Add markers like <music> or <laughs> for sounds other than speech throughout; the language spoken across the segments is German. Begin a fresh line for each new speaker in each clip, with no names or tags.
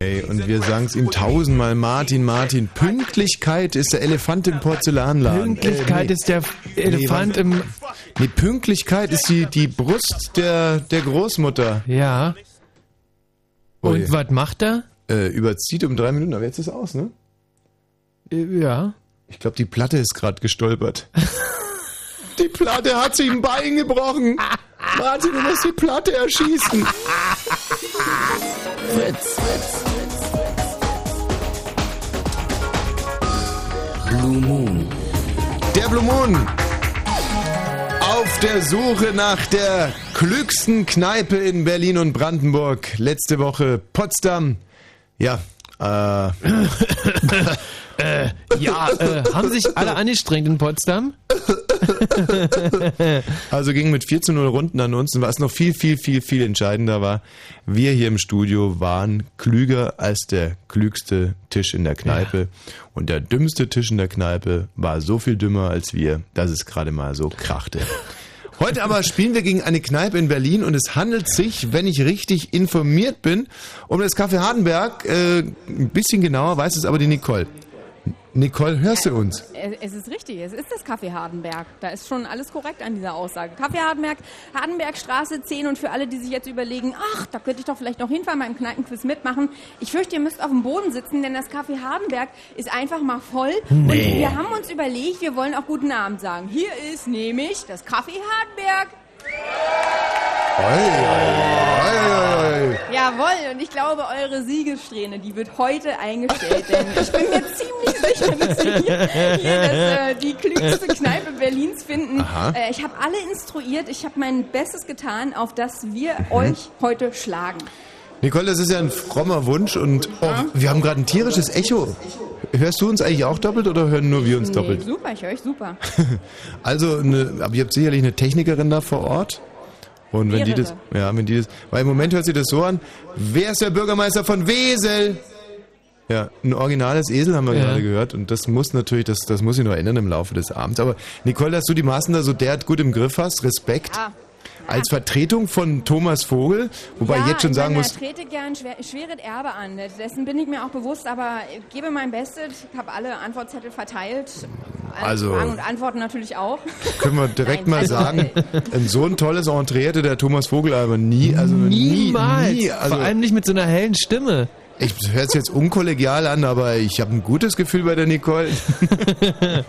Ey, und wir sagen es ihm tausendmal, Martin, Martin, Pünktlichkeit ist der Elefant im Porzellanladen.
Pünktlichkeit ist der Elefant im...
Nee, Pünktlichkeit ist die, die Brust der, der Großmutter.
Ja.
Oh
Und
je.
was macht er?
Äh, überzieht um drei Minuten, aber jetzt ist aus, ne?
Äh, Ja.
Ich glaube, die Platte ist gerade gestolpert. <laughs> die Platte hat sich ein Bein gebrochen. Martin, du musst die Platte erschießen.
Fritz. Blue Moon.
Der Blue Moon. Auf der Suche nach der klügsten Kneipe in Berlin und Brandenburg. Letzte Woche Potsdam. Ja, äh, <laughs>
Ja, äh, haben sich alle angestrengt in Potsdam?
also ging mit 4 zu 0 Runden an uns. Und was noch viel, viel, viel, viel entscheidender war, wir hier im Studio waren klüger als der klügste Tisch in der Kneipe. Und der dümmste Tisch in der Kneipe war so viel dümmer als wir, dass es gerade mal so krachte. Heute aber spielen wir gegen eine Kneipe in Berlin und es handelt sich, wenn ich richtig informiert bin, um das Café Hardenberg. Äh, ein bisschen genauer weiß es aber die Nicole. Nicole, hörst du uns?
Es ist richtig, es ist das Café Hardenberg. Da ist schon alles korrekt an dieser Aussage. Café Hardenberg, Hardenbergstraße 10 und für alle, die sich jetzt überlegen, ach, da könnte ich doch vielleicht noch hinfahren, beim Kneipenquiz mitmachen. Ich fürchte, ihr müsst auf dem Boden sitzen, denn das Café Hardenberg ist einfach mal voll. Und wir haben uns überlegt, wir wollen auch guten Abend sagen. Hier ist nämlich das Café Hardenberg.
Oi, oi, oi, oi.
Jawohl, und ich glaube, eure Siegessträhne, die wird heute eingestellt, denn ich bin mir ziemlich sicher, dass wir
<laughs>
hier, hier das, äh, die
<laughs>
klügste Kneipe Berlins finden.
Aha.
Äh, ich habe alle instruiert, ich habe mein Bestes getan, auf dass wir
Mhm.
euch heute schlagen.
Nicole, das ist ja ein frommer Wunsch und oh, wir haben gerade ein tierisches Echo. Hörst du uns eigentlich auch doppelt oder hören nur wir uns
Nee,
doppelt?
super, ich höre euch
<laughs>
super.
Also, eine, aber ihr habt sicherlich eine Technikerin da vor Ort. Und wenn die das,
Mehrere.
ja, wenn die das, weil im Moment hört sie das so an, wer ist der Bürgermeister von Wesel? Ja, ein originales Esel haben wir
Ja.
gerade gehört und das muss natürlich, das, das muss sich noch ändern im Laufe des Abends. Aber Nicole, dass du die Maßen da so derart gut im Griff hast, Respekt.
Ah, Ja.
Als Vertretung von Thomas Vogel, wobei ich jetzt schon
ich
sagen
meine,
muss,
Er trete gern schwer, schwere Erbe an, dessen bin ich mir auch bewusst, aber ich gebe mein Bestes, ich habe alle Antwortzettel verteilt. Alle
Also-
Fragen und Antworten natürlich auch.
Können wir direkt
Nein,
mal
also-
sagen, ein so ein tolles Entree hätte der Thomas Vogel aber nie, also nie,
Niemals.
nie. Also
Vor allem nicht mit so einer hellen Stimme.
ich höre es jetzt unkollegial an, aber ich habe ein gutes Gefühl bei der
<laughs>
Nicole. äh,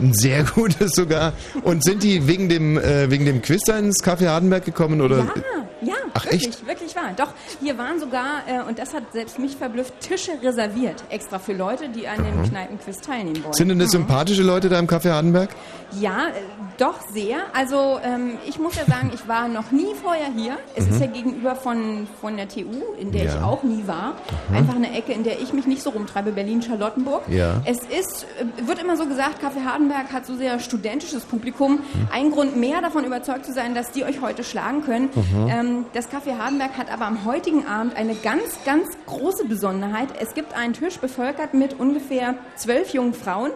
ein sehr gutes sogar. Und sind die wegen dem, äh, wegen dem Quiz da ins Café Hardenberg gekommen oder?
Ja,
Ach,
wirklich,
echt?
wirklich wahr. Doch, hier waren sogar, äh, und das hat selbst mich verblüfft, Tische reserviert, extra für Leute, die an dem Kneipenquiz teilnehmen wollen.
Mhm. Sind denn das sympathische Leute da im Café Hardenberg?
Ja, äh, doch sehr. Also ähm, ich muss ja sagen, ich war noch nie vorher hier. Es ist ja gegenüber von, von der TU, in der ich
Mhm. Ja.
auch nie war. Einfach eine Ecke, in der ich mich nicht so rumtreibe, Berlin-Charlottenburg.
Ja.
Es ist, äh, wird immer so gesagt, Café Hardenberg hat so sehr studentisches Publikum.
Mhm.
Ein Grund mehr davon überzeugt zu sein, dass die euch heute schlagen können.
Mhm.
Ähm, das Café Hardenberg hat aber am heutigen Abend eine ganz, ganz große Besonderheit. Es gibt einen Tisch bevölkert mit ungefähr zwölf jungen Frauen.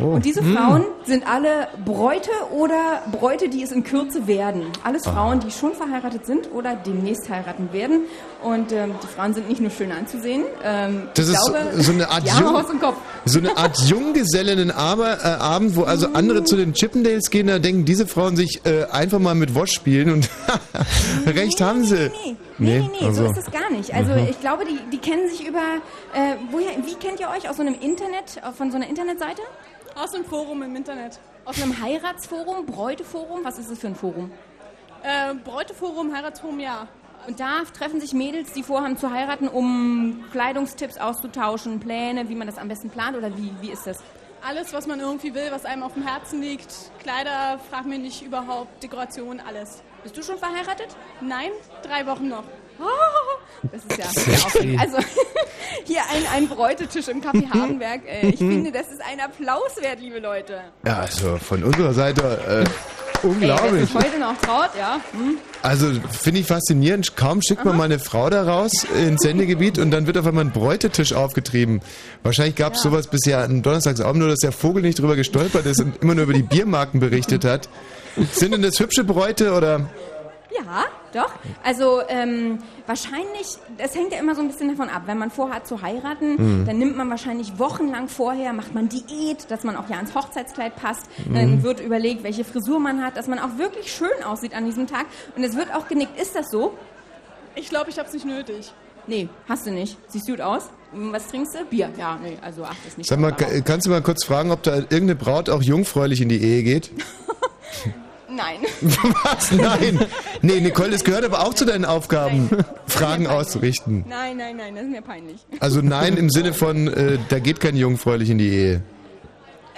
Oh.
Und diese
Mhm.
Frauen sind alle Bräute oder Bräute, die es in Kürze werden. Alles Frauen, die schon verheiratet sind oder demnächst heiraten werden. Und ähm, die Frauen sind nicht nur schön anzusehen. Ähm,
Das
ich
ist
glaube,
so- so eine Art
ja,
Jung-
aus dem Kopf.
So eine Art Junggesellinnenabend, wo also andere zu den Chippendales gehen, da denken diese Frauen sich äh, einfach mal mit Wash spielen und <laughs> recht haben sie.
Nee, nee, nee, nee,
also. Mhm.
so ist das gar nicht. Also ich glaube, die, die kennen sich über, äh, woher, wie kennt ihr euch aus so einem Internet, äh, von so einer Internetseite?
Aus dem Forum im Internet.
Aus einem Heiratsforum, Bräuteforum, was ist es für ein Forum?
Äh, Bräuteforum, Heiratsforum, ja.
Und da treffen sich Mädels, die vorhaben zu heiraten, um Kleidungstipps auszutauschen, Pläne, wie man das am besten plant oder wie, wie ist das?
Alles, was man irgendwie will, was einem auf dem Herzen liegt. Kleider, frag mich nicht überhaupt, Dekoration, alles.
Bist du schon verheiratet?
Nein, drei Wochen noch.
<laughs> Das ist ja sehr aufregend. Also <laughs> hier ein, ein Bräutetisch im Café Hardenberg. Äh, ich finde, das ist ein Applaus wert, liebe Leute.
Ja, also von unserer Seite äh,
Wer
unglaublich.
sich heute noch traut, ja. Hm?
Also finde ich faszinierend. Kaum schickt man mal eine Frau da raus ins Sendegebiet und dann wird auf einmal ein Bräutetisch aufgetrieben. Wahrscheinlich gab es sowas bisher am Donnerstagsabend, nur dass der Vogel nicht drüber gestolpert ist und immer nur über die Biermarken berichtet hat. Sind denn das hübsche Bräute oder?
Ja, doch. Also ähm, wahrscheinlich, das hängt ja immer so ein bisschen davon ab. Wenn man vorhat zu
Mhm.
heiraten, dann nimmt man wahrscheinlich wochenlang vorher, macht man Diät, dass man auch ja ins Hochzeitskleid passt.
Mhm.
Dann wird überlegt, welche Frisur man hat, dass man auch wirklich schön aussieht an diesem Tag. Und es wird auch genickt, ist das so?
Ich glaube, ich habe es nicht nötig.
Nee, hast du nicht. Siehst gut aus. Hm, Was trinkst du? Bier. Ja, nee, also acht ist nicht.
Sag mal, äh,
drauf, aber-
ka- kannst du mal kurz fragen, ob da irgendeine Braut auch jungfräulich in die
<laughs>
Ehe geht?
Nein.
<laughs> Was? Nein. Nee, Nicole, das gehört aber auch zu deinen Aufgaben, Fragen auszurichten.
<laughs> Nein, nein, nein, das ist mir peinlich.
Also nein im Sinne von, äh, da geht kein jungfräulich in die Ehe.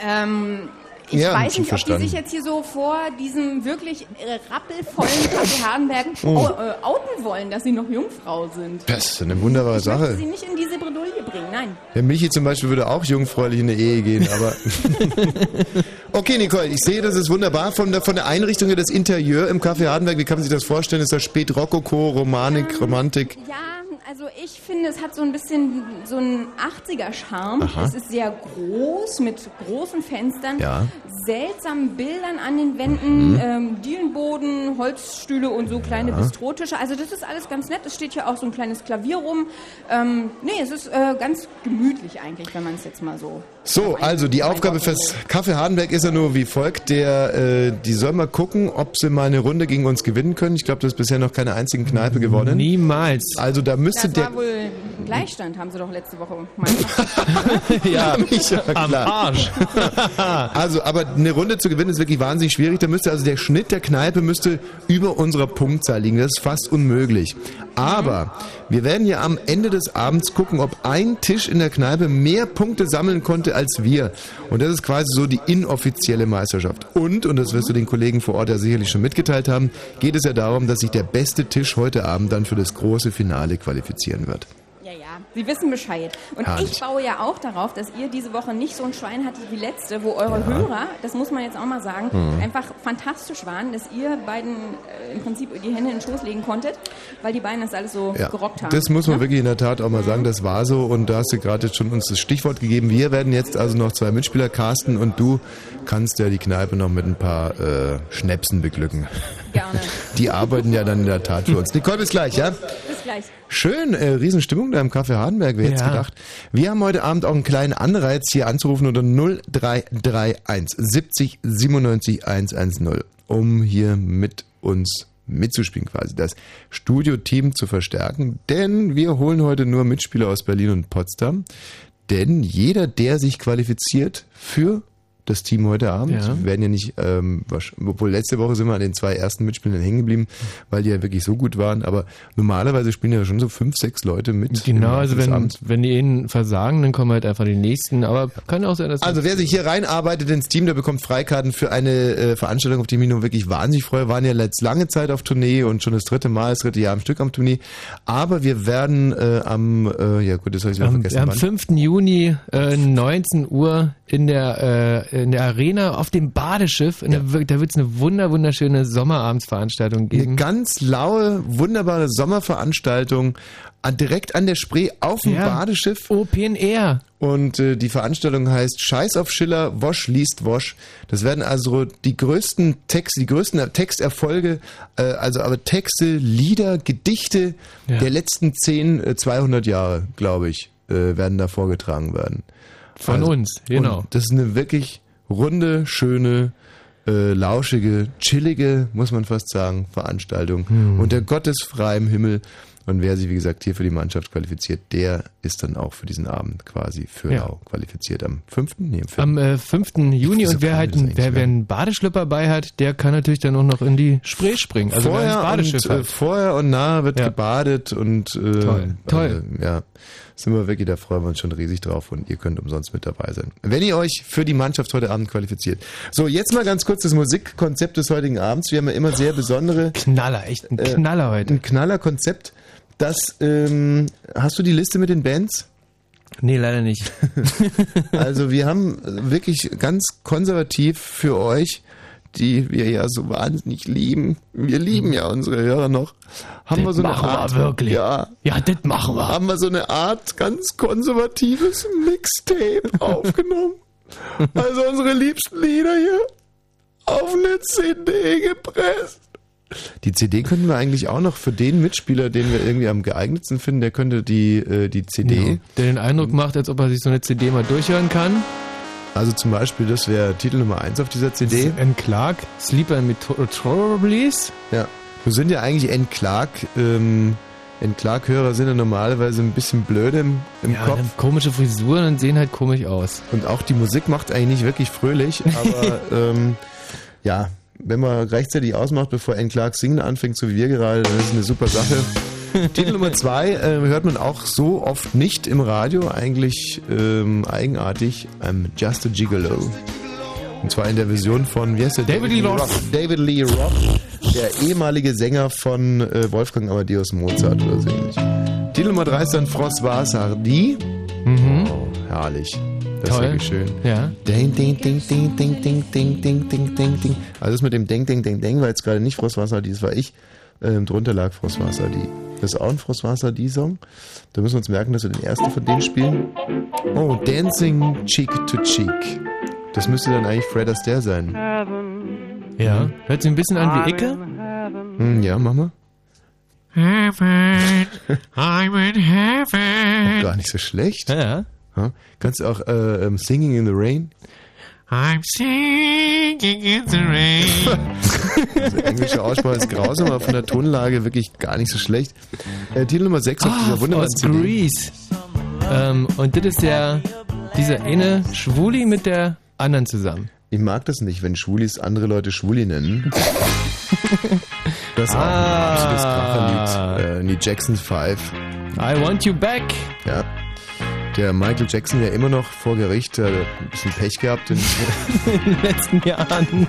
Ähm, ich
Ja, hab
weiß
schon
nicht, ob
verstanden.
die sich jetzt hier so vor diesem wirklich äh,
<laughs>
rappelvollen Kaffee Hardenberg
Oh.
au- äh, outen wollen, dass sie noch Jungfrau sind.
Das ist eine wunderbare
Ich möchte
Sache.
sie nicht in diese Bredouille bringen, nein.
Der Michi zum Beispiel würde auch jungfräulich in eine Ehe gehen,
<laughs>
aber. okay, Nicole, ich sehe, das ist wunderbar. Von der, von der Einrichtung her, das Interieur im Café Hardenberg, wie kann man sich das vorstellen? Ist das spät Rokoko, Romanik, Romantik?
Ähm, Ja, also ich finde, es hat so ein bisschen so einen 80er-Charme.
Aha.
Es ist sehr groß, mit großen <laughs> Fenstern,
Ja.
seltsamen Bildern an den Wänden, ähm, Dielenboden, Holzstühle und so kleine Bistrotische. Also das ist alles ganz nett. Es steht hier auch so ein kleines Klavier rum. Ähm, nee, es ist äh, ganz gemütlich eigentlich, wenn man es jetzt mal so...
So, also die Aufgabe fürs Kaffee Hardenberg ist ja nur wie folgt. Der, äh, die sollen mal gucken, ob sie mal eine Runde gegen uns gewinnen können. Ich glaube, das ist bisher noch keine einzigen Kneipe gewonnen.
Niemals.
Also da müsste
Das
der.
war wohl ein Gleichstand, haben sie doch letzte Woche mal
<laughs>
<laughs> Ja, Micha,
Am
klar.
Arsch.
<laughs> Also, aber eine Runde zu gewinnen ist wirklich wahnsinnig schwierig. Da müsste also der Schnitt der Kneipe müsste über unserer Punktzahl liegen. Das ist fast unmöglich. Aber wir werden ja am Ende des Abends gucken, ob ein Tisch in der Kneipe mehr Punkte sammeln konnte als wir. Und das ist quasi so die inoffizielle Meisterschaft. Und, und das wirst du den Kollegen vor Ort ja sicherlich schon mitgeteilt haben, geht es ja darum, dass sich der beste Tisch heute Abend dann für das große Finale qualifizieren wird.
Ja, ja, Sie wissen Bescheid. Und
Herrlich.
ich baue ja auch darauf, dass ihr diese Woche nicht so ein Schwein hattet wie letzte, wo eure Hörer, das muss man jetzt auch mal sagen,
Mhm.
einfach fantastisch waren, dass ihr beiden äh, im Prinzip die Hände in den Schoß legen konntet, weil die beiden das alles so
Ja,
gerockt haben.
Das muss man wirklich in der Tat auch mal sagen, das war so und da hast du gerade jetzt schon uns das Stichwort gegeben. Wir werden jetzt also noch zwei Mitspieler casten und du kannst ja die Kneipe noch mit ein paar äh, Schnäpsen beglücken.
Gerne.
<laughs> Die arbeiten ja dann in der Tat für uns. Nicole, bis gleich, ja?
Bis gleich.
Schön, äh, Riesenstimmung da im Café Hardenberg, wer hätte
Ja.
gedacht. Wir haben heute Abend auch einen kleinen Anreiz, hier anzurufen unter 0331 70 97 110, um hier mit uns mitzuspielen quasi, das Studio-Team zu verstärken. Denn wir holen heute nur Mitspieler aus Berlin und Potsdam. Denn jeder, der sich qualifiziert für das Team heute Abend,
Ja.
wir werden ja nicht, ähm, wahrsch- obwohl letzte Woche sind wir an den zwei ersten Mitspielern hängen geblieben, weil die ja wirklich so gut waren, aber normalerweise spielen ja schon so fünf, sechs Leute mit.
Genau,
im
also
Laufe des
wenn,
Abends.
wenn die einen versagen, dann kommen halt einfach die nächsten. Aber kann auch sein, dass...
Also wer sich hier reinarbeitet ins Team, der bekommt Freikarten für eine äh, Veranstaltung, auf die ich mich nun wirklich wahnsinnig freue. Wir waren ja jetzt lange Zeit auf Tournee und schon das dritte Mal, das dritte Jahr am Stück am Tournee. Aber wir werden äh, am, äh, ja gut, das habe ich wieder
am,
vergessen.
am
wann.
5. Juni, äh, 19 Uhr in der, äh, in der Arena auf dem Badeschiff. In der, da wird es eine wunder, wunderschöne Sommerabendsveranstaltung
Eine
geben.
ganz laue, wunderbare Sommerveranstaltung an- direkt an der Spree auf dem
Ja. Oh,
Badeschiff.
Open Air.
Und äh, die Veranstaltung heißt Scheiß auf Schiller, Wosch liest Wosch. Das werden also die größten Text, die größten Texterfolge, äh, also aber Texte, Lieder, Gedichte
Ja.
der letzten 10, äh, 200 Jahre, glaube ich, äh, werden da vorgetragen werden. Also
Von uns, genau.
Und das ist eine wirklich runde, schöne, äh, lauschige, chillige, muss man fast sagen, Veranstaltung unter gottesfreiem Himmel. Und wer sich, wie gesagt, hier für die Mannschaft qualifiziert, der ist dann auch für diesen Abend quasi für
Ja.
Lau qualifiziert. Am 5. Nee, am 4.
Am äh, 5. Juni
Wieso
und wer
kann
halt
das
ein,
eigentlich
wer, wer
werden?
einen Badeschlipper bei hat, der kann natürlich dann auch noch in die Spree springen. Also wer ein
vorher,
Badeschiff
und, äh,
hat.
vorher und nahe wird
Ja.
gebadet und äh,
Toll, toll.
Äh, ja, sind wir wirklich, da freuen wir uns schon riesig drauf und ihr könnt umsonst mit dabei sein. Wenn ihr euch für die Mannschaft heute Abend qualifiziert. So, jetzt mal ganz kurz das Musikkonzept des heutigen Abends. Wir haben ja immer sehr besondere, äh,
Knaller, echt ein Knaller heute.
ein Knallerkonzept. Das, ähm, hast du die Liste mit den Bands?
Nee, leider nicht.
<laughs> Also wir haben äh, wirklich ganz konservativ für euch, die wir ja so wahnsinnig lieben, wir lieben ja unsere Hörer noch, haben wir so eine
machen wir
Art,
wirklich.
ja,
Ja, das machen wir.
haben wir so eine Art ganz konservatives <laughs> Mixtape aufgenommen. Also unsere liebsten Lieder hier auf eine CD gepresst. Die CD könnten wir eigentlich auch noch für den Mitspieler, den wir irgendwie am geeignetsten finden, der könnte die, äh, die CD.
Der den
Mhm.
Eindruck macht, als ob er sich so eine CD mal durchhören kann.
Also zum Beispiel, das wäre Titel Nummer 1 auf dieser CD.
N. Clark, Sleeper mit Troubles.
Ja. Wir sind ja eigentlich N. Clark. Ähm, N. Clark-Hörer sind ja normalerweise ein bisschen blöd im, im
Ja,
Kopf.
dann komische Frisuren und sehen halt komisch aus.
Und auch die Musik macht eigentlich nicht wirklich
<laughs>
fröhlich, aber ähm, ja, wenn man rechtzeitig ausmacht, bevor N. Clark singen anfängt, so wie wir gerade, dann ist es eine super
<laughs>
Sache. Titel Nummer zwei ähm, hört man auch so oft nicht im Radio, eigentlich ähm, eigenartig, ähm, Just a Gigolo. Und zwar in der Version von, wie heißt der?
David Lee Roth.
David Lee Roth, der ehemalige Sänger von äh, Wolfgang Amadeus Mozart oder so ähnlich. Titel Nummer drei ist dann François Sardi. Oh, herrlich. Das ist
Toll.
wirklich schön.
Ja.
Ding, ding, ding, ding, ding, ding, ding, ding, ding, ding, ding. Also das mit dem Ding, ding, ding, ding war jetzt gerade nicht Frostwasser, die, das war ich. Ähm, drunter lag Frostwasser, die. Das ist auch ein Frostwasser, die Song. Da müssen wir uns merken, dass wir den ersten von denen spielen. Oh, Dancing Cheek to Cheek. Das müsste dann eigentlich Fred Astaire sein.
Ja. Hört sich ein bisschen
Ah,
an wie Icke.
Hm, ja, mach mal.
Heaven, I'm
<laughs>
in heaven.
Gar nicht so schlecht.
Hm. Ja.
Hm? Kannst du auch äh, ähm, Singing in the Rain?
I'm singing in the rain.
<laughs> Englische Aussprache ist grausam, aber von der Tonlage wirklich gar nicht so schlecht. Äh, Titel Nummer 6 auf
Ah,
dieser wunderbaren
aus
CD.
Grease. Ähm, und das ist der, dieser eine Schwuli mit der anderen zusammen.
Ich mag das nicht, wenn Schwulis andere Leute Schwuli nennen. das ist auch ein absolutes Kracherlied. Äh, die Jackson 5.
I want you back.
Ja. Der Michael Jackson ja immer noch vor Gericht, äh, ein bisschen Pech gehabt.
<laughs>
In,
In den letzten Jahren.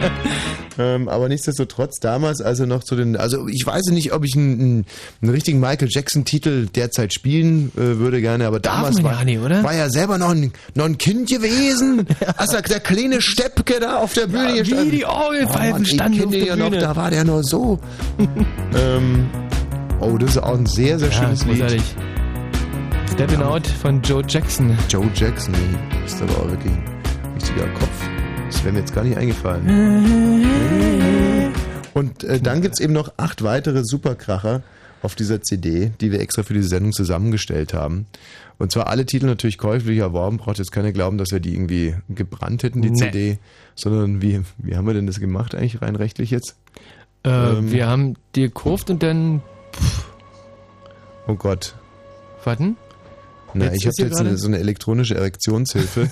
<laughs> ähm, aber nichtsdestotrotz damals, als er noch zu den, also ich weiß nicht, ob ich einen, einen, einen richtigen Michael Jackson Titel derzeit spielen äh, würde gerne, aber damals
man
war,
ja nicht, oder?
war er selber noch ein, noch ein Kind
<laughs>
gewesen, als er, der kleine Steppke da auf der Bühne gestanden Oh
Wie die
Mann,
Orgelpfeifen
ich
standen auf
kenne
der
den ja
Bühne.
noch, da war der nur
<laughs>
so. ähm, oh, das ist auch ein sehr, sehr
Ja,
schönes Lied.
großartig. Steppin' Out von Joe Jackson.
Joe Jackson ist aber auch wirklich ein richtiger Kopf. Das wäre mir jetzt gar nicht eingefallen. Und äh, dann gibt's eben noch acht weitere Superkracher auf dieser CD, die wir extra für diese Sendung zusammengestellt haben. Und zwar alle Titel natürlich käuflich erworben, braucht jetzt keiner glauben, dass wir die irgendwie gebrannt hätten, die
Nee.
CD. Sondern wie, wie haben wir denn das gemacht eigentlich rein rechtlich jetzt? Ähm.
Äh, wir haben die gekauft und dann.
Oh Gott,
Warten.
Na,
Jetzt
ich habe
ist hier
jetzt eine,
gerade-
so eine elektronische
<laughs>
Erektionshilfe.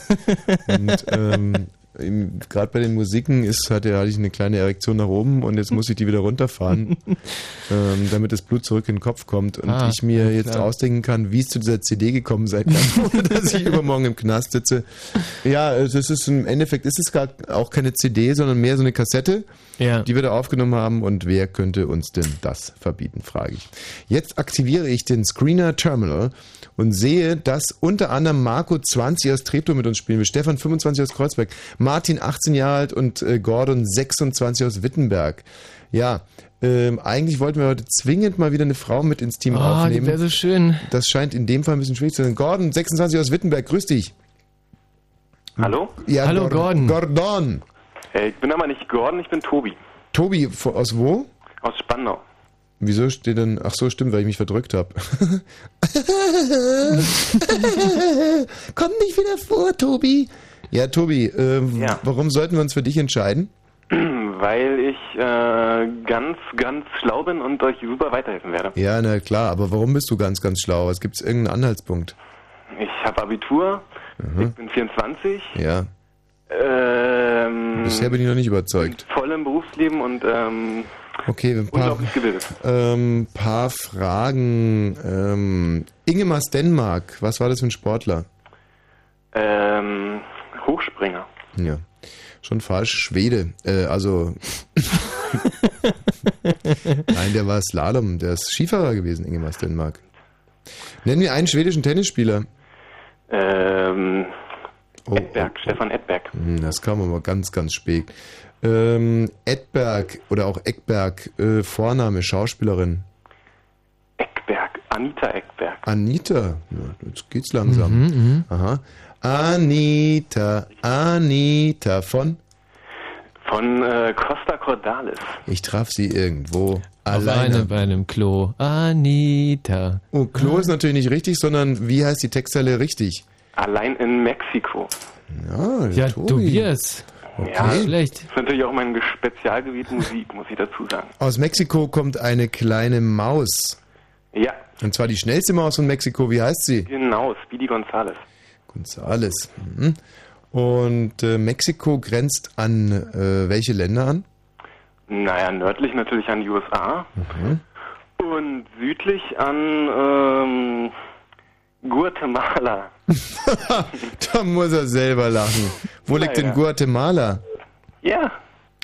und ähm, im- gerade bei den Musiken ist, hatte, hatte ich eine kleine Erektion nach oben und jetzt muss ich die wieder
<laughs>
runterfahren, ähm, damit das Blut zurück in den Kopf kommt und
Ah,
ich mir jetzt
klar.
ausdenken kann, wie es zu dieser CD gekommen sein kann, <laughs> ohne dass ich übermorgen im Knast sitze. Ja, äh, das ist im Endeffekt ist es gar auch keine CD, sondern mehr so eine Kassette
Ja.
die wir da aufgenommen haben und wer könnte uns denn das verbieten, frage ich. Jetzt aktiviere ich den Screener Terminal und sehe, dass unter anderem Marco 20 aus Treptow mit uns spielen will, Stefan 25 aus Kreuzberg, Martin 18 Jahre alt und äh, Gordon 26 aus Wittenberg. Ja, ähm, eigentlich wollten wir heute zwingend mal wieder eine Frau mit ins Team
Ah, die
aufnehmen.
wäre so schön.
das scheint in dem Fall ein bisschen schwierig zu sein. Gordon 26 aus Wittenberg, grüß dich.
Hallo?
Ja,
Hallo, Gordon.
Gordon.
Äh, ich bin aber nicht Gordon, ich bin Tobi
Tobi, vo- aus wo?
aus Spandau. <clears throat>
Wieso steht denn, ach so, stimmt, weil ich mich verdrückt habe. Komm nicht wieder vor, Tobi. <laughs> Ja, Tobi, ähm,
Ja.
warum sollten wir uns für dich entscheiden?
Weil ich äh, ganz, ganz schlau bin und euch super weiterhelfen werde.
Ja, na klar, aber warum bist du ganz, ganz schlau? Es gibt irgendeinen Anhaltspunkt.
Ich habe Abitur, ich bin 24,
Ja,
ähm,
bisher bin ich noch nicht überzeugt.
voll im Berufsleben und ähm,
Okay, ein paar,
unglaublich gebildet.
ähm, paar Fragen. Ähm, Ingemar Stenmark, was war das für ein Sportler?
Ähm, Hochspringer.
Ja, schon falsch. Schwede, äh, also. Nein, der war Slalom, der ist Skifahrer gewesen, Ingemar Stenmark. Nennen wir einen schwedischen Tennisspieler.
Ähm,
Oh,
Edberg, Stefan Edberg.
Hm, Das kam aber ganz, ganz spät. Ähm, Edberg oder auch Eckberg, äh, Vorname, Schauspielerin.
Eckberg, Anita Eckberg.
Anita, ja, jetzt geht's langsam. Aha. Anita, Anita von
Von äh, Costa Cordalis.
Ich traf sie irgendwo.
Auf
alleine.
einem, bei einem Klo. Anita.
Oh, Klo ist natürlich nicht richtig, sondern wie heißt die Textzeile richtig?
Allein in Mexiko.
Ja,
Ja,
Tobi.
Tobias.
Ja,
Nicht schlecht.
ist natürlich auch mein Spezialgebiet Musik, muss ich dazu sagen.
Aus Mexiko kommt eine kleine Maus.
Ja,
Und zwar die schnellste Maus von Mexiko. Wie heißt sie?
genau, Speedy Gonzales.
Gonzales. Mhm. Und äh, Mexiko grenzt an äh, welche Länder an?
Naja, nördlich natürlich an die USA
Mhm.
und südlich an ähm, Guatemala.
<laughs> Da muss er selber lachen. Wo liegt denn
ja.
Guatemala?
Ja,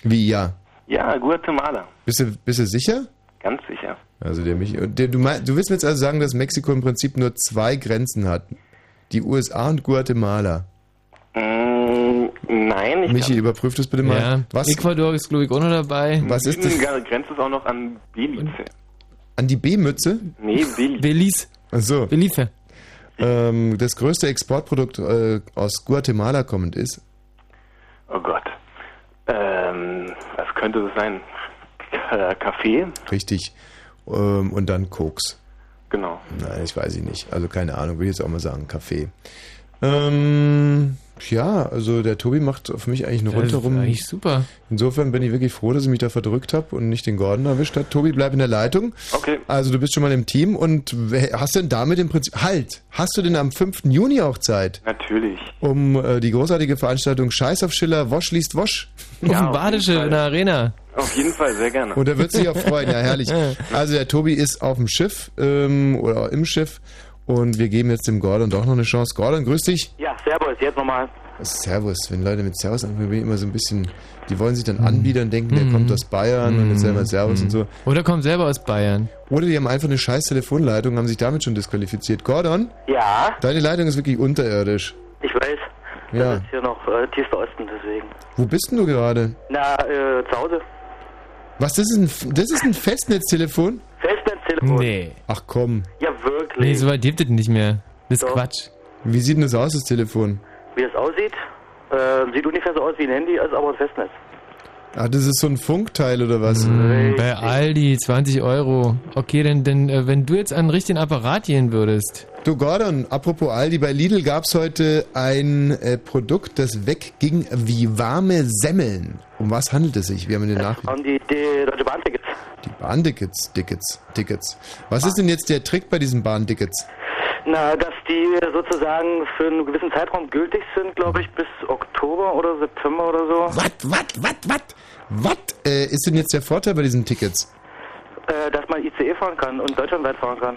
Wie ja?
ja, Guatemala,
Bist du, bist du sicher?
ganz sicher.
Also der mich. Der, du, mein, du willst mir jetzt also sagen, dass Mexiko im Prinzip nur zwei Grenzen hat. Die USA und Guatemala.
Mm, nein, ich
Michi, überprüf das bitte mal.
Ja.
Was,
Ecuador ist, glaube ich, auch noch dabei.
was ist das?
das? Grenzt es auch noch an Belize.
An die B-Mütze?
Nee, Belize.
Belize.
Achso.
Belize.
Ähm, das größte Exportprodukt äh, aus Guatemala kommend ist.
Oh Gott. Ähm, was könnte das sein? K Kaffee?
Richtig. Ähm, und dann Koks.
Genau.
Nein, ich weiß ich nicht. Also keine Ahnung, würde ich jetzt auch mal sagen, Kaffee. Ähm, ja, also der Tobi macht auf mich eigentlich eine
Das ist
rundherum.
eigentlich super.
Insofern bin ich wirklich froh, dass ich mich da verdrückt habe und nicht den Gordon erwischt hat. Tobi, bleib in der Leitung.
Okay.
Also du bist schon mal im Team und wer- hast denn damit im Prinzip... Halt! Hast du denn am 5. Juni auch Zeit,
Natürlich.
um äh, die großartige Veranstaltung Scheiß auf Schiller, Wosch liest Wosch?
auf dem
auf
Badische
jeden Fall.
in der Arena.
Auf jeden Fall, sehr gerne.
Und er Oh, wird sich auch freuen, ja
<laughs>
<laughs>
herrlich. Also der Tobi ist auf dem Schiff ähm, oder im Schiff und wir geben jetzt dem Gordon doch noch eine Chance. Gordon, grüß dich.
Ja, Servus, jetzt nochmal.
Servus, wenn Leute mit Servus anfangen, bin ich immer so ein bisschen, die wollen sich dann anbiedern, denken, der kommt aus Bayern und jetzt selber Servus und so.
Mhm. Oder kommt selber aus Bayern.
Oder die haben einfach eine scheiß Telefonleitung, haben sich damit schon disqualifiziert. Gordon,
Ja,
deine Leitung ist wirklich unterirdisch.
ich weiß.
Ja.
Das ist hier noch äh, tiefster Osten, deswegen.
Wo bist denn du gerade?
Na, äh, zu Hause.
Was, das ist ein, F- das ist ein Festnetztelefon?
Festnetztelefon.
Ach komm,
Ja,
Nee,
wirklich.
so weit gibt es nicht mehr. Das ist
Doch.
Quatsch.
wie sieht denn das aus, das Telefon?
Wie das aussieht, äh, sieht ungefähr so aus wie ein Handy, ist aber ein Festnetz.
Ah, das ist so ein Funkteil oder was?
Hm, Bei Aldi 20 Euro. Okay, denn, denn äh, wenn du jetzt an einen richtigen Apparat gehen würdest.
Du Gordon, apropos Aldi, bei Lidl gab es heute ein äh, Produkt, das wegging wie warme Semmeln. Um was handelt es sich? Wir haben in den Nachrichten.
Haben die, die Deutsche Bahn Tickets.
Die Bahntickets, Tickets, Tickets. Was ist denn jetzt der Trick bei diesen Bahntickets?
Na, dass die sozusagen für einen gewissen Zeitraum gültig sind, glaube ich, bis Oktober oder September oder so.
Wat, wat, wat, wat? Wat äh, ist denn jetzt der Vorteil bei diesen Tickets?
Äh, dass man ICE fahren kann und deutschlandweit fahren kann.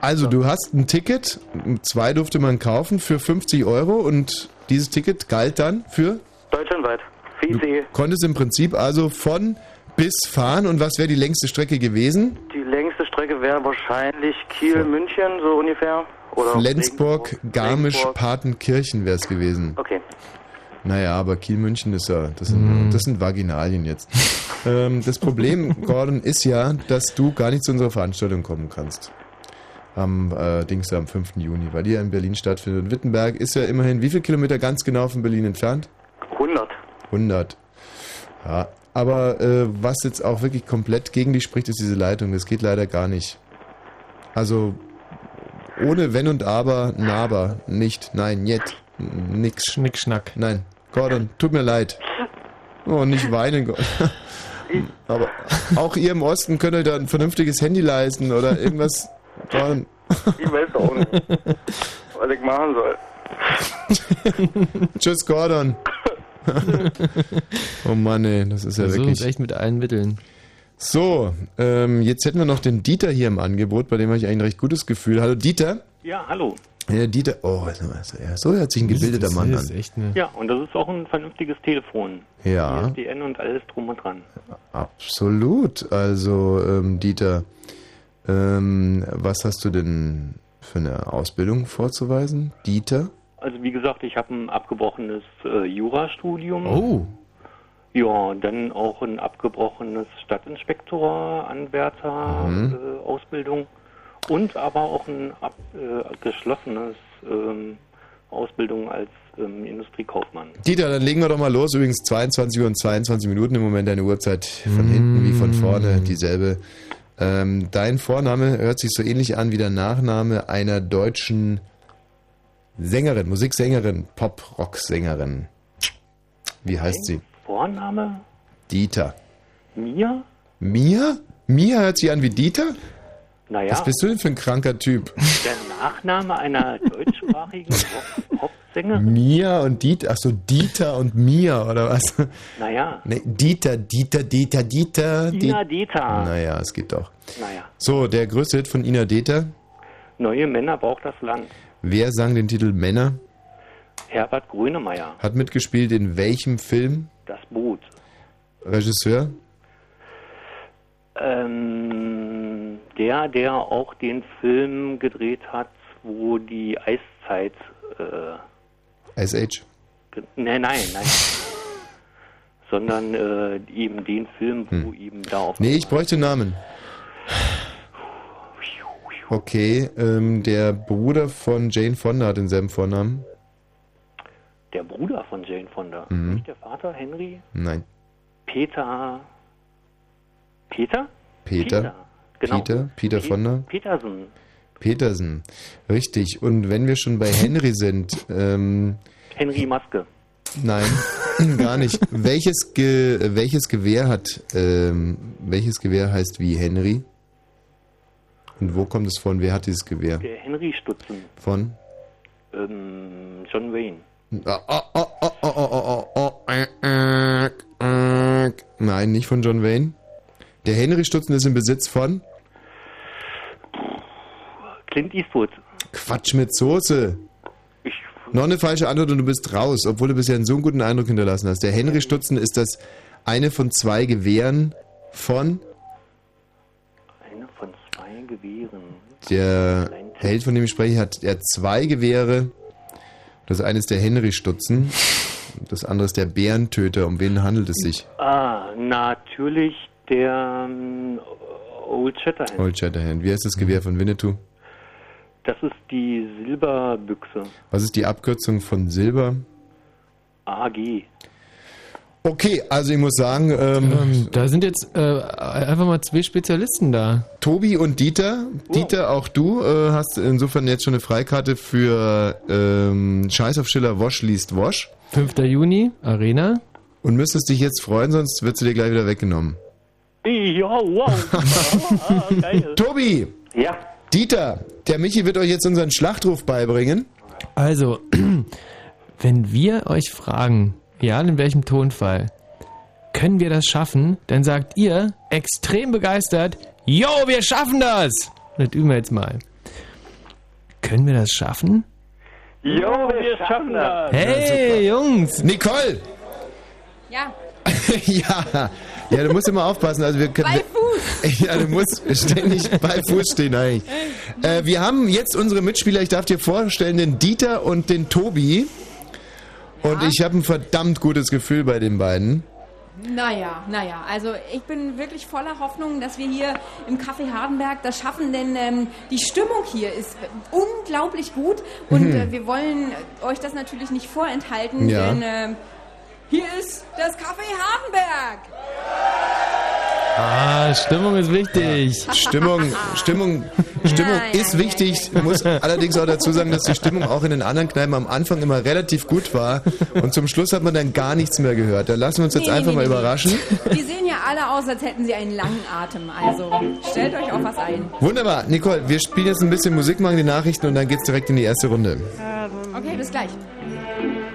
Also, du hast ein Ticket, zwei durfte man kaufen für 50 Euro und dieses Ticket galt dann für
Deutschlandweit. Für
Du
ICE.
konntest im Prinzip also von bis fahren und was wäre die längste Strecke gewesen?
Die längste Strecke wäre wahrscheinlich Kiel, München, so ungefähr. Oder
Flensburg,
Regensburg.
Garmisch,
Regensburg.
Partenkirchen wäre es gewesen.
Okay.
Naja, aber Kiel-München ist ja, das sind, das sind Vaginalien jetzt. ähm, das Problem, Gordon, ist ja, dass du gar nicht zu unserer Veranstaltung kommen kannst. Am äh, Dings am 5. Juni, weil die ja in Berlin stattfindet. Und Wittenberg ist ja immerhin wie viel Kilometer ganz genau von Berlin entfernt?
100.
100. Ja, aber äh, was jetzt auch wirklich komplett gegen dich spricht, ist diese Leitung. Das geht leider gar nicht. Also ohne Wenn und Aber, Naber, nicht, nein, jetzt, n- nix,
Schnick, schnack.
nein. Gordon, tut mir leid. Oh, nicht weinen,
<laughs>
Gordon. Aber auch ihr im Osten könnt euch da ein vernünftiges Handy leisten oder irgendwas. Gordon,
Ich weiß auch nicht, was ich machen soll.
tschüss, Gordon.
<laughs>
oh Mann, ey, das ist ja
Versuch
wirklich.
es echt mit allen Mitteln.
So, ähm, jetzt hätten wir noch den Dieter hier im Angebot, bei dem habe ich eigentlich ein recht gutes Gefühl. Hallo Dieter.
Ja, hallo.
Ja, Dieter, oh, ja, so hört sich ein gebildeter
das
Mann
ist
an.
echt eine.
Ja, und das ist auch ein vernünftiges Telefon.
Ja,
ISDN und alles drum und dran.
absolut. Also, ähm, Dieter, ähm, was hast du denn für eine Ausbildung vorzuweisen? Dieter?
Also wie gesagt, ich habe ein abgebrochenes äh, Jurastudium.
Oh,
Ja, dann auch ein abgebrochenes Stadtinspektor, Anwärter, äh, Ausbildung und aber auch ein ab, äh, geschlossenes ähm, Ausbildung als ähm, Industriekaufmann.
Dieter, dann legen wir doch mal los. Übrigens 22 Uhr und 22 Minuten im Moment deine Uhrzeit. Von hinten wie von vorne dieselbe. Ähm, dein Vorname hört sich so ähnlich an wie der Nachname einer deutschen Sängerin, Musiksängerin, Pop-Rock-Sängerin. Wie heißt sie?
Vorname?
Dieter.
Mia?
Mia? Mia hört sich an wie Dieter?
Naja,
Was bist du denn für ein kranker Typ?
der Nachname einer <laughs> deutschsprachigen Rock- Rocksängerin?
Mia und Dieter, ach so, Dieter und Mia oder was?
Naja,
Nee, Dieter, Dieter, Dieter, Dieter.
Ina
Dieter.
Deta.
Naja, es geht doch.
Naja,
So, der größte Hit von Ina Deter.
neue Männer braucht das Land.
Wer sang den Titel Männer?
Herbert Grönemeyer,
Hat mitgespielt in welchem Film?
das Boot.
Regisseur?
Ähm, der, der auch den Film gedreht hat, wo die Eiszeit. Äh,
SH?
ge- nee, nein,
<laughs>
nein. Sondern äh, eben den Film,
Hm.
wo eben da auf.
Nee, ich bräuchte Namen. Okay, ähm, der Bruder von Jane Fonda hat denselben Vornamen.
Der Bruder von Jane Fonda.
Mhm.
Nicht der Vater, Henry?
Nein,
Peter. Peter?
Peter.
Genau.
Peter, Peter
Pe-
Fonda.
Peterson.
Petersen. Richtig. Und wenn wir schon bei Henry sind, ähm,
Henry Maske.
nein, <laughs> gar nicht. Welches, Ge äh, welches Gewehr hat, ähm, welches Gewehr heißt wie Henry? Und wo kommt es von? Wer hat dieses Gewehr?
Der Henry Stutzen.
Von?
Ähm, John Wayne.
Ah, ah, ah, ah, ah, ah, ah, ah, äh, äh, äh. Nein, nicht von John Wayne. Der Henry Stutzen ist im Besitz von
Clint Eastwood.
Quatsch mit Soße. Noch eine falsche Antwort und du bist raus, obwohl du bisher einen so einen guten Eindruck hinterlassen hast. Der Henry Stutzen ist das eine von zwei Gewehren von
Einer von zwei Gewehren.
der Held, von dem ich spreche, hat er hat zwei Gewehre. Das eine ist der Henry Stutzen, das andere ist der Bärentöter. Um wen handelt es sich?
Ah, natürlich der ähm, Old Shatterhand.
Old Shatterhand. Wie heißt das Gewehr von Winnetou?
Das ist die Silberbüchse.
Was ist die Abkürzung von Silber?
AG.
Okay, also ich muss sagen, ähm,
Ähm, da sind jetzt äh, einfach mal zwei Spezialisten da.
Tobi und Dieter, Dieter, auch du äh, hast insofern jetzt schon eine Freikarte für ähm, Scheiß auf Schiller, Wosch liest Wosch
5. Juni, Arena.
und müsstest dich jetzt freuen, sonst wird sie dir gleich wieder weggenommen.
Ja, wow.
<laughs>
ah,
<laughs>
geil.
Tobi,
Ja.
Dieter, der Michi wird euch jetzt unseren Schlachtruf beibringen.
Also, <clears throat> wenn wir euch fragen, ja, in welchem Tonfall, können wir das schaffen, dann sagt ihr, extrem begeistert, yo, wir schaffen das! Das üben wir jetzt mal. Können wir das schaffen?
Jo, wir schaffen das.
Hey, Jungs!
Nicole,
Ja,
<laughs> ja, ja, du musst immer aufpassen, also wir können,
bei Fuß.
<laughs> Ja, du musst ständig bei Fuß stehen eigentlich. Äh, wir haben jetzt unsere Mitspieler, ich darf dir vorstellen, den Dieter und den Tobi. Und ich habe ein verdammt gutes Gefühl bei den beiden.
Naja, naja. Also ich bin wirklich voller Hoffnung, dass wir hier im Café Hardenberg das schaffen, denn ähm, die Stimmung hier ist äh, unglaublich gut und äh, wir wollen euch das natürlich nicht vorenthalten,
Mhm. Ja.
denn ähm, hier ist das Café Hardenberg.
Ah, Stimmung ist wichtig.
Stimmung, Stimmung, Stimmung
Ja, ja,
ist
ja,
wichtig. Muss allerdings auch dazu sagen, dass die Stimmung auch in den anderen Kneipen am Anfang immer relativ gut war. Und zum Schluss hat man dann gar nichts mehr gehört. Da lassen wir uns jetzt
Nee, nee,
einfach
nee,
mal
nee. <laughs>
überraschen.
Die sehen ja alle aus, als hätten sie einen langen Atem. Also stellt euch auf was ein.
Wunderbar, Nicole, wir spielen jetzt ein bisschen Musik, machen die Nachrichten und dann geht's direkt in die erste Runde.
Okay, bis gleich.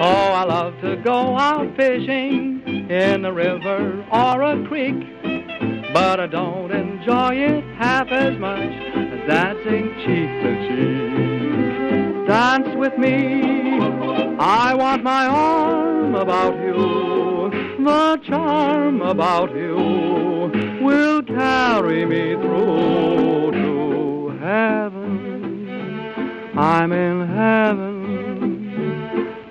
Oh, I love to go out fishing in a river or a creek, but I don't enjoy it half as much as dancing cheek to cheek. Dance with me, I want my arm about you, the charm about you will carry me through to heaven. I'm in heaven,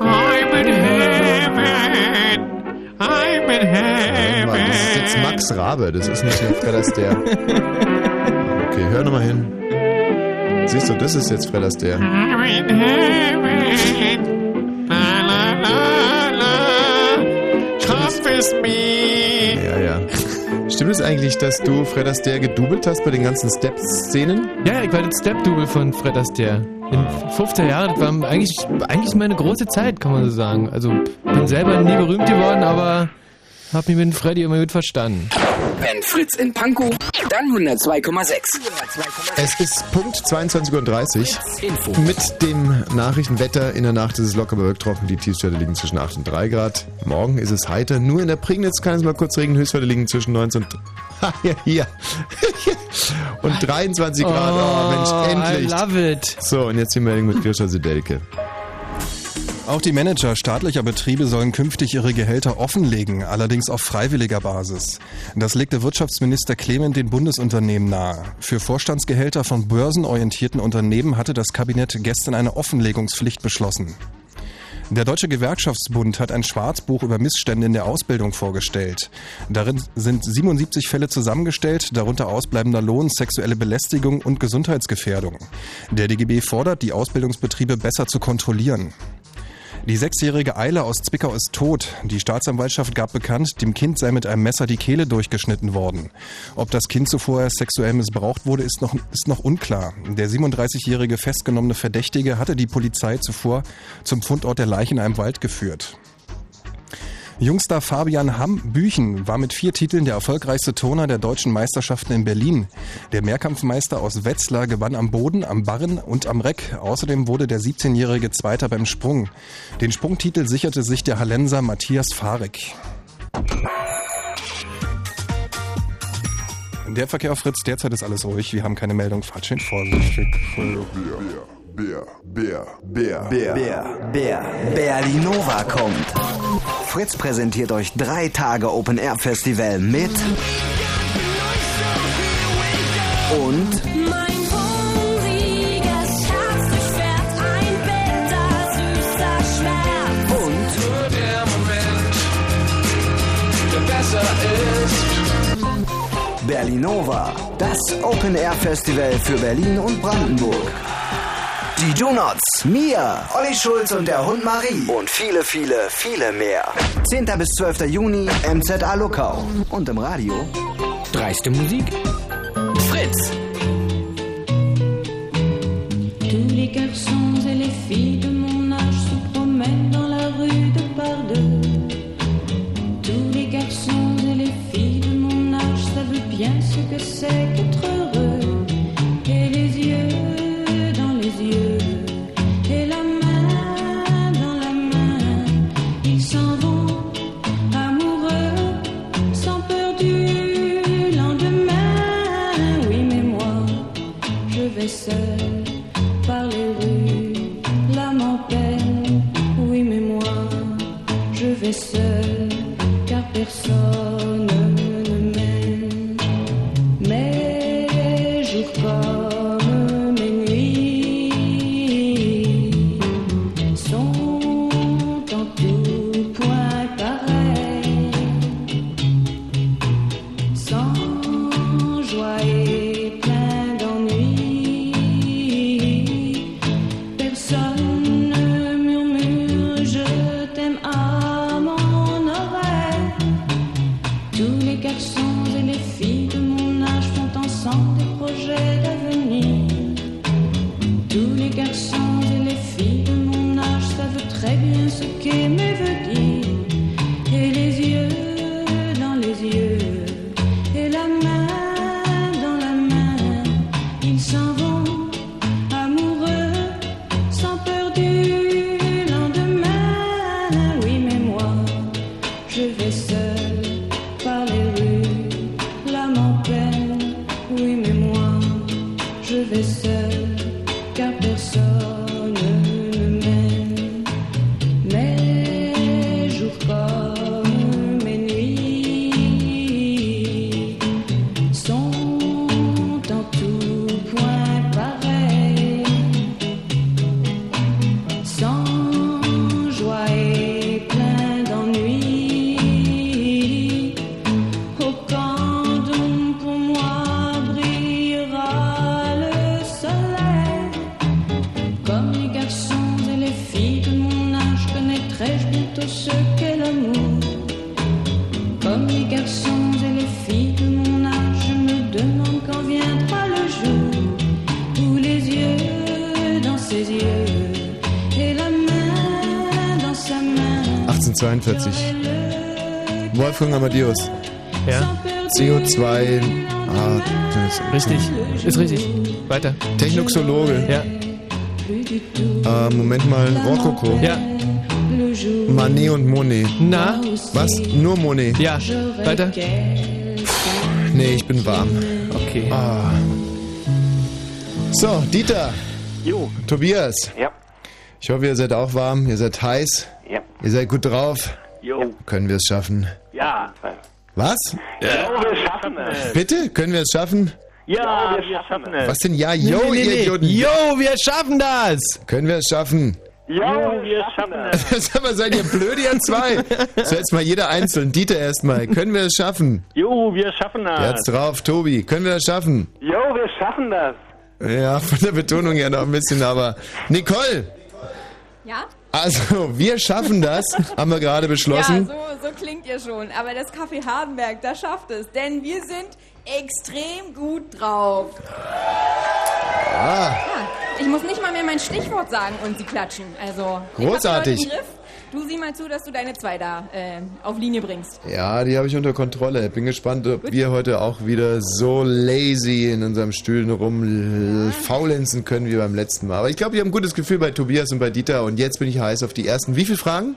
I'm in heaven. I'm in
Warte mal, Das ist jetzt Max Rabe, das ist nicht mehr Fred Astaire. Okay, hör nochmal hin. Siehst du, das ist jetzt Fred Astaire.
I'm in heaven. La la la la. Come with me.
Ja, ja. Stimmt es eigentlich, dass du Fred Astaire gedoubelt hast bei den ganzen Step-Szenen?
Ja, ich war das Step-Double von Fred Astaire. In 15 Jahren, das war eigentlich, eigentlich meine große Zeit, kann man so sagen. Also, bin selber nie berühmt geworden, aber hab mich mit Freddy immer gut verstanden.
Wenn Fritz in Pankow, dann 102,6.
Es ist Punkt 22.30 Uhr.
Info.
Mit dem Nachrichtenwetter in der Nacht ist es locker bewölkt trocken. Die Tiefstwerte liegen zwischen 8 und 3 Grad. Morgen ist es heiter. Nur in der Prignitz kann es mal kurz regnen. Höchstwerte liegen zwischen 19 und, <laughs> Ha, ja, hier. und 23 Grad. Oh, Mensch, endlich.
I love it.
So, und jetzt die Meldung mit Kirscher Sedelke.
Auch die Manager staatlicher Betriebe sollen künftig ihre Gehälter offenlegen, allerdings auf freiwilliger Basis. Das legte Wirtschaftsminister Clement den Bundesunternehmen nahe. Für Vorstandsgehälter von börsenorientierten Unternehmen hatte das Kabinett gestern eine Offenlegungspflicht beschlossen. Der Deutsche Gewerkschaftsbund hat ein Schwarzbuch über Missstände in der Ausbildung vorgestellt. Darin sind 77 Fälle zusammengestellt, darunter ausbleibender Lohn, sexuelle Belästigung und Gesundheitsgefährdung. Der DGB fordert, die Ausbildungsbetriebe besser zu kontrollieren. Die sechsjährige Eile aus Zwickau ist tot. Die Staatsanwaltschaft gab bekannt, dem Kind sei mit einem Messer die Kehle durchgeschnitten worden. Ob das Kind zuvor sexuell missbraucht wurde, ist noch, ist noch unklar. Der 37-jährige festgenommene Verdächtige hatte die Polizei zuvor zum Fundort der Leiche in einem Wald geführt. Jungstar Fabian Hamm-Büchen war mit vier Titeln der erfolgreichste Turner der deutschen Meisterschaften in Berlin. Der Mehrkampfmeister aus Wetzlar gewann am Boden, am Barren und am Reck. Außerdem wurde der 17-jährige Zweiter beim Sprung. Den Sprungtitel sicherte sich der Hallenser Matthias Farek. Der Verkehr auf Fritz, derzeit ist alles ruhig. Wir haben keine Meldung. Fahrt schön vorsichtig.
Bär, Bär, Bär,
Bär, Bär, Bär, Berlinova kommt. Fritz präsentiert euch drei Tage Open Air Festival mit und Berlinova, das Open Air Festival für Berlin und Brandenburg. Die Donuts, Mia, Olli Schulz und der Hund Marie und viele, viele, viele mehr. 10. bis 12. Juni, MZA Luckau. Und im Radio
Dreiste Musik.
Fritz.
Tous les garçons et les filles de mon âge se promènent dans la rue de par deux. Tous les garçons et les vais seul par les rues, l'âme en peine. Oui, mais moi, je vais seul car personne ne m'aime. Mes jours comme mes nuits sont en tout point pareils. Sans joie et plein d'ennui, personne ne murmure Je t'aime à mon oreille. Tous les garçons et les filles de mon âge font ensemble des projets d'avenir. Tous les garçons et les filles de mon âge savent très bien ce qu'aimer veut dire. Et les yeux dans les yeux. Et la main dans la main, ils s'en vont amoureux, sans peur du lendemain. Oui, mais moi, je vais seul par les rues, l'âme en peine. Oui, mais moi, je vais seul, car personne ne m'aime. Mes jours comme mes nuits sont en tout point pareils, sans joie et plein d'ennui. Au quand donc pour moi brillera le soleil. Comme les garçons et les filles de mon âge, connaîtrai-je bientôt ce qu'est l'amour. Comme les garçons et les filles de mon âge, je me demande quand viendra le jour où les yeux dans ses yeux et la main dans sa main
1842. Wolfgang Amadeus.
Ja.
CO2. Ah, das
Richtig. Ist richtig. Weiter.
Technoxologe.
Ja.
Äh, Moment mal, Rokoko.
Ja.
le jour.
Manet und Monet.
Na?
Was? Nur Monet?
Ja. Weiter.
Nee, ich bin warm.
Okay.
Ah. So, Dieter.
Jo.
Tobias.
Ja.
Ich hoffe, ihr seid auch warm, ihr seid heiß.
Ja.
Ihr seid gut drauf.
Jo.
Können wir es schaffen?
Ja.
Was?
Jo, wir schaffen es.
Bitte? Können wir es schaffen?
Ja, wir schaffen es.
Was denn? Ja, yo,
Nee, nee,
ihr
nee.
Idioten. Yo, wir schaffen das! Können wir es schaffen? <laughs>
Jo, wir schaffen es.
Sag mal, seid ihr blöd, ihr zwei? So, jetzt mal jeder einzeln. Dieter erstmal. Können wir es schaffen?
Jo, wir schaffen das.
Jetzt drauf, Tobi. Können wir es schaffen?
Jo, wir schaffen das.
Ja, von der Betonung her noch ein bisschen, aber. Nicole!
Ja?
Also, wir schaffen das, haben wir gerade beschlossen.
Ja, so, so klingt ihr schon. Aber das Café Hardenberg, das schafft es. Denn wir sind extrem gut drauf.
Ah.
Ja, ich muss nicht mal mehr mein Stichwort sagen und sie klatschen. Also,
Großartig.
Ich hab die Leute im Griff. Du sieh mal zu, dass du deine zwei da äh, auf Linie bringst.
Ja, die habe ich unter Kontrolle. Bin gespannt, ob wir heute auch wieder so lazy in unserem Stühlen rumfaulenzen können wie beim letzten Mal. Aber ich glaube, wir haben ein gutes Gefühl bei Tobias und bei Dieter. Und jetzt bin ich heiß auf die ersten. Wie viele Fragen?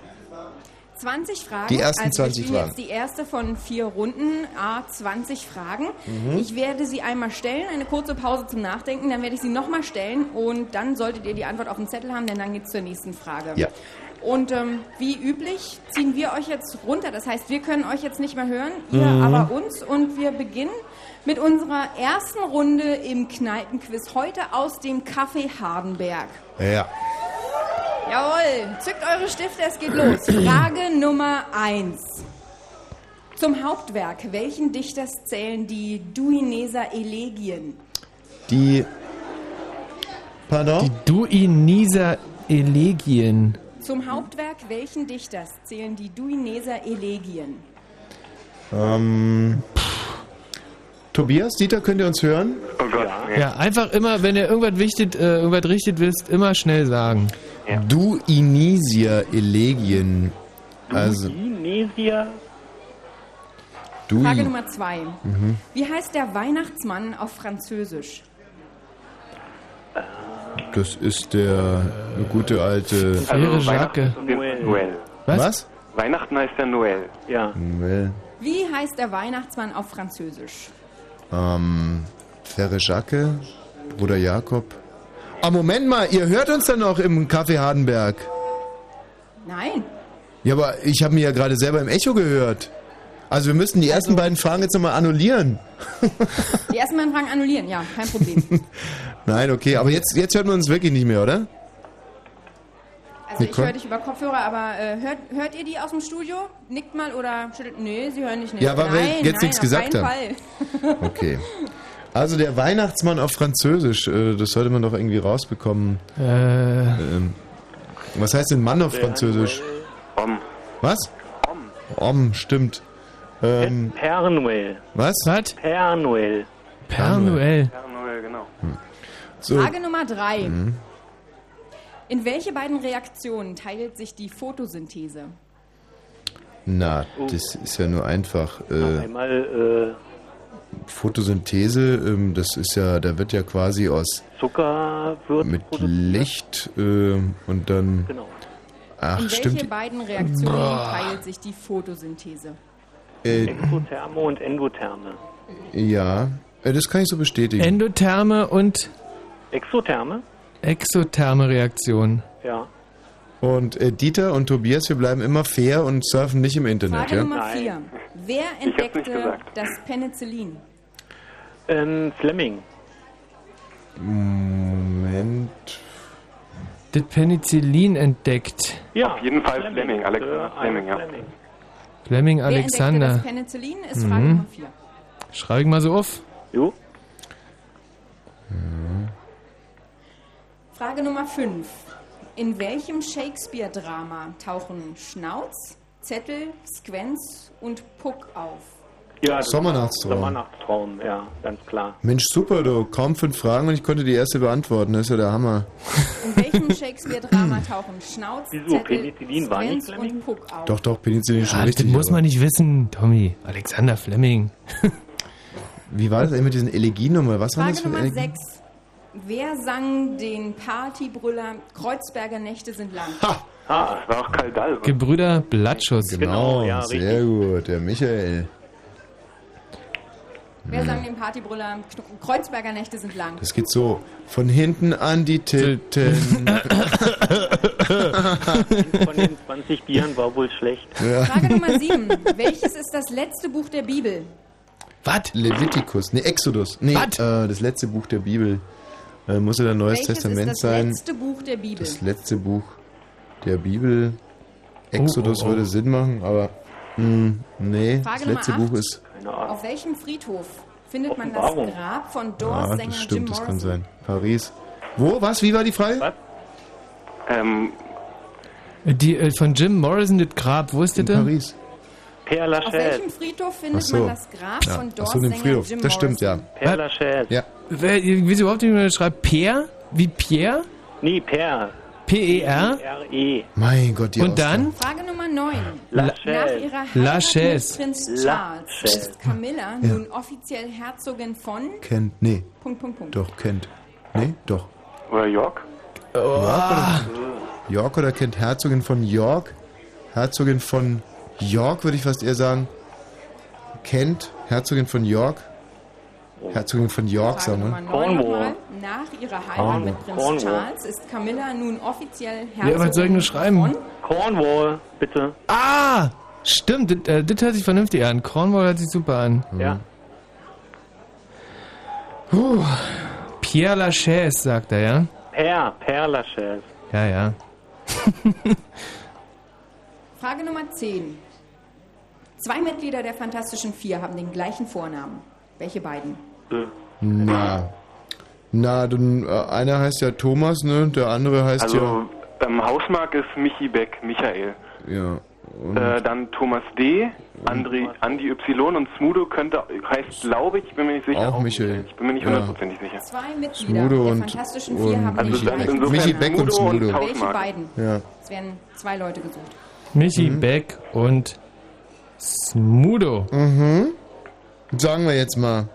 20 Fragen.
Die ersten
also
20
ich bin
Fragen.
jetzt die erste von vier Runden, a 20 Fragen.
Mhm.
Ich werde sie einmal stellen, eine kurze Pause zum Nachdenken, dann werde ich sie nochmal stellen und dann solltet ihr die Antwort auf dem Zettel haben, denn dann geht's zur nächsten Frage.
Ja.
Und ähm, wie üblich ziehen wir euch jetzt runter. Das heißt, wir können euch jetzt nicht mehr hören, ihr
Mhm.
aber uns. Und wir beginnen mit unserer ersten Runde im Kneipenquiz heute aus dem Café Hardenberg.
Ja.
Jawohl, zückt eure Stifte, es geht los. Frage Nummer 1. Zum Hauptwerk welchen Dichters zählen die Duineser Elegien?
Die. Pardon?
Die Duinisa Elegien.
Zum Hauptwerk welchen Dichters zählen die Duineser Elegien?
Ähm, Tobias, Dieter, könnt ihr uns hören?
Oh Gott.
Ja, einfach immer, wenn ihr irgendwas wichtet, äh, irgendwas richtig willst, immer schnell sagen.
Du Inisia Elegien. Also,
Tunesier.
du.
Frage Nummer 2.
Mhm.
Wie heißt der Weihnachtsmann auf Französisch?
Das ist der gute alte.
Also, Noel.
Was? Was?
Weihnachten heißt ja Noel.
Ja.
Well,
Wie heißt der Weihnachtsmann auf Französisch?
ähm, Ferre Jacques. Bruder Jakob. Ah, Moment mal, ihr hört uns dann noch im Café Hardenberg.
Nein.
Ja, aber ich habe mir ja gerade selber im Echo gehört. Also wir müssen die ersten beiden Fragen jetzt nochmal annullieren.
Die ersten beiden Fragen annullieren, ja, kein Problem.
Nein, okay, aber jetzt, jetzt hört man uns wirklich nicht mehr, oder?
Also ich
Nicole?
höre dich über Kopfhörer, aber äh, hört, hört ihr die aus dem Studio? Nickt mal oder schüttelt. Nee, sie hören nicht.
Ja, weil wir
nein,
jetzt
nein,
nichts
auf
gesagt
keinen
haben.
Fall.
Okay. Also der Weihnachtsmann auf Französisch, äh, das sollte man doch irgendwie rausbekommen.
Äh.
Ähm, was heißt denn Mann auf Französisch?
Om.
Was? Om. Om, stimmt. Ähm,
Père Noël.
was?
Was?
Père Noël.
Père Noël.
Père Noël, genau.
So.
Frage Nummer drei.
Mhm.
In welche beiden Reaktionen teilt sich die Photosynthese?
Na, das ist ja nur einfach. Äh,
Einmal
Photosynthese, ähm, das ist ja, da wird ja quasi aus
äh, Zucker wird
mit Licht äh, und dann.
Genau.
Ach,
In welche
stimmt.
beiden Reaktionen
Boah.
teilt sich die Photosynthese?
Äh,
Exotherme und Endotherme.
ja, äh, das kann ich so bestätigen.
Endotherme und
Exotherme?
exotherme Reaktion.
Ja.
Und äh, Dieter und Tobias, wir bleiben immer fair und surfen nicht im Internet,
Frage
ja?
Nummer vier. Wer entdeckte das Penicillin?
Ähm, Fleming.
Moment.
Das Penicillin entdeckt.
Ja.
Auf jeden Fall Fleming, Alexander Fleming, ja.
Fleming
Wer entdeckte
Alexander.
das Penicillin? Ist Frage
Mhm.
Nummer vier.
Schreibe ich mal so auf.
Jo.
Frage Nummer 5. In welchem Shakespeare-Drama tauchen Schnauz, Zettel, Squenz und Puck auf?
Ja, das-
Sommernachtstraum.
Sommernachtstraum, ja, ganz klar.
Mensch, super, du. Kaum fünf Fragen und ich konnte die erste beantworten. Das ist ja der Hammer.
In welchem Shakespeare-Drama tauchen Schnauz,
Wieso?
Zettel,
Penicillin war nicht
Squenz und Puck auf?
Doch, doch, Penicillin schon
Ah, das
richtig.
muss man nicht wissen, Tommy. Alexander Fleming.
<laughs> Wie war das eigentlich mit diesen Elegien nochmal? Was war
Frage
das für
Nummer
Elegien?
6. Wer sang den Partybrüller Kreuzberger Nächte sind lang?
Ah, das war auch Karl Dall.
Gebrüder Blattschuss.
Genau,
Genau, ja,
sehr gut, der Michael.
Wer
Hm.
sang den Partybrüller Kreuzberger Nächte sind lang?
Das geht so. Von hinten an die Titten. <laughs>
<laughs>
Von den 20 Bieren war wohl schlecht.
Frage Nummer 7. Welches ist das letzte Buch der Bibel?
Was?
Levitikus. Nee, Exodus. Nee, äh, das letzte Buch der Bibel. Äh, muss ja dein Neues
Welches
Testament
ist das
sein.
letzte Buch der Bibel?
Das letzte Buch der Bibel. Exodus
oh, oh.
würde Sinn machen, aber mh, nee,
Frage
das letzte
Nummer acht.
Buch ist.
Auf welchem Friedhof findet man das
Offenbarung.
Grab von
Ah,
Doors-Sänger
das
Jim
stimmt, das kann
Morrison?
sein. Paris. Wo? Was? Wie war die Frage?
Ähm,
Die äh, von Jim Morrison, das Grab, wo ist das denn?
Paris.
Père
Auf welchem Friedhof findet
Ach so.
man das Grab von
Ja. Ach so, in
Doors-Sänger
dem Friedhof.
Jim
Das stimmt,
Morrison?
Père Lachaise.
Ja.
Ich weiß überhaupt nicht, wie man das schreibt. Pierre? Wie E Pierre?
Nee, E Père.
P-E-R?
R-E.
Mein Gott, die
Und dann?
Frage Nummer 9.
La-
Nach ihrer
La
Heirat mit
Chaise.
Prinz
La
Charles ist Camilla nun offiziell Herzogin von...
Kennt. Nee.
Punkt, Punkt, Punkt.
Doch, kennt. Nee, doch.
oder York?
York, oder, York oder kennt Herzogin von York? Herzogin von York würde ich fast eher sagen. Kent, Herzogin von York. Herzogin von York,
Frage
sagen
Nummer
wir.
9 nochmal. Nach ihrer Heirat mit Prinz
Cornwall.
Charles ist Camilla nun offiziell
Ja, was soll ich
Herzogin
nur schreiben?
Cornwall, bitte.
Ah! Stimmt, das, äh, das hört sich vernünftig an. Cornwall hört sich super an. Mhm.
Ja.
Puh. Pierre Lachaise, sagt er, ja?
Père, Père Lachaise.
Ja, ja. <laughs>
Frage Nummer 10. Zwei Mitglieder der Fantastischen Vier haben den gleichen Vornamen. Welche beiden?
Na. Na, dann, äh, einer heißt ja Thomas, ne? Der andere heißt
Also, ähm, Hausmark ist Michi Beck, Michael.
ja. Ja. Und
Äh, dann Thomas D., Andri, Andi Y. und Smudo könnte, heißt, glaube ich, bin mir nicht sicher.
auch Michael.
Ich bin mir nicht
Ja.
hundertprozentig sicher.
Zwei Mitglieder
Smudo
der
und,
Fantastischen Vier
und
haben den
Michi
gleichen
Beck.
Vornamen.
Michi Beck und Smudo.
Welche beiden?
Ja.
Es werden zwei Leute gesucht.
Michi
Mhm.
Beck und Smudo.
Mhm. Sagen wir jetzt mal.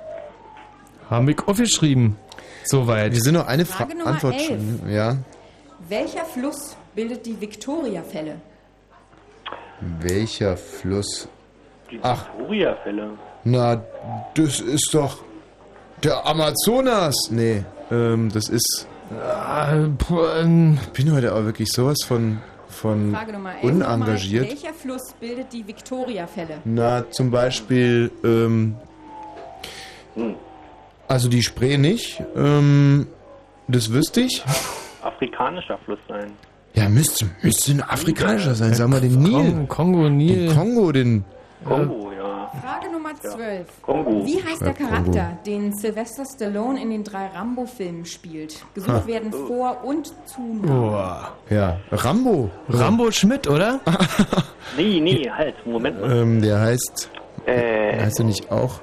Haben wir aufgeschrieben. Soweit.
Wir sind noch eine
Frage
Fra
Nummer
Antwort
elf.
schon. Ja.
Welcher Fluss bildet die Victoria-Fälle?
Welcher Fluss? Ach,
Victoria-Fälle.
na, das ist doch der Amazonas. Nee, Ah, Ähm, das ist. ich bin heute auch wirklich sowas von, von
Frage Nummer elf.
Hm. unengagiert.
Welcher Fluss bildet die Victoria-Fälle?
Na, zum Beispiel, ähm, also die Spree nicht, ähm, das wüsste ich.
Afrikanischer Fluss sein.
Ja, müsste, müsste ein afrikanischer sein, sagen wir den Nil.
Kongo, Nil.
Den Kongo, den...
Oh,
Kongo, ja.
Frage Nummer 12.
Kongo.
Wie heißt der
Ja, Kongo.
Charakter, den Sylvester Stallone in den drei Rambo-Filmen spielt? Gesucht
Ha.
werden Vor- und
Oh.
Zunahmen.
Boah.
Ja, Rambo.
Rambo Schmidt,
<laughs>
oder?
Nee, nee, halt, Moment mal.
Ähm, der heißt...
Äh,
heißt er nicht auch?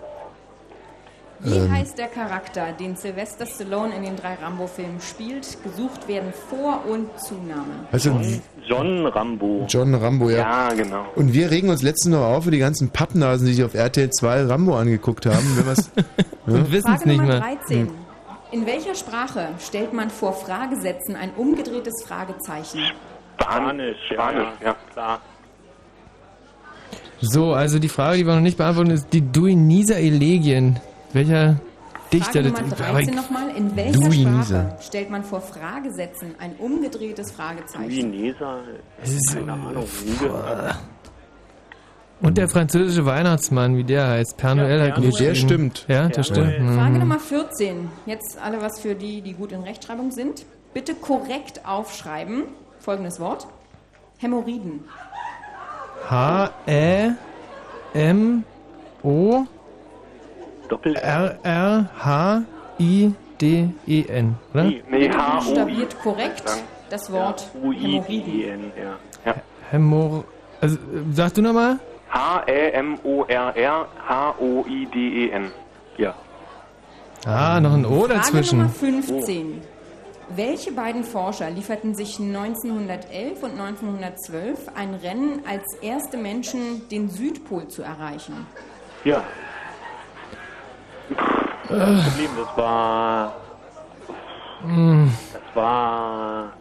Wie
Ähm,
heißt der Charakter, den Sylvester Stallone in den drei Rambo-Filmen spielt? Gesucht werden Vor- und Zunahme.
also,
John Rambo.
John Rambo, ja.
Ja, genau.
Und wir regen uns letztens noch auf für die ganzen Pappnasen, die sich auf RTL 2 Rambo angeguckt haben. Wenn
<laughs>
wir's, ja?
Frage Nummer 13.
Hm.
In welcher Sprache stellt man vor Fragesätzen ein umgedrehtes Fragezeichen?
Spanisch, Spanisch, ja, klar.
So, also die Frage, die wir noch nicht beantworten, ist die Duiniser Elegien. Welcher Dichter?
Frage Nummer 13 nochmal. In welcher
Duiniser.
Sprache stellt man vor Fragesätzen ein umgedrehtes Fragezeichen?
Chinesa,
Es ist
keine Ahnung, nie gehört.
Und der französische Weihnachtsmann, wie der heißt. Pernuel hat
Pernuel. Mhm.
geschrieben.
Der stimmt.
Mhm. Ja, der
Pernuel.
stimmt. Mhm.
Frage Nummer 14. Jetzt alle was für die, die gut in Rechtschreibung sind. Bitte korrekt aufschreiben. Folgendes Wort. Hämorrhoiden.
H E M O
Doppel
R R H I D E N, oder?
Nee, H-O-I.
Buchstabiert korrekt das Wort
oh
U-I-D-I-N, ja. ja.
Hemor also, äh, sag du nochmal?
H-E-M-O-R-R-H-O-I-D-E-N.
Ja.
Ah, noch ein O
Frage
dazwischen.
Nummer 15. Welche beiden Forscher lieferten sich 1911 und 1912 ein Rennen als erste Menschen, den Südpol zu erreichen?
Ja. Das Problem, das war. Das war.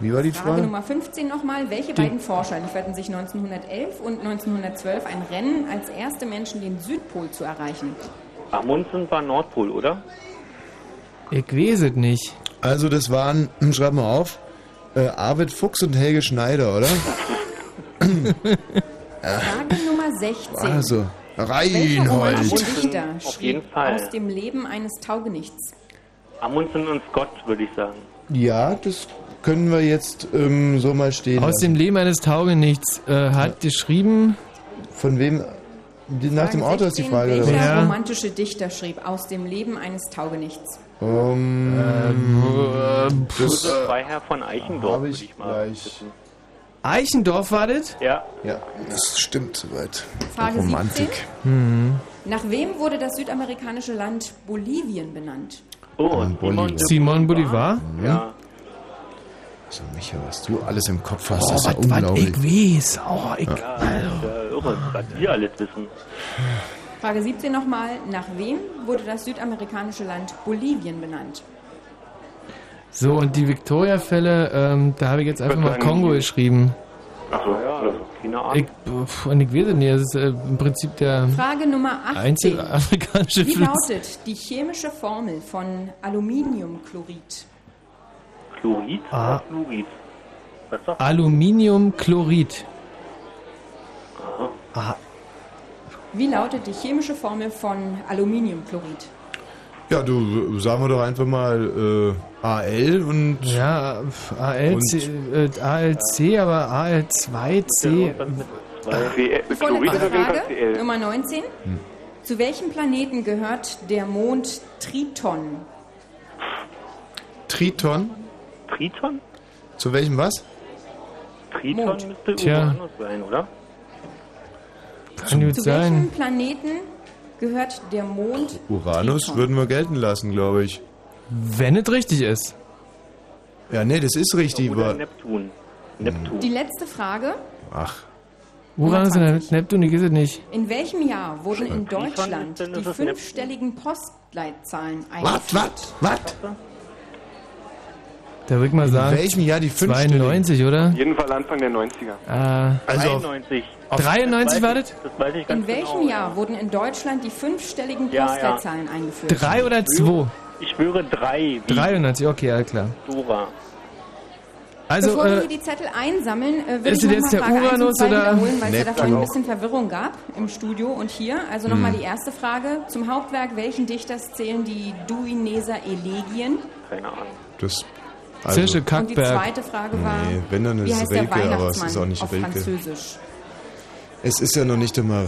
Wie war die
Frage Nummer 15 nochmal. Welche beiden Forscher lieferten sich 1911 und 1912 ein Rennen als erste Menschen, den Südpol zu erreichen?
Amundsen war Nordpol, oder?
Ich weiß es nicht.
Also das waren, hm, schreib mal auf, äh, Arvid Fuchs und Helge Schneider, oder?
Frage Nummer 16.
also,
Welcher romantische
Reinhold.
Dichter
Auf
schrieb
jeden Fall.
aus dem Leben eines Taugenichts?
Amundsen und Scott, würde ich sagen.
Ja, das können wir jetzt ähm, so mal stehen
Aus dem Leben eines Taugenichts äh, hat geschrieben.
Von wem? Nach dem Autor ist die Frage.
Welcher
oder was?
romantische Dichter schrieb aus dem Leben eines Taugenichts?
Ähm, das,
Josef Freiherr von Eichendorf, würde ich mal. wissen.
Eichendorf war das?
Ja.
Ja, das stimmt soweit.
Frage
Romantik.
17.
Mhm.
Nach wem wurde das südamerikanische Land Bolivien benannt?
Oh,
Bolivien.
Simon Bolivar?
Ja.
Also Micha, was du alles im Kopf hast,
Oh,
das ist ja
was- was
unglaublich.
ich weiß. Oh, ich,
Ja, ist ja irre, was wir alles wissen.
Frage 17 nochmal. Nach wem wurde das südamerikanische Land Bolivien benannt?
So, und die Victoria-Fälle, ähm, da habe ich jetzt einfach mal Kongo geschrieben.
Achso, ja, also, keine
Ich,
Ahnung.
pf, und ich weiß es nicht, das ist äh, im Prinzip der
Frage Nummer 18.
einzige afrikanische
Wie
Fluss.
lautet die chemische Formel von Aluminiumchlorid?
Chlorid?
Ah.
Chlorid. Was doch?
Aluminiumchlorid. Ah,
Wie lautet die chemische Formel von Aluminiumchlorid?
Ja, du äh, sagen wir doch einfach mal äh, AL und.
Ja, ALC, äh, ALC aber AL2C.
Vorletzte Frage,
Frage.
Nummer 19.
Hm.
Zu welchem Planeten gehört der Mond Triton?
Triton.
Triton?
Zu welchem was?
Triton müsste
Tja.
Uranus sein, oder?
Kann
Zu welchem Planeten gehört der Mond?
Uranus
Triton.
würden wir gelten lassen, glaube ich.
Wenn es richtig ist.
Ja, nee, das ist richtig. aber-
Neptun.
Hm.
Neptun.
Die letzte Frage.
Ach.
Uranus und Neptun, ich weiß es nicht.
In welchem Jahr wurden in Deutschland
Triton ist
die
das
fünfstelligen Postleitzahlen eingeführt?
Was, was, was?
Da würde ich mal
In
sagen.
welchem Jahr die fünfstellige?
92, oder?
Auf jeden Fall Anfang der 90er.
Äh,
Also auf-
93.
Auf 93 war das?
Das weiß ich
In welchem Jahr wurden in Deutschland die fünfstelligen
genau, Ja, ja.
Postleitzahlen eingeführt?
Drei oder zwei?
Ich schwöre drei. Wie
93, okay, alles klar.
Dora.
Also,
Bevor wir
äh,
hier die Zettel einsammeln, äh, will
ist
ich
das
noch mal
jetzt der
Frage 1 und
Uranus
2
oder-
wiederholen, weil es ja
Neptun
davon ein
auch.
bisschen Verwirrung gab im Studio und hier. Also nochmal
Hm.
die erste Frage zum Hauptwerk. Welchen Dichters zählen die Duineser Elegien?
Keine Ahnung.
Das. also-
Zische
Und die zweite Frage war,
Nee, wenn dann
wie
ist es
heißt der
Rilke,
Weihnachtsmann
aber es ist auch nicht
auf
Rilke.
Französisch?
Es ist ja noch nicht immer.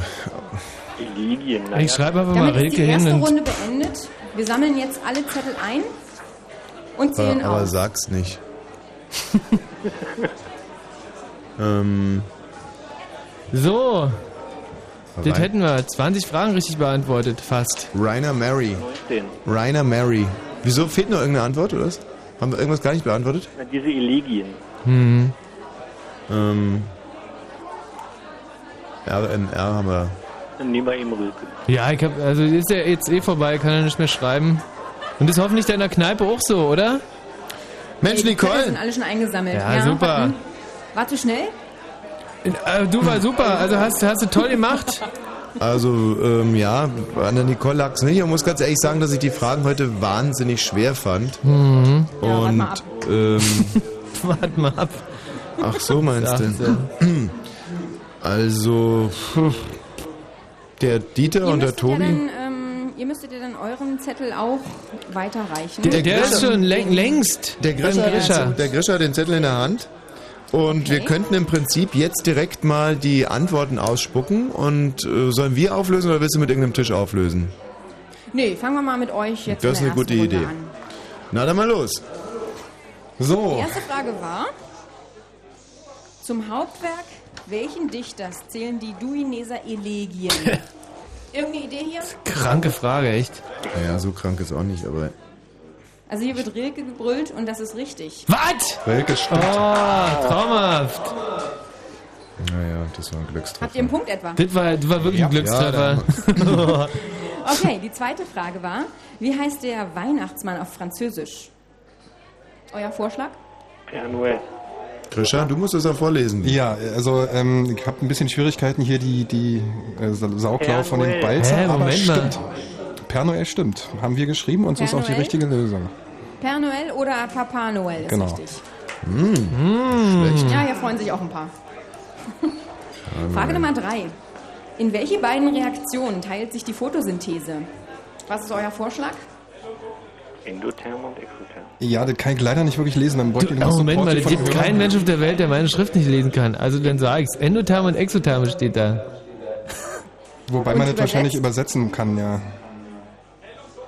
Eligien,
Ich schreibe einfach mal
Damit ist
Rilke
die
hin
erste
und
Runde beendet. Wir sammeln jetzt alle Zettel ein und zählen
Aber, aber
auf.
sag's nicht.
<laughs>
ähm,
So. Das
Rein-
hätten wir. 20 Fragen richtig beantwortet, fast.
Rainer Mary.
19.
Rainer Mary. Wieso fehlt noch irgendeine Antwort, oder was? Haben wir irgendwas gar nicht beantwortet?
Na, diese Elegien.
Hm. Ähm. RMR haben wir.
Dann nehmen wir eben Rilke.
Ja, ich hab, also ist ja jetzt eh vorbei, kann er nicht mehr schreiben. Und ist hoffentlich deiner Kneipe auch so, oder?
Die Zettel sind alle schon eingesammelt.
Ja, super.
Hm. War zu schnell?
Äh, du war super, also hast, hast du toll
<laughs>
gemacht.
Also, ähm, ja, an der Nicole lag's nicht. Ich muss ganz ehrlich sagen, dass ich die Fragen heute wahnsinnig schwer fand.
Mhm.
Und,
<laughs>
ähm,
Warte mal ab.
Ach so, meinst du? Also, pff, der Dieter und der
Ja,
Tobi.
dann, ähm, ihr müsstet ja dann euren Zettel auch weiterreichen.
längst.
Der Grischer,
beim Grischer.
Hat, der Grischer hat den Zettel in der Hand. Und wir könnten im Prinzip jetzt direkt mal die Antworten ausspucken. Und äh, sollen wir auflösen oder willst du mit irgendeinem Tisch auflösen?
Nee, fangen wir mal mit euch jetzt
das ist
in
eine
der
gute
ersten Runde
Idee.
An.
Na dann mal los.
Die
So.
erste Frage war, zum Hauptwerk welchen Dichters zählen die Duineser
<laughs>
Elegien? Irgendeine Idee hier?
Kranke Frage, echt.
Naja, so krank ist auch nicht, aber.
Also hier wird Rilke gebrüllt und das ist richtig.
Was?
Welches
Oh, traumhaft.
Naja, das war ein Glückstreffer.
Habt ihr einen Punkt etwa?
Das war, das war wirklich ein
Ja,
Glückstreffer. <laughs>
Okay, die zweite Frage war, wie heißt der Weihnachtsmann auf Französisch? Euer Vorschlag?
Per Noel.
Grischer, du musst es ja vorlesen.
Ja, also ähm, ich habe ein bisschen Schwierigkeiten hier die, die äh, Sa- Sauklaue von den
Pernoel.
Balzer,
Hä,
aber
Moment mal.
stimmt. Pernoel stimmt. Haben wir geschrieben und so ist auch die
Pernoel?
richtige Lösung.
Père Noël oder Papa Noël ist
Genau. Hm.
richtig.
Hm.
Schlecht.
Ja, hier freuen sich auch ein paar. Frage Nummer drei. In welche beiden Reaktionen teilt sich die Photosynthese? Was ist euer Vorschlag?
Endotherm und Exotherm.
Ja, das kann ich leider nicht wirklich lesen. Dann bräuchte ich noch
Oh, Moment
Support
mal, es
von
gibt
Hörern.
keinen Mensch auf der Welt, der meine Schrift nicht lesen kann. Also dann sag ich's. Endotherm und Exotherm steht da.
Wobei
Und
man das wahrscheinlich übersetzen kann, ja.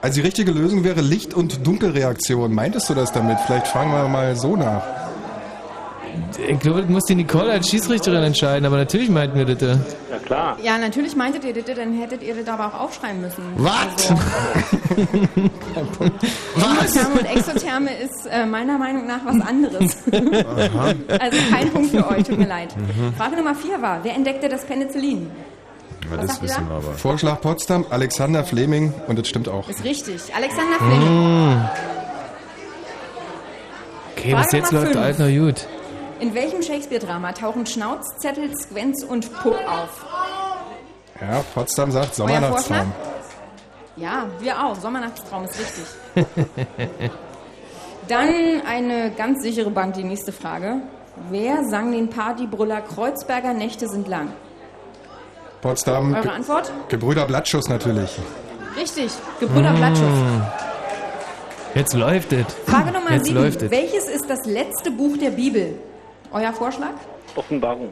Also die richtige Lösung wäre Licht- und Dunkelreaktion. Meintest du das damit? Vielleicht fragen wir mal so nach.
Ich glaube, das muss die Nicole als Schiedsrichterin entscheiden, aber natürlich meinten wir das. äh. da.
Ja klar.
Ja, natürlich meintet ihr das, dann hättet ihr das aber auch aufschreiben müssen.
Was?
Endotherme und Exotherme ist äh, meiner Meinung nach was
<laughs>
anderes. also kein Punkt für euch, tut mir leid.
Mhm.
Frage Nummer vier war, wer entdeckte das Penicillin?
Ja,
das sagt ihr wissen da? wir aber.
Vorschlag Potsdam, Alexander Fleming und das stimmt auch.
Ist richtig. Alexander Fleming.
Mm. Okay, bis
Frage
jetzt
Nummer
läuft
fünf.
alles noch gut.
In welchem Shakespeare-Drama tauchen Schnauz, Zettel, Squenz und Puck auf?
Ja, Potsdam sagt
Euer
Sommernachtstraum.
Ja, wir auch. Sommernachtstraum ist richtig. Dann eine ganz sichere Bank, die nächste Frage. Wer sang den Partybrüller Kreuzberger Nächte sind lang?
<laughs> Potsdam,
Eure
Ge
Antwort?
Gebrüder Blattschuss natürlich.
Richtig, Gebrüder Blattschuss.
Hm. Jetzt läuft es.
Frage Nummer
Mm. Jetzt
sieben.
läuft es.
Welches ist das letzte Buch der Bibel? Euer Vorschlag?
Offenbarung.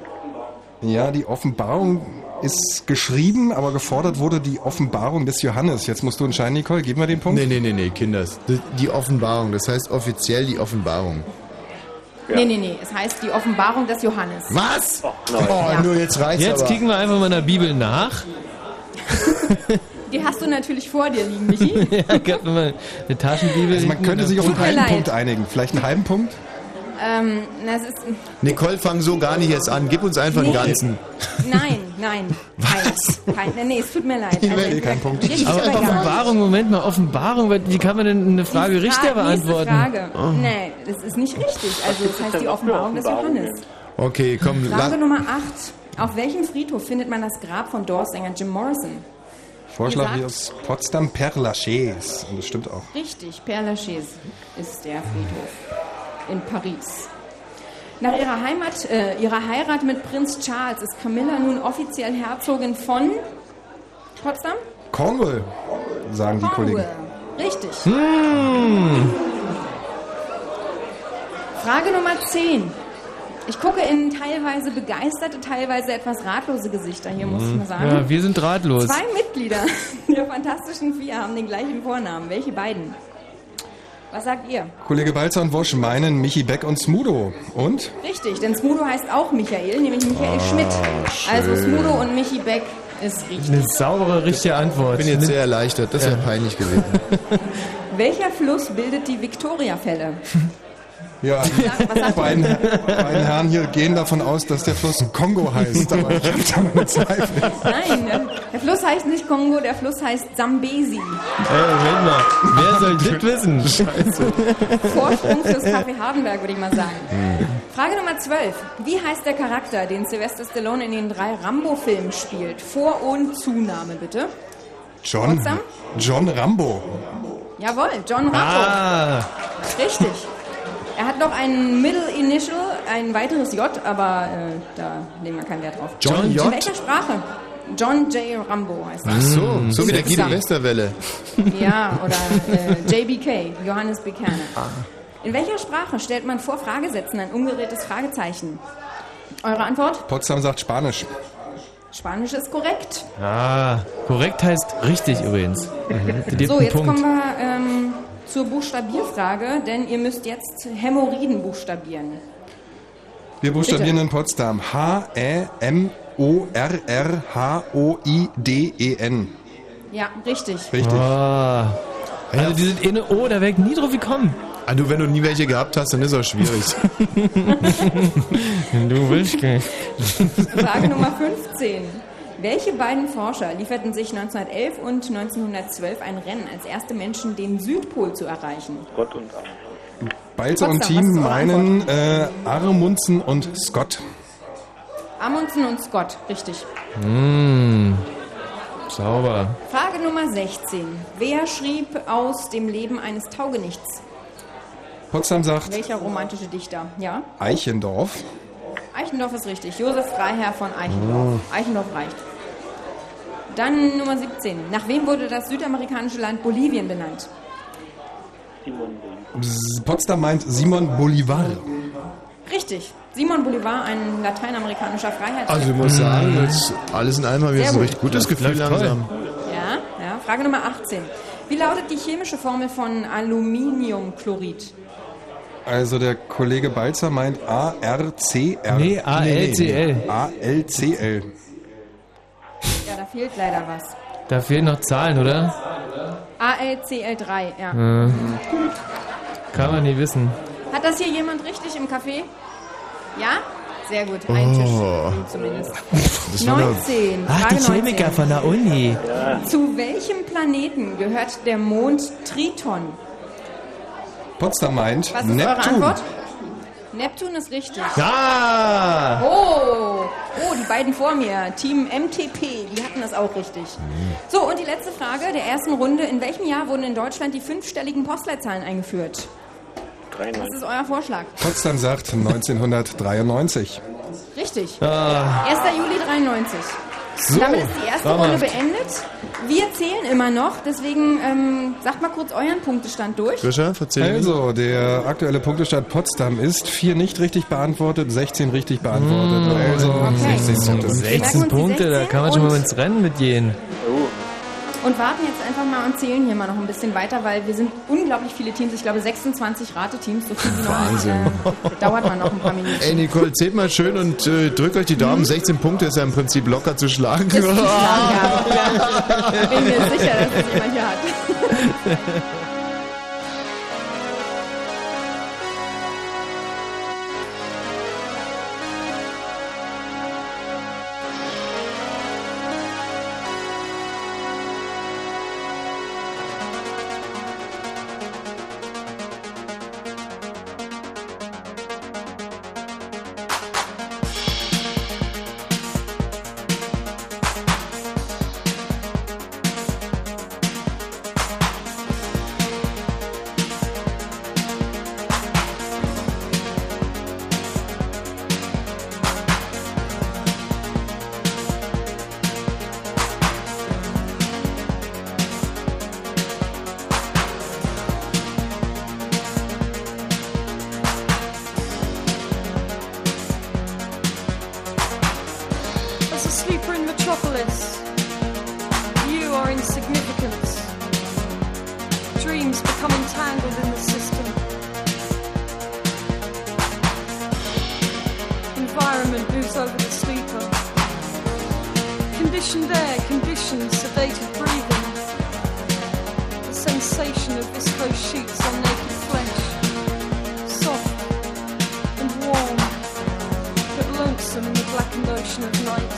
Ja, die Offenbarung ist geschrieben, aber gefordert wurde die Offenbarung des Johannes. Jetzt musst du entscheiden, Nicole, geben wir den Punkt?
Nee, nee, nee, nee, Kinders. Die- Die Offenbarung, das heißt offiziell die Offenbarung.
Nee, nee, nee. Es heißt die Offenbarung des Johannes.
Was?
nein. Ja.
Oh, nur jetzt reicht's
Jetzt
aber.
kicken wir einfach mal in der Bibel nach.
Die hast du natürlich vor dir liegen, Michi.
ja, ich hab nochmal eine Taschenbibel.
Also man
hinten
könnte
in
sich
der
auf einen
Tut mir
halben
leid.
Punkt einigen. Vielleicht einen halben Punkt?
Ähm, na, es ist,
Nicole, fang so gar nicht erst an. Gib uns einfach einen
Nee.
ganzen.
nein, nein. Was? Kein, nein, nee, es tut mir leid. Also, Richtig, ist
Aber
aber egal.
Offenbarung, Moment mal, Offenbarung, wie kann man denn eine Frage Richter
Fra- nächste
beantworten?
Frage.
Oh.
Nee, das ist nicht richtig. Also, das heißt die Offenbarung des Johannes.
Okay, komm,
Frage
la
Nummer 8. Auf welchem Friedhof findet man das Grab von Doors-Sänger Jim Morrison?
Vorschlag
Ihr
hier ist Potsdam Père Lachaise. Und das stimmt auch.
Richtig, Père Lachaise ist der Friedhof in Paris. Nach ihrer, Heimat, äh, ihrer Heirat mit Prinz Charles ist Camilla nun offiziell Herzogin von Potsdam?
Cornwall, sagen die Kollegen.
Richtig.
Hm.
Frage Nummer 10. Ich gucke in teilweise begeisterte, teilweise etwas ratlose Gesichter hier, muss ich mal sagen.
Mhm. Ja, wir sind drahtlos.
Zwei Mitglieder <laughs> der Fantastischen Vier haben den gleichen Vornamen. Welche beiden? Was sagt ihr?
Kollege Balzer und Wosch meinen Michi Beck und Smudo. Und?
Richtig, denn Smudo heißt auch Michael, nämlich Michael Schmidt. Also Smudo und Michi Beck ist richtig.
Eine saubere, richtige Antwort.
bin jetzt sehr erleichtert. Das wäre peinlich gewesen.
<laughs>
Welcher Fluss bildet die Viktoriafälle?
Ja, <laughs> die beiden, beiden Herren hier gehen davon aus, dass der Fluss Kongo heißt. Aber ich habe da meine Zweifel.
Nein, ne? der Fluss heißt nicht Kongo, der Fluss heißt Sambesi.
Ey, Moment mal, wer soll das wissen? Scheiße.
Vorsprung
<laughs>
fürs Café Hardenberg, würde ich mal sagen.
Hm.
Frage Nummer 12. Wie heißt der Charakter, den Sylvester Stallone in den drei Rambo-Filmen spielt? Vor- und Zunahme, bitte.
John,
Potsdam?
John Rambo.
Jawohl, John Rambo.
Ah.
Richtig. Er hat noch ein Middle Initial, ein weiteres J, aber äh, da legen wir keinen Wert drauf.
John
In
J?
welcher Sprache? John J. Rambo heißt er.
Ach so, Mm. so wie der Guido
Potsdam.
Westerwelle.
Ja, oder äh, JBK, Johannes Buchanan.
Ah.
In welcher Sprache stellt man vor Fragesätzen ein ungedrehtes Fragezeichen? Eure Antwort?
Potsdam sagt Spanisch.
Spanisch ist korrekt.
Ah, korrekt heißt richtig übrigens. Mhm. Die
Mhm.
gibt
So,
einen
jetzt
Punkt.
kommen wir ähm, zur Buchstabierfrage, denn ihr müsst jetzt Hämorrhoiden buchstabieren.
Wir buchstabieren
Bitte.
in Potsdam. H-E-M-O-R-R-H-O-I-D-E-N.
Ja, richtig.
Richtig.
Also die sind inne O, da wäre ich nie drauf gekommen.
Ah, du, wenn du nie welche gehabt hast, dann ist auch schwierig.
<laughs> du willst nicht.
Frage Nummer 15. Welche beiden Forscher lieferten sich 1911 und 1912 ein Rennen als erste Menschen, den Südpol zu erreichen?
Gott und
Balzer und
Potsdam, was
Team
ist eure
meinen äh, Armunzen und Scott.
Amundsen und Scott, richtig.
Hm,
Mmh. Sauber.
Frage Nummer 16. Wer schrieb aus dem Leben eines Taugenichts?
Potsdam sagt
Welcher romantische Dichter? Ja?
Eichendorf.
Eichendorff ist richtig. Josef Freiherr von Eichendorff. Eichendorff reicht. Dann Nummer 17. Nach wem wurde das südamerikanische Land Bolivien benannt?
S- Potsdam meint Simon Bolivar.
Richtig. Simon Bolivar, ein lateinamerikanischer Mhm. Freiheitskämpfer.
Also ich muss sagen, jetzt alles in allem habe ich jetzt ein
Sehr
recht
gut.
gutes Gefühl
Mm. läuft toll.
langsam.
Ja, ja. Frage Nummer 18. Wie lautet die chemische Formel von Aluminiumchlorid?
Also der Kollege Balzer meint A-R-C-R.
Nee, ALCL.
A-L-C-L.
Ja, da fehlt leider was.
Da fehlen noch Zahlen, oder?
ALCL3, ja.
Äh, Kann man nie wissen.
Hat das hier jemand richtig im Café? Ja? Sehr gut. Ein
Oh.
Tisch zumindest.
Das war doch-
19.
Ach, die
Frage 19.
Chemiker von der Uni.
Zu welchem Planeten gehört der Mond Triton?
Potsdam meint
Was ist
Neptun.
eure Antwort? Neptun ist richtig.
Ah!
Oh, oh, die beiden vor mir, Team MTP, die hatten das auch richtig.
Mhm.
So, und die letzte Frage der ersten Runde. In welchem Jahr wurden in Deutschland die fünfstelligen Postleitzahlen eingeführt? Was ist euer Vorschlag?
Potsdam sagt 1993.
Richtig.
Ah.
1. Juli 93.
So,
Damit ist die erste
Sommer.
Runde beendet. Wir zählen immer noch, deswegen ähm, sagt mal kurz euren Punktestand durch.
Also, der aktuelle Punktestand Potsdam ist 4 nicht richtig beantwortet, 16 richtig beantwortet.
Mm.
Also, 16 Punkte.
16 Punkte, da kann man schon mal ins Rennen mit gehen.
Und warten jetzt einfach mal und zählen hier mal noch ein bisschen weiter, weil wir sind unglaublich viele Teams. Ich glaube 26 Rateteams, so viel wie noch nicht.
Wahnsinn.
Äh, dauert mal noch ein paar Minuten.
Ey, Nicole, zählt mal schön und äh, drückt euch die Daumen. 16 Punkte ist ja im Prinzip locker zu schlagen.
Ist zu schlagen, ja. Ich bin mir sicher, dass es jemand hier hat.
dreams become entangled in the system. Environment moves over the sleeper. Conditioned air conditions sedated breathing. The sensation of viscose sheets on naked flesh. Soft and warm, but lonesome in the blackened ocean of night.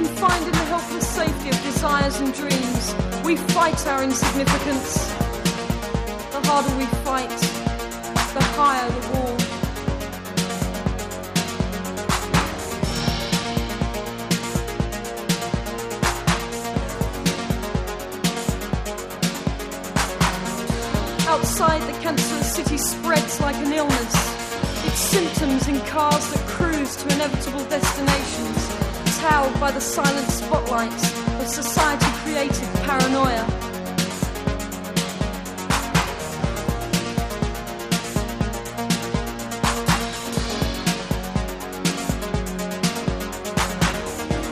Confined in the helpless safety of desires and dreams, we fight our insignificance. The harder we fight, the higher the wall. Outside, the cancerous city spreads like an illness. Its symptoms in cars that cruise to inevitable destinations, towed by the silent spotlights of society created paranoia.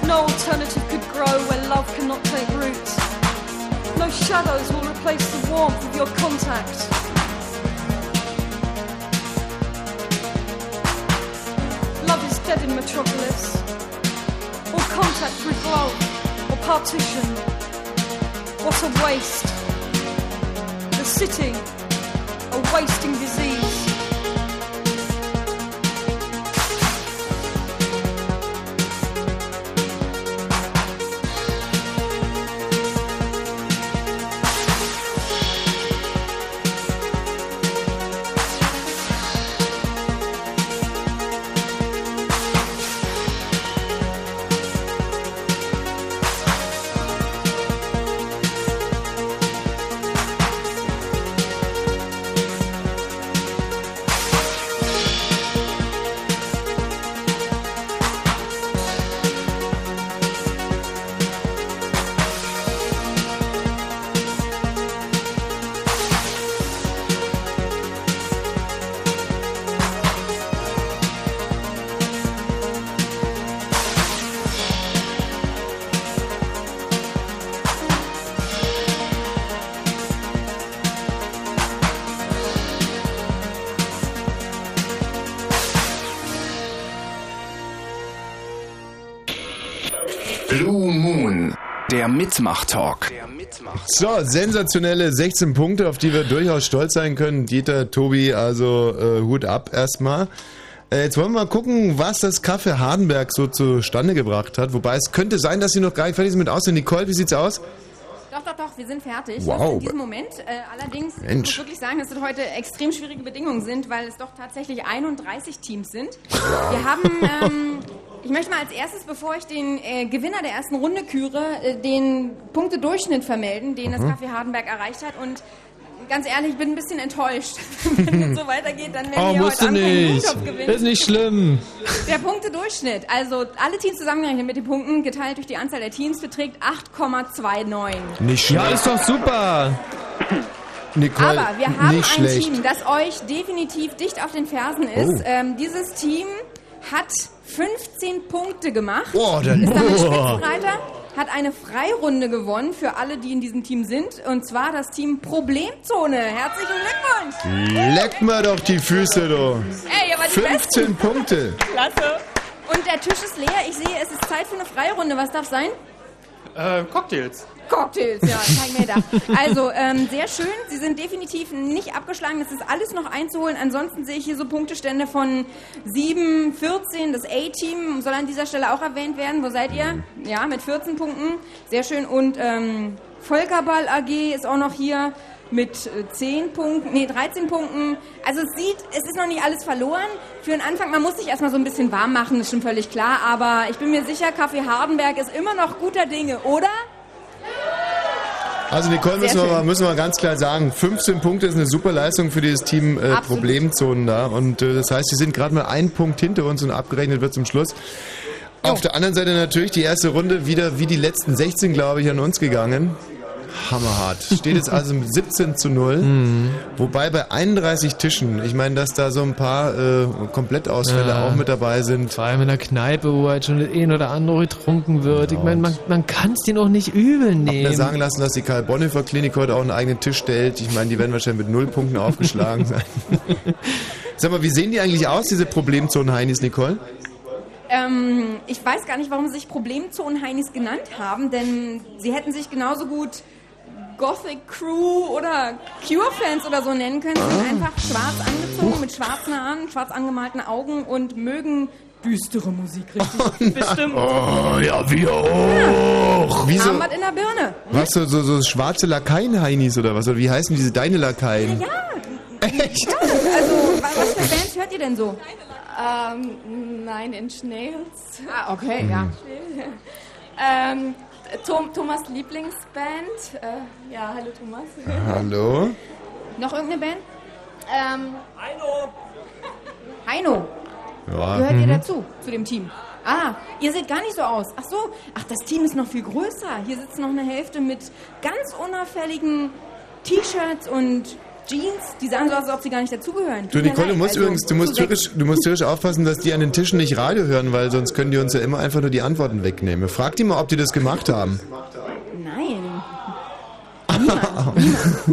No alternative could grow where love cannot take root. No shadows will replace the warmth of your contact. Love is dead in Metropolis. All contact through glove or partition. What a waste. The city, a wasting disease.
Blue Moon. Der Mitmach-Talk.
<laughs> So, sensationelle 16 Punkte, auf die wir durchaus stolz sein können. Dieter, Tobi, also äh, Hut ab erstmal. Äh, jetzt wollen wir mal gucken, was das Kaffee Hardenberg so zustande gebracht hat. Wobei es könnte sein, dass sie noch gar nicht fertig sind mit Aussehen. Nicole, wie sieht's aus?
Doch, doch, doch, wir sind fertig.
Wow.
Just In diesem Moment. Äh, allerdings
Mensch.
muss ich wirklich sagen, dass es heute extrem schwierige Bedingungen sind, weil es doch tatsächlich 31 Teams sind. Wir haben, ähm, ich möchte mal als erstes, bevor ich den äh, Gewinner der ersten Runde küre, äh, den Punktedurchschnitt vermelden, den das
Mhm.
Café Hardenberg erreicht hat und Ganz ehrlich, ich bin ein bisschen enttäuscht. <laughs> Wenn es so weitergeht, dann werden
Oh,
wir
musst
heute
du
Abend keinen
nicht.
Blumentopf gewinnen.
Ist nicht schlimm.
Der Punktedurchschnitt, also alle Teams zusammengerechnet mit den Punkten, geteilt durch die Anzahl der Teams, beträgt 8,29.
Nicht schlecht.
Ja, ist doch super.
Nicole,
Aber wir haben ein
nicht schlecht.
Team, das euch definitiv dicht auf den Fersen ist.
Oh.
Ähm, dieses Team hat 15 Punkte gemacht.
Oh, dann-
ist damit
Boah.
Spitzenreiter, hat eine Freirunde gewonnen für alle, die in diesem Team sind. Und zwar das Team Problemzone. Herzlichen Glückwunsch!
Leck mir doch die Füße, du.
Ey, ihr wart die
15
Besten.
Punkte.
Klasse! Und der Tisch ist leer. Ich sehe, es ist Zeit für eine Freirunde. Was darf sein?
Äh, Cocktails.
Cocktails, ja, das hab ich mir gedacht. Also, ähm, sehr schön. Sie sind definitiv nicht abgeschlagen. Es ist alles noch einzuholen. Ansonsten sehe ich hier so Punktestände von 7, 14. Das A-Team soll an dieser Stelle auch erwähnt werden. Wo seid ihr? Ja, mit 14 Punkten. Sehr schön. Und ähm, Volkerball AG ist auch noch hier mit äh, 10 Punkten, nee, 13 Punkten. Also es sieht, es ist noch nicht alles verloren. Für den Anfang, man muss sich erstmal so ein bisschen warm machen, ist schon völlig klar. Aber ich bin mir sicher, Kaffee Hardenberg ist immer noch guter Dinge, oder?
Also Nicole, müssen
Sehr
wir,
schön.
mal, müssen wir ganz klar sagen, 15 Punkte ist eine super Leistung für dieses Team äh,
Absolut.
Problemzonen da. Und äh, das heißt, sie sind gerade mal einen Punkt hinter uns und abgerechnet wird zum Schluss. Auf der anderen Seite natürlich die erste Runde wieder wie die letzten 16, glaube ich, an uns gegangen. Hammerhart. Steht jetzt also mit 17 zu 0.
Mhm.
Wobei bei 31 Tischen, ich meine, dass da so ein paar äh, Komplettausfälle
Ja.
auch mit dabei sind.
Vor allem in der Kneipe, wo halt schon das ein oder andere getrunken wird. Ich meine, man, man kann es dir noch nicht übel
Ich habe mir
nehmen.
sagen lassen, dass die Karl-Bonhoeffer-Klinik heute auch einen eigenen Tisch stellt. Ich meine, die werden wahrscheinlich mit null Punkten aufgeschlagen sein. <laughs> Sag mal, wie sehen die eigentlich aus, diese Problemzonen-Heinis, Nicole?
Ähm, ich weiß gar nicht, warum sie sich Problemzonen-Heinis genannt haben, denn sie hätten sich genauso gut Gothic Crew oder Cure-Fans oder so nennen können. Sie sind einfach schwarz angezogen, mit schwarzen Haaren, schwarz angemalten Augen und mögen düstere Musik richtig. Bestimmt.
Oh, ja, wir auch. Wieso?
Armband in der Birne.
Was, so, so, so schwarze Lakaien-Heinis oder was? Oder wie heißen diese deine Lakaien?
Ja.
Echt?
Ja, also, wa- was für Bands hört ihr denn so?
Ähm, Nine Inch Nails.
Ah, okay, ja.
Mhm.
ähm, Tom, Thomas Lieblingsband. Äh, ja, hallo Thomas.
Hallo?
Noch irgendeine Band?
Ähm,
Heino. Heino.
Ja.
Gehört ihr
Mhm.
dazu, zu dem Team? Ah, ihr seht gar nicht so aus. Ach so, ach, das Team ist noch viel größer. Hier sitzt noch eine Hälfte mit ganz unauffälligen T-Shirts und Jeans. Die sahen so aus, als ob sie gar nicht dazugehören.
Du,
Tut mir
Nicole, du
leid,
musst
also
übrigens, du musst,
zu sechs.
tierisch, du musst tierisch aufpassen, dass die an den Tischen nicht Radio hören, weil sonst können die uns ja immer einfach nur die Antworten wegnehmen. Frag die mal, ob die das gemacht haben. <laughs>
Nein.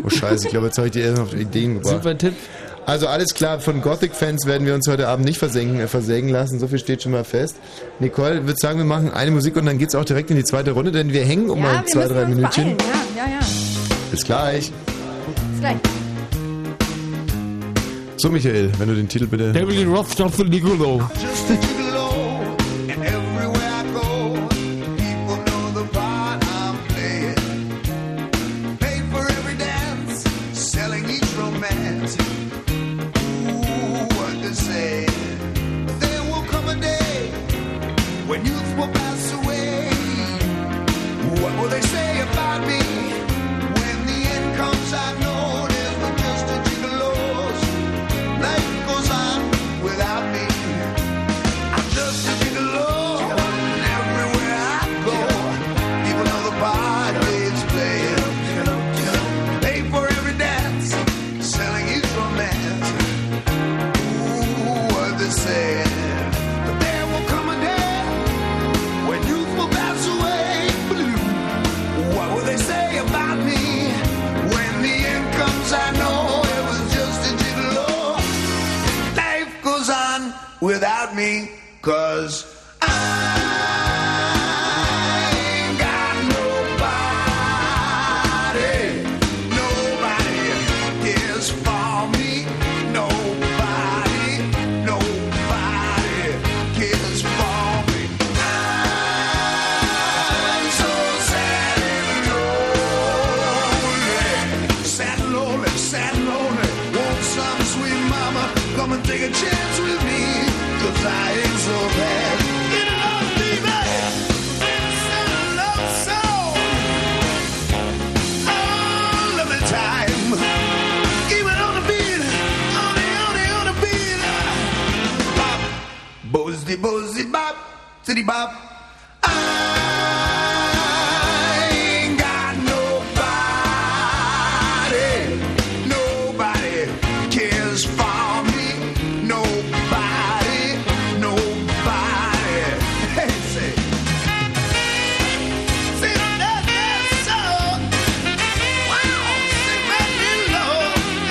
Oh Scheiße, ich glaube, jetzt habe ich die erst auf Ideen gebracht. Super
Tipp.
Also alles klar, von Gothic-Fans werden wir uns heute Abend nicht versenken, äh, versägen lassen, so viel steht schon mal fest. Nicole, würde sagen, wir machen eine Musik und dann geht's auch direkt in die zweite Runde, denn wir hängen um
Ja,
mal
wir
zwei, drei
müssen uns
Minütchen.
beeilen. Ja, ja, ja. Bis
Bis gleich.
gleich.
So, Michael, wenn du den Titel bitte...
Devil Rothschild von Nicolo.
Pay for every dance, selling each romance. Ooh, what to say? But there will come a day when youth will pass away. What will they say about me when the end comes? I know it is but just a gigolo's. Life goes on without me. I'm just a gigolo, and everywhere I go, people know the body's playing. Pay for every dance, selling each romance. Ooh, what they say. But there will come a day when youth will pass away. Blue. What will they say about me when the end comes? I know it was just a gigolo. Life goes on without me, cause I ain't got nobody. Nobody is for me. Nobody, nobody cares for me. I'm so sad and lonely. Sad and lonely, sad and lonely. Won't some sweet mama come and take a chance with me? 'Cause I ain't so bad. Get it up, baby. It's a love song. All of the time. Even on the beat, on the, on the, on the beat. Bop, boozy, boozy, bop, city bop. I ain't got nobody. Nobody cares for me. Nobody, nobody. Hey, say. Say that, that song. Wow, say right below.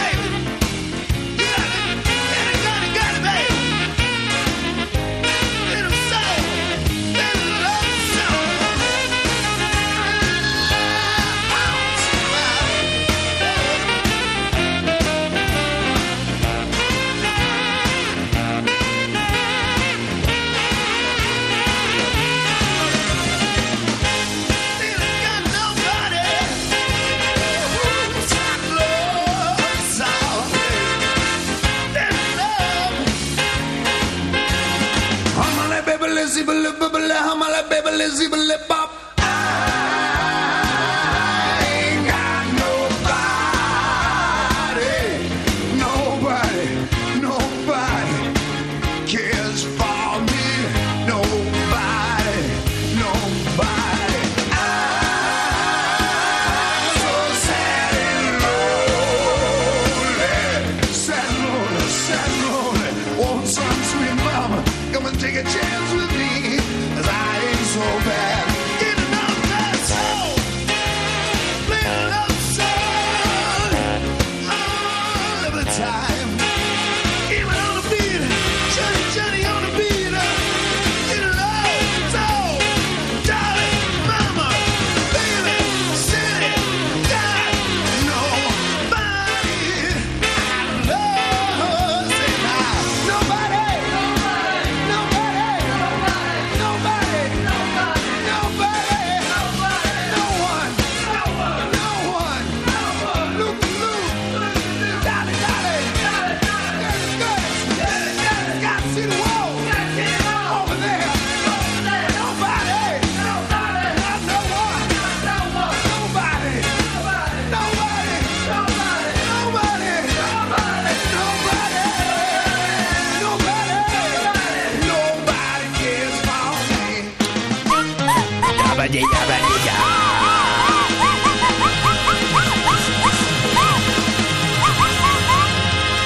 Hey, you got it, got it, got it, got it, baby. Little soul, little love Nobody, nobody cares for me. Nobody, nobody. I'm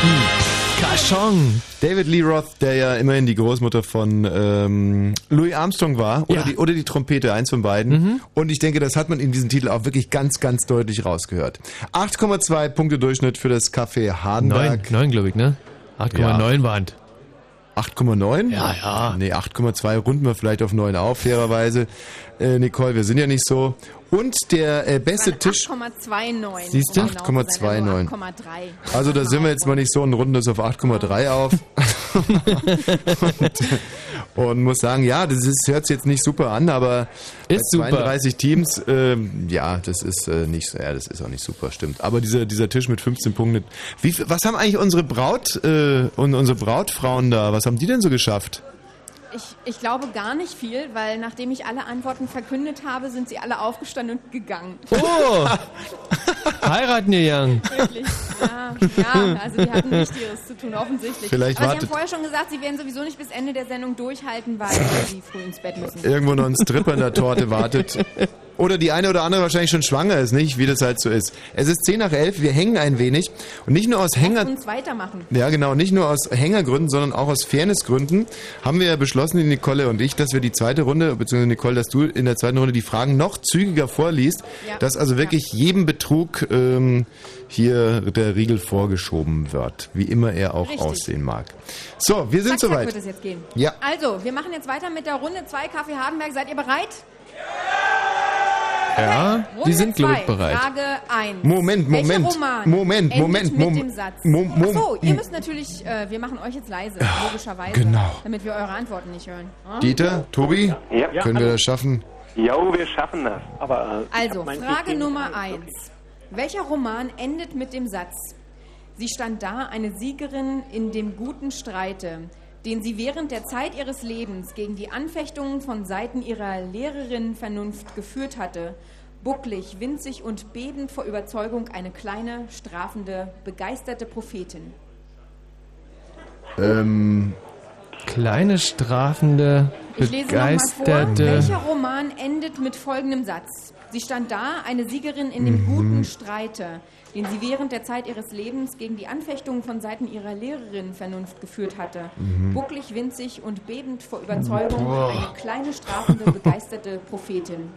Hm. Kashong. David Lee Roth, der ja immerhin die Großmutter von ähm, Louis Armstrong war, oder, die, oder die Trompete, eins von beiden. Und ich denke, das hat man in diesem Titel auch wirklich ganz, ganz deutlich rausgehört. 8,2 Punkte Durchschnitt für das Café
Neun,
Hardenberg.
neun glaube ich, ne? <laughs> 8,9 waren.
8,9? Ja, ja. Nee, 8,2 runden wir vielleicht auf 9 auf, fairerweise. Äh, Nicole, wir sind ja nicht so. Und der äh, beste Tisch.
8,29.
Siehst du?
um genau zu sein, aber
8,29.
8,3.
Also da sind wir jetzt mal nicht so und runden das auf 8,3 auf. und, und muss sagen, ja, das ist, hört sich jetzt nicht super an, aber
Ist
bei
super.
32 Teams, ähm, ja, das ist äh, nicht so, ja, das ist auch nicht super, stimmt. Aber dieser, dieser Tisch mit 15 Punkten, wie, viel- was haben eigentlich unsere Braut äh, und unsere Brautfrauen da, was haben die denn so geschafft?
Ich, ich glaube gar nicht viel, weil nachdem ich alle Antworten verkündet habe, sind sie alle aufgestanden und gegangen.
Oh! Heiraten gegangen.
Wirklich. Ja, ja, also die hatten Wichtigeres zu tun, offensichtlich.
Vielleicht
Aber sie
wartet-
haben vorher schon gesagt, sie werden sowieso nicht bis Ende der Sendung durchhalten, weil
<laughs>
sie früh ins Bett müssen.
Irgendwo noch ein Stripper in der Torte wartet. Oder die eine oder andere wahrscheinlich schon schwanger ist, nicht? Wie das halt so ist. Es ist 10 nach 11, wir hängen ein wenig. Und nicht nur aus Hänger...
Uns weitermachen.
Ja, genau. Nicht nur aus Hängergründen, sondern auch aus Fairnessgründen haben wir ja beschlossen, die Nicole und ich, dass wir die zweite Runde, beziehungsweise Nicole, dass du in der zweiten Runde die Fragen noch zügiger vorliest,
Ja.
dass also wirklich jedem Betrug ähm, hier der Riegel vorgeschoben wird, wie immer er auch
Richtig.
aussehen mag. So, wir
Zack,
sind
zack,
soweit.
wird es jetzt gehen.
Ja.
Also, wir machen jetzt weiter mit der Runde 2 Kaffee Hardenberg. Seid ihr bereit?
Ja,
Runde zwei, Frage 1.
Moment, Moment,
Welcher Roman
Moment,
endet
Moment,
mit
Moment,
dem Satz?
Mom- Mom-
Achso, ihr
Mom-
müsst natürlich, äh, wir machen euch jetzt leise, logischerweise.
genau.
Damit wir eure Antworten nicht hören. Ah.
Dieter, Tobi,
Ja.
können wir das schaffen?
Ja, wir schaffen das. Aber äh,
Also, Frage Nummer 1. Welcher Roman endet mit dem Satz? Sie stand da, eine Siegerin in dem guten Streite, den sie während der Zeit ihres Lebens gegen die Anfechtungen von Seiten ihrer Lehrerin Vernunft geführt hatte. Bucklig, winzig und bebend vor Überzeugung eine kleine, strafende, begeisterte Prophetin.
Ähm,
Kleine strafende,
Ich lese nochmal vor.
begeisterte.
Welcher Roman endet mit folgendem Satz? Sie stand da, eine Siegerin in dem
Mhm.
guten Streite, den sie während der Zeit ihres Lebens gegen die Anfechtungen von Seiten ihrer Lehrerin Vernunft geführt hatte.
Mhm.
Bucklig, winzig und bebend vor Überzeugung,
Boah.
eine kleine, strafende, begeisterte Prophetin.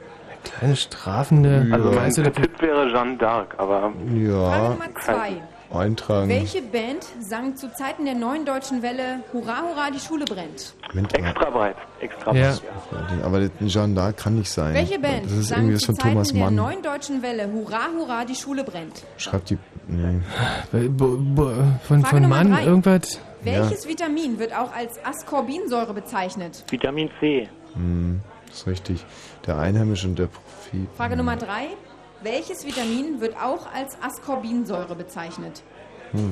Kleine strafende,
Ja.
also mein
Weißt du, der-
Tipp wäre Jeanne d'Arc, aber
ja,
Nummer zwei.
eintragen.
Welche Band sang zu Zeiten der neuen deutschen Welle Hurra, hurra, die Schule brennt?
extra breit. Extra
Ja.
breit.
Aber das- Jeanne d'Arc kann nicht sein.
Welche Band
Das ist
sang
irgendwie was
zu
von
Zeiten
Thomas
der
Mann.
neuen deutschen Welle Hurra, hurra, die Schule brennt?
Schreibt die. Nee.
Von,
Frage
von
Nummer
Mann,
drei.
irgendwas.
Welches Vitamin wird auch als Ascorbinsäure bezeichnet?
Vitamin C.
Hm, ist richtig. Der Einheimische und der Prophet.
Frage Nummer 3. Welches Vitamin wird auch als Ascorbinsäure bezeichnet?
Hm.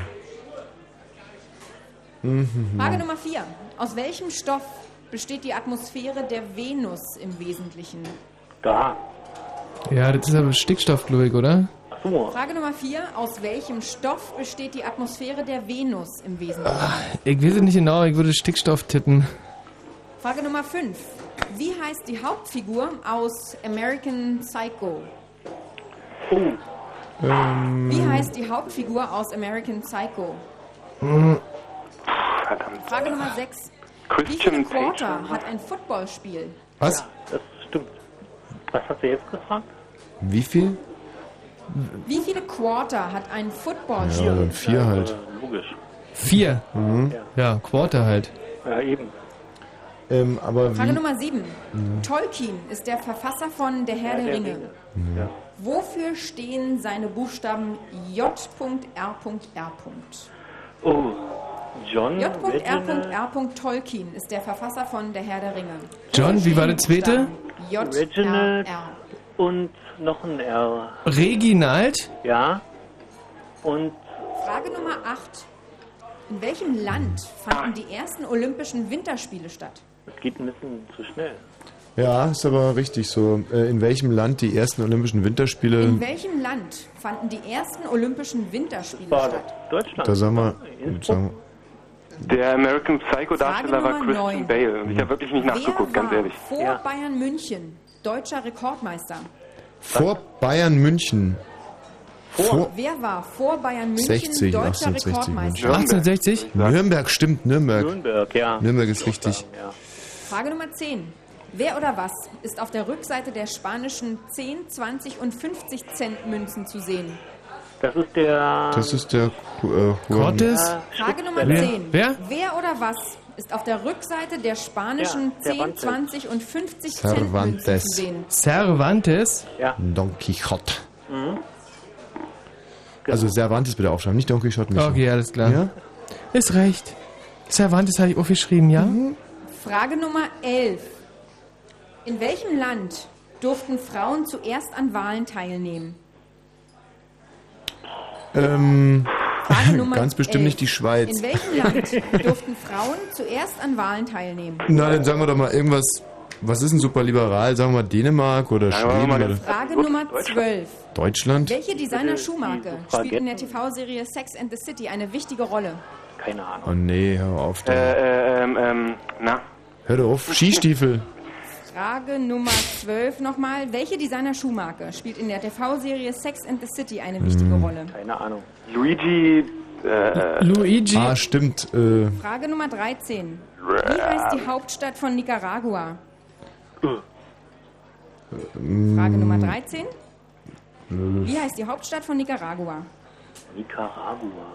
Hm.
Mhm.
Frage Nummer 4. Aus welchem Stoff besteht die Atmosphäre der Venus im Wesentlichen?
Da.
Ja, das ist aber Stickstoff, glaube ich, oder?
Frage Nummer 4. Aus welchem Stoff besteht die Atmosphäre der Venus im Wesentlichen?
Ich weiß es nicht genau, ich würde Stickstoff tippen.
Frage Nummer 5. Wie heißt die Hauptfigur aus American Psycho? Wie
Hm.
heißt die Hauptfigur aus American Psycho?
Verdammt.
Frage Nummer 6. Wie viele
Christian
Quarter hat ein Footballspiel?
Was?
Das stimmt. Was hast du jetzt gefragt?
Wie viel?
Wie viele Quarter hat ein
Ja,
Footballspiel?
dann vier halt.
Logisch.
Vier.
Mhm.
Ja, Quarter halt.
Ja, eben.
Ähm, aber
Frage
wie? Mhm.
Nummer 7. Tolkien ist der Verfasser von Der Herr der,
der
Ringe.
Ringe.
Wofür stehen seine Buchstaben J.R.R.?
Hm, Oh, John. Reginald-
J.R.R. Tolkien ist der Verfasser von Der Herr der Ringe.
John, wie war der zweite?
J.R.R.
Reginald und noch ein R.
Reginald?
Ja. Und
Frage Nummer 8. In welchem Land fanden die ersten Olympischen Winterspiele statt?
es Ah. geht ein bisschen zu schnell.
Ja, ist aber richtig so. Äh, In welchem Land die ersten Olympischen Winterspiele?
In welchem Land fanden die ersten Olympischen Winterspiele statt?
Deutschland.
Da sagen wir. Sagen
Der American Psycho Darsteller
Frage
war
Nummer
Christian
neun.
Bale. Und ich habe wirklich nicht nachgeguckt, ganz ehrlich.
Vor Bayern München deutscher Rekordmeister.
Vor Bayern München. Vor
Wer war vor Bayern München
60,
deutscher
1860.
Rekordmeister?
München. 1860? Nürnberg, stimmt, Nürnberg.
Nürnberg, ja.
Nürnberg ist richtig.
Frage Nummer 10. Wer oder was ist auf der Rückseite der spanischen 10, 20 und 50 Cent Münzen zu sehen?
Das ist der.
Das ist der äh, Juan-
Cortes?
Frage Nummer
Wer?
10.
Wer?
oder was ist auf der Rückseite der spanischen
Ja,
10,
Cervantes.
20 und 50 Cent Münzen zu
Cervantes.
sehen?
Cervantes?
Ja.
Don Quixote.
Genau.
Also Cervantes bitte aufschreiben, nicht Don Quixote. Micha.
Okay, alles klar.
Ja?
Ist recht. Cervantes habe ich aufgeschrieben, ja?
Frage Nummer 11. In welchem Land durften Frauen zuerst an Wahlen teilnehmen?
Ähm, <laughs>
Frage Nummer
ganz bestimmt
11.
nicht die Schweiz.
In welchem Land durften Frauen zuerst an Wahlen teilnehmen?
Na, dann sagen wir doch mal irgendwas. Was ist denn super liberal? Sagen wir Dänemark oder
Sagen wir
Schweden
mal
oder
Frage Nummer 12.
Deutschland?
Welche Designer-Schuhmarke
Frage
spielt in der TV-Serie Sex and the City eine wichtige Rolle?
Keine Ahnung.
Oh nee, hör auf. Da.
Äh, äh, ähm, ähm, na.
Hör doch auf. Skistiefel.
Frage Nummer 12 nochmal. Welche Designer-Schuhmarke spielt in der TV-Serie Sex and the City eine wichtige
Hm.
Rolle?
Keine Ahnung.
Luigi. Äh,
Luigi.
Ah, stimmt. Äh,
Frage Nummer 13. Wie heißt die Hauptstadt von Nicaragua?
Frage
Nummer
Mm.
13. Wie heißt die Hauptstadt von Nicaragua?
Nicaragua.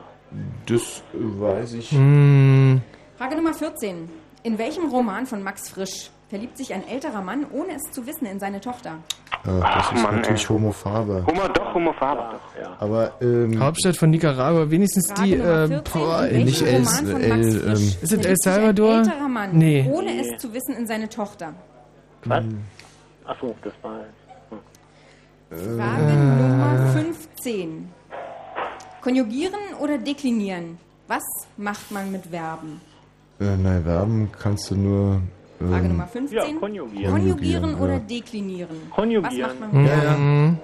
Das weiß ich.
Frage Nummer 14. In welchem Roman von Max Frisch verliebt sich ein älterer Mann, ohne es zu wissen, in seine Tochter?
Ah, das
Ach,
ist
Mann,
natürlich Homo Faber.
Homo, doch, Homo Faber.
Aber, ähm,
Hauptstadt von Nicaragua, wenigstens die, ähm, boah,
in
nicht
welchem
El,
Roman von
El,
Max
ähm,
Frisch
ist es El
Verliebt sich
Salvador?
Ein älterer Mann,
Nee.
ohne es zu wissen, in seine Tochter.
Was? Achso, das war.
Frage
Ah.
Nummer 15. Konjugieren oder deklinieren? Was macht man mit Verben?
Äh, nein, werben kannst du nur. Ähm,
Mm.
Frage Nummer 15.
konjugieren.
Konjugieren
Konjugieren,
oder
ja.
deklinieren? Was macht
Konjugieren.
man mit
Ja,
Verben?
ja.
Mhm.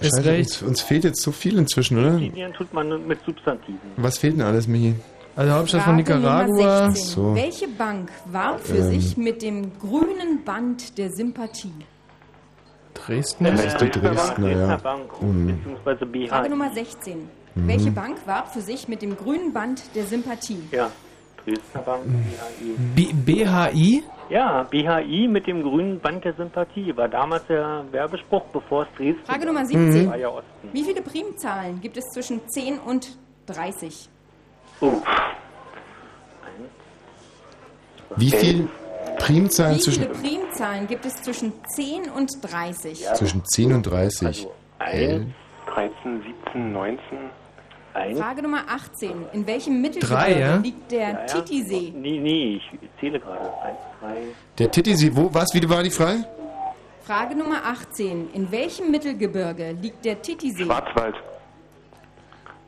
Ist
Scheiße,
recht.
Uns, uns fehlt jetzt so viel inzwischen, oder?
Konjugieren tut man mit Substantiven.
Was fehlt denn alles, Michi?
Also Hauptstadt von
Frage Nummer
Nicaragua.
16. Welche Bank warb für
Ähm.
sich mit dem grünen Band der Sympathie?
Dresden?
Äh,
Dresden,
Dresdner Bank,
Dresdner, ja.
Dresdner Bank,
Mhm.
beziehungsweise
Frage
BH.
Nummer 16.
Mhm.
Welche Bank warb für sich mit dem grünen Band der Sympathie?
Ja, Dresdner Bank, BHI.
B BHI?
Ja, BHI mit dem grünen Band der Sympathie war damals der Werbespruch, bevor es Dresden
Frage
war.
Nummer 17.
War ja Osten.
Wie viele Primzahlen gibt es zwischen 10 und 30?
Oh.
Wie viel Primzahlen
Wie viele
zwischen,
Primzahlen gibt es zwischen 10 und 30?
zwischen 10 und 30?
Also
Eins, 13, 17, 19.
Frage Nummer 18. In welchem Mittelgebirge
Drei, ja?
liegt der Titisee?
Nee, nee, ich zähle gerade. Eins, zwei.
Der Titisee, wo, was, wie war die Frage?
Frage Nummer 18. In welchem Mittelgebirge liegt der Titisee?
Schwarzwald.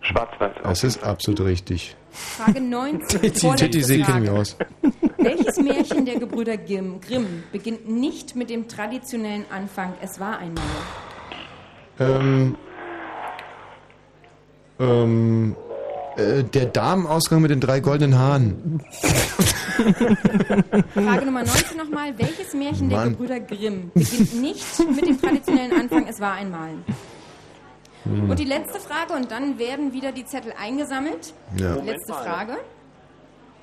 Schwarzwald.
Das ist absolut richtig.
Frage 19.
<laughs> Titisee
Vorletzte
kennen
Frage.
wir aus.
Welches Märchen der Gebrüder Grimm, Grimm beginnt nicht mit dem traditionellen Anfang, es war einmal?
Ähm, ähm, äh, der Damenausgang mit den drei goldenen Haaren.
Frage Nummer 19 nochmal. Welches Märchen der
Mann.
Gebrüder Grimm beginnt nicht mit dem traditionellen Anfang, es war einmal?
Hm.
Und die letzte Frage, und dann werden wieder die Zettel eingesammelt.
Ja. Moment
Letzte
mal.
Frage.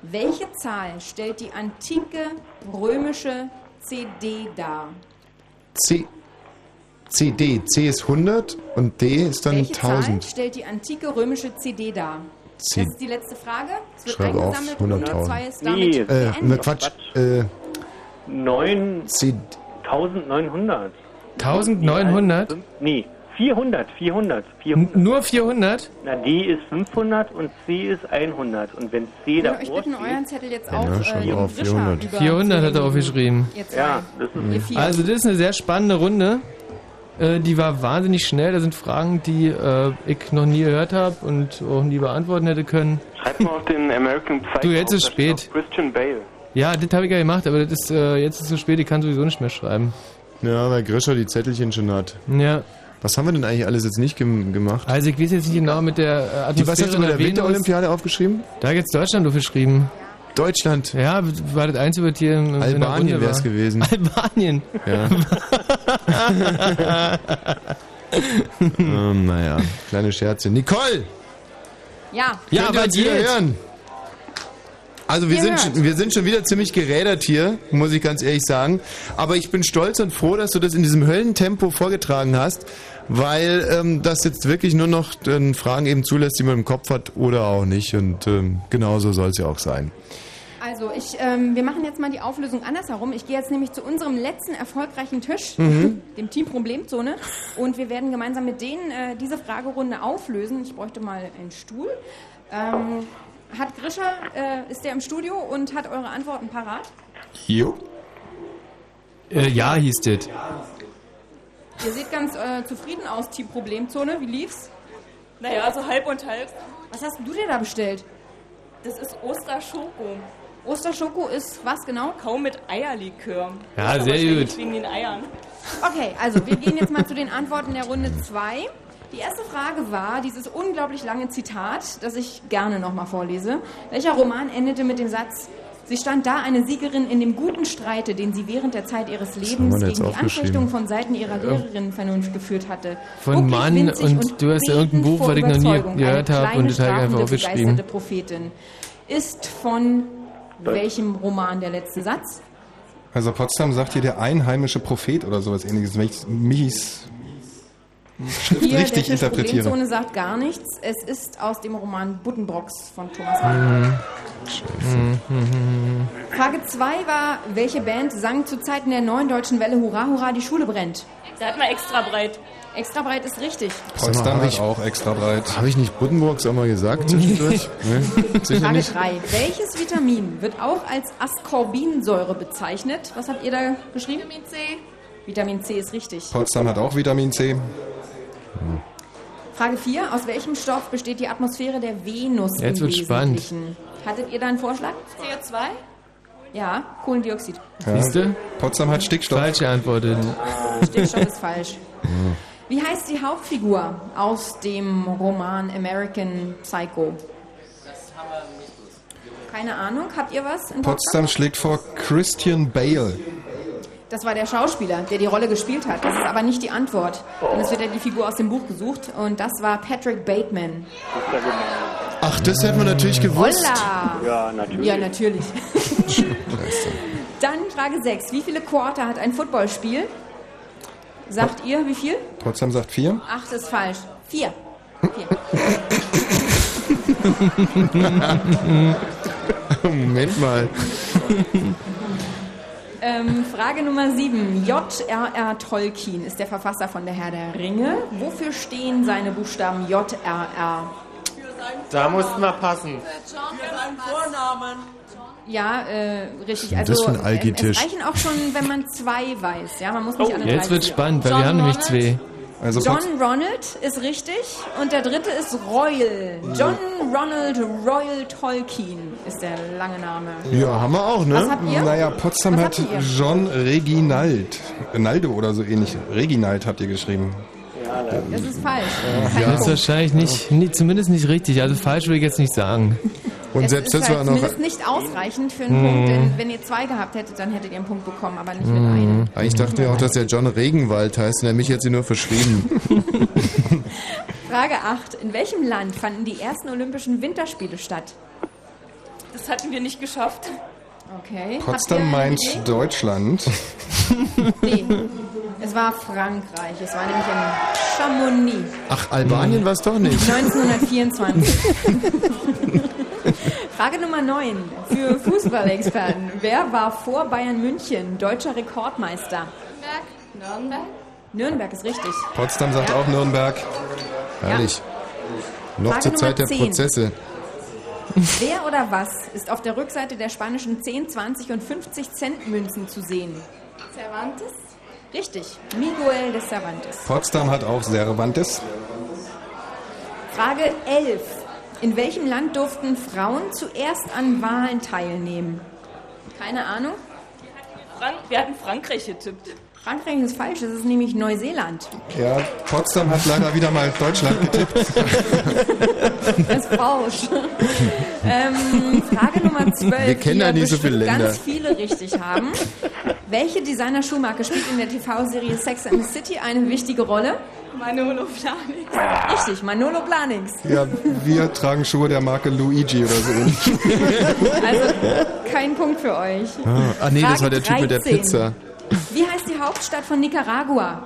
Welche Zahl stellt die antike römische CD dar?
C, CD. C ist 100 und D ist dann
Welche Zahl
1000.
stellt die antike römische CD dar?
C-
Das ist die letzte Frage. Es wird
Schreibe auf,
eingesammelt und 2 ist
100.000.
damit
äh,
beendet.
ne Quatsch. Äh,
1900.
1900?
Nee, 400, 400, 400.
Nur 400?
Na, D ist 500 und C ist 100. Und wenn C
Ich würde euch
davor
bitten,
steht-
euren Zettel jetzt
Ja,
auch
schreib
äh, dem
auf,
Grisha
400.
über-
400 hat er aufgeschrieben.
Jetzt
Ja, das
Ihr vier.
Also das ist eine sehr spannende Runde. Äh, die war wahnsinnig schnell. Da sind Fragen, die äh, ich noch nie gehört habe und auch nie beantworten hätte können.
Schreibt mal auf den American Psycho.
Du, jetzt ist
da
spät.
steht noch Christian Bale.
Ja, das habe ich ja gemacht, aber das ist, äh, jetzt ist es zu spät. Ich kann sowieso nicht mehr schreiben.
ja, weil Grischer die Zettelchen schon hat.
Ja.
Was haben wir denn eigentlich alles jetzt nicht gem gemacht?
Also ich weiß jetzt nicht genau mit der äh, Atmosphäre
Die, was hast du bei der
Venus.
Winterolympiade aufgeschrieben?
Da hat jetzt Deutschland aufgeschrieben.
Deutschland.
Ja, war das einzige, was hier in, in der
Albanien
<laughs> Runde
wäre es
war.
gewesen. <laughs>
Albanien.
Ja. ähm, naja, kleine Scherze. Nicole!
Ja.
könnt ihr uns wieder hören? Also wir
Ihr
sind,
hört.
schon- wir sind schon wieder ziemlich gerädert hier, muss ich ganz ehrlich sagen. Aber ich bin stolz und froh, dass du das in diesem Höllentempo vorgetragen hast, weil ähm, das jetzt wirklich nur noch ähm, Fragen eben zulässt, die man im Kopf hat oder auch nicht. Und ähm, genauso soll es ja auch sein.
Also, ich, ähm, wir machen jetzt mal die Auflösung andersherum. Ich gehe jetzt nämlich zu unserem letzten erfolgreichen Tisch,
Mhm.
<laughs> dem Team Problemzone, und wir werden gemeinsam mit denen äh, diese Fragerunde auflösen. Ich bräuchte mal einen Stuhl. Ähm, hat Grisha, äh, ist der im Studio und hat eure Antworten parat?
Jo.
Äh, ja, hieß das.
Ihr seht ganz äh, zufrieden aus, Team Problemzone. Wie lief's?
Naja, so halb und halb.
Was hast du dir da bestellt?
Das ist Osterschoko.
Osterschoko ist was genau?
Kaum mit Eierlikör.
Ja,
Ist
sehr
aber schwierig
gut.
Wegen den Eiern.
Okay, also wir gehen jetzt mal zu den Antworten der Runde 2. Die erste Frage war dieses unglaublich lange Zitat, das ich gerne nochmal vorlese. Welcher Roman endete mit dem Satz, sie stand da, eine Siegerin in dem guten Streite, den sie während der Zeit ihres
haben wir
Lebens
denn
gegen
jetzt
die
aufgeschrieben?
Anfechtung von Seiten ihrer
Ja.
Lehrerinnenvernunft geführt hatte?
Von
Bucklig,
Mann
winzig
und du hast ja
bebend
irgendein Buch,
vor
was ich noch nie
Überzeugung,
gehört
eine
habe
kleine,
und das habe ich einfach
strafende,
aufgeschrieben.
begeisterte Prophetin. Ist von welchem Roman der letzte Satz?
Also Potsdam sagt hier der einheimische Prophet oder sowas ähnliches, wenn ich mich's Schrift
Hier,
richtig
der Tisch
interpretiere.
Problemzone sagt gar nichts. Es ist aus dem Roman Buddenbrocks von Thomas Mann.
Mhm.
Frage 2 war, welche Band sang zu Zeiten der neuen deutschen Welle Hurra, Hurra, die Schule brennt?
Sag mal extra breit.
Extra breit ist richtig.
Potsdam
Hab
hat auch extra breit.
Habe ich nicht Buddenbrooks auch mal gesagt zwischendurch? <laughs> nee, sicher
Frage
nicht.
3. Welches Vitamin wird auch als Ascorbinsäure bezeichnet? Was habt ihr da geschrieben? Vitamin C. Vitamin C ist richtig.
Potsdam hat auch Vitamin C.
Frage 4. Aus welchem Stoff besteht die Atmosphäre der Venus
Jetzt
im
wird's spannend.
Wesentlichen? Hattet ihr da einen Vorschlag? CO2? Ja, Kohlendioxid.
Ja.
Siehst du?
Potsdam hat Stickstoff.
Falsche Antwort.
Stickstoff ist falsch. Wie heißt die Hauptfigur aus dem Roman American Psycho? Keine Ahnung, habt ihr was? in
Potsdam schlägt vor Christian Bale.
Potsdam? Das war der Schauspieler, der die Rolle gespielt hat. Das ist aber nicht die Antwort. Und es wird ja die Figur aus dem Buch gesucht. Und das war Patrick Bateman.
Ach, das hätten wir natürlich gewusst.
Holla!
Ja, natürlich.
Ja, natürlich. Dann Frage 6. Wie viele Quarter hat ein Footballspiel? Sagt ihr, wie viel?
Potsdam sagt vier.
<laughs> Acht ist falsch. Vier. Vier.
<laughs> Moment mal.
Ähm, Frage Nummer 7. J.R.R. Tolkien ist der Verfasser von Der Herr der Ringe. Wofür stehen seine Buchstaben J.R.R.?
Da mussten wir passen.
Vornamen.
Ja, äh, richtig.
Was ist
Also,
denn das für ein
ähm,
Algi-Tisch?
Es reichen auch schon, wenn man zwei weiß. Ja, man muss
Oh,
nicht alle
Jetzt
drei
wird
wissen.
spannend, weil wir haben nämlich zwei.
Also
John Ronald ist richtig und der dritte ist Royal. John Ronald Royal Tolkien ist der lange Name.
Ja, haben wir auch,
ne? Was habt ihr?
Naja, Potsdam
Was
hat
habt ihr?
John Reginald. Naldo oder so ähnlich. Reginald habt ihr geschrieben.
Das ist falsch. Kein
Das ist
Punkt.
wahrscheinlich nicht, nee, zumindest nicht richtig. Also falsch würde ich jetzt nicht sagen.
Und
es ist halt zumindest nicht ausreichend für einen
Mhm.
Punkt, denn wenn ihr zwei gehabt hättet, dann hättet ihr einen Punkt bekommen, aber nicht mit einem.
Mhm. Ich dachte ja auch, dass der John Regenwald heißt und er mich jetzt hier nur verschrieben.
Frage 8. In welchem Land fanden die ersten Olympischen Winterspiele statt?
Das hatten wir nicht geschafft.
Okay.
Potsdam
Habt
meint
ihr eine <laughs>
Deutschland.
Idee? Nee. Es war Frankreich. Es war nämlich in Chamonix.
Ach, Albanien war es doch nicht.
1924. Frage Nummer 9. Für Fußballexperten. Wer war vor Bayern München deutscher Rekordmeister?
Nürnberg? Nürnberg?
Nürnberg ist richtig.
Potsdam sagt
Ja.
auch Nürnberg.
Herrlich.
Noch Frage zur Zeit Nummer der 10.
Prozesse.
Wer oder was ist auf der Rückseite der spanischen 10, 20 und 50 Cent Münzen zu sehen? Cervantes? Richtig, Miguel de Cervantes.
Potsdam hat auch Cervantes.
Frage 11. In welchem Land durften Frauen zuerst an Wahlen teilnehmen? Keine Ahnung.
Frank wir hatten Frankreich getippt.
Frankreich ist falsch, das ist nämlich Neuseeland.
Ja, Potsdam hat leider wieder mal Deutschland getippt.
Das
<laughs>
falsch. ähm, Frage Nummer 12.
Wir kennen
die
ja nicht so
bestimmt
viele Länder.
Ganz viele richtig haben. Welche Designer-Schuhmarke spielt in der TV-Serie Sex and the City eine wichtige Rolle? Manolo Blahnik. Richtig, Manolo Blahniks.
Ja, wir tragen Schuhe der Marke Luigi oder so.
Also kein Punkt für euch.
Ah, ah, nee, das
Frage
war der Typ mit der
13.
Pizza.
Wie heißt die Hauptstadt von Nicaragua?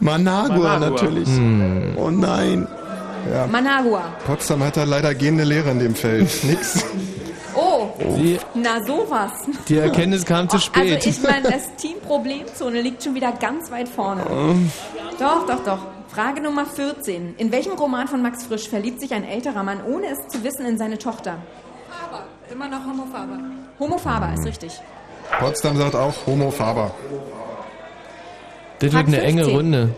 Managua, <laughs>
Managua.
natürlich. Oh nein.
Hm. Ja.
Managua.
Potsdam hat da leider gehende Lehre in dem <laughs> Feld. Nix.
Oh,
Die-
na sowas.
die Erkenntnis kam zu
Och,
spät.
Also ich meine, das Team Problemzone liegt schon wieder ganz weit vorne.
Ähm.
Doch, doch, doch. Frage Nummer 14. In welchem Roman von Max Frisch verliebt sich ein älterer Mann, ohne es zu wissen, in seine Tochter?
Aber immer noch Homo Faber.
bah. Homo Faber ist richtig.
Potsdam sagt auch Homo Faber.
Das wird
Frage
eine enge
15.
Runde.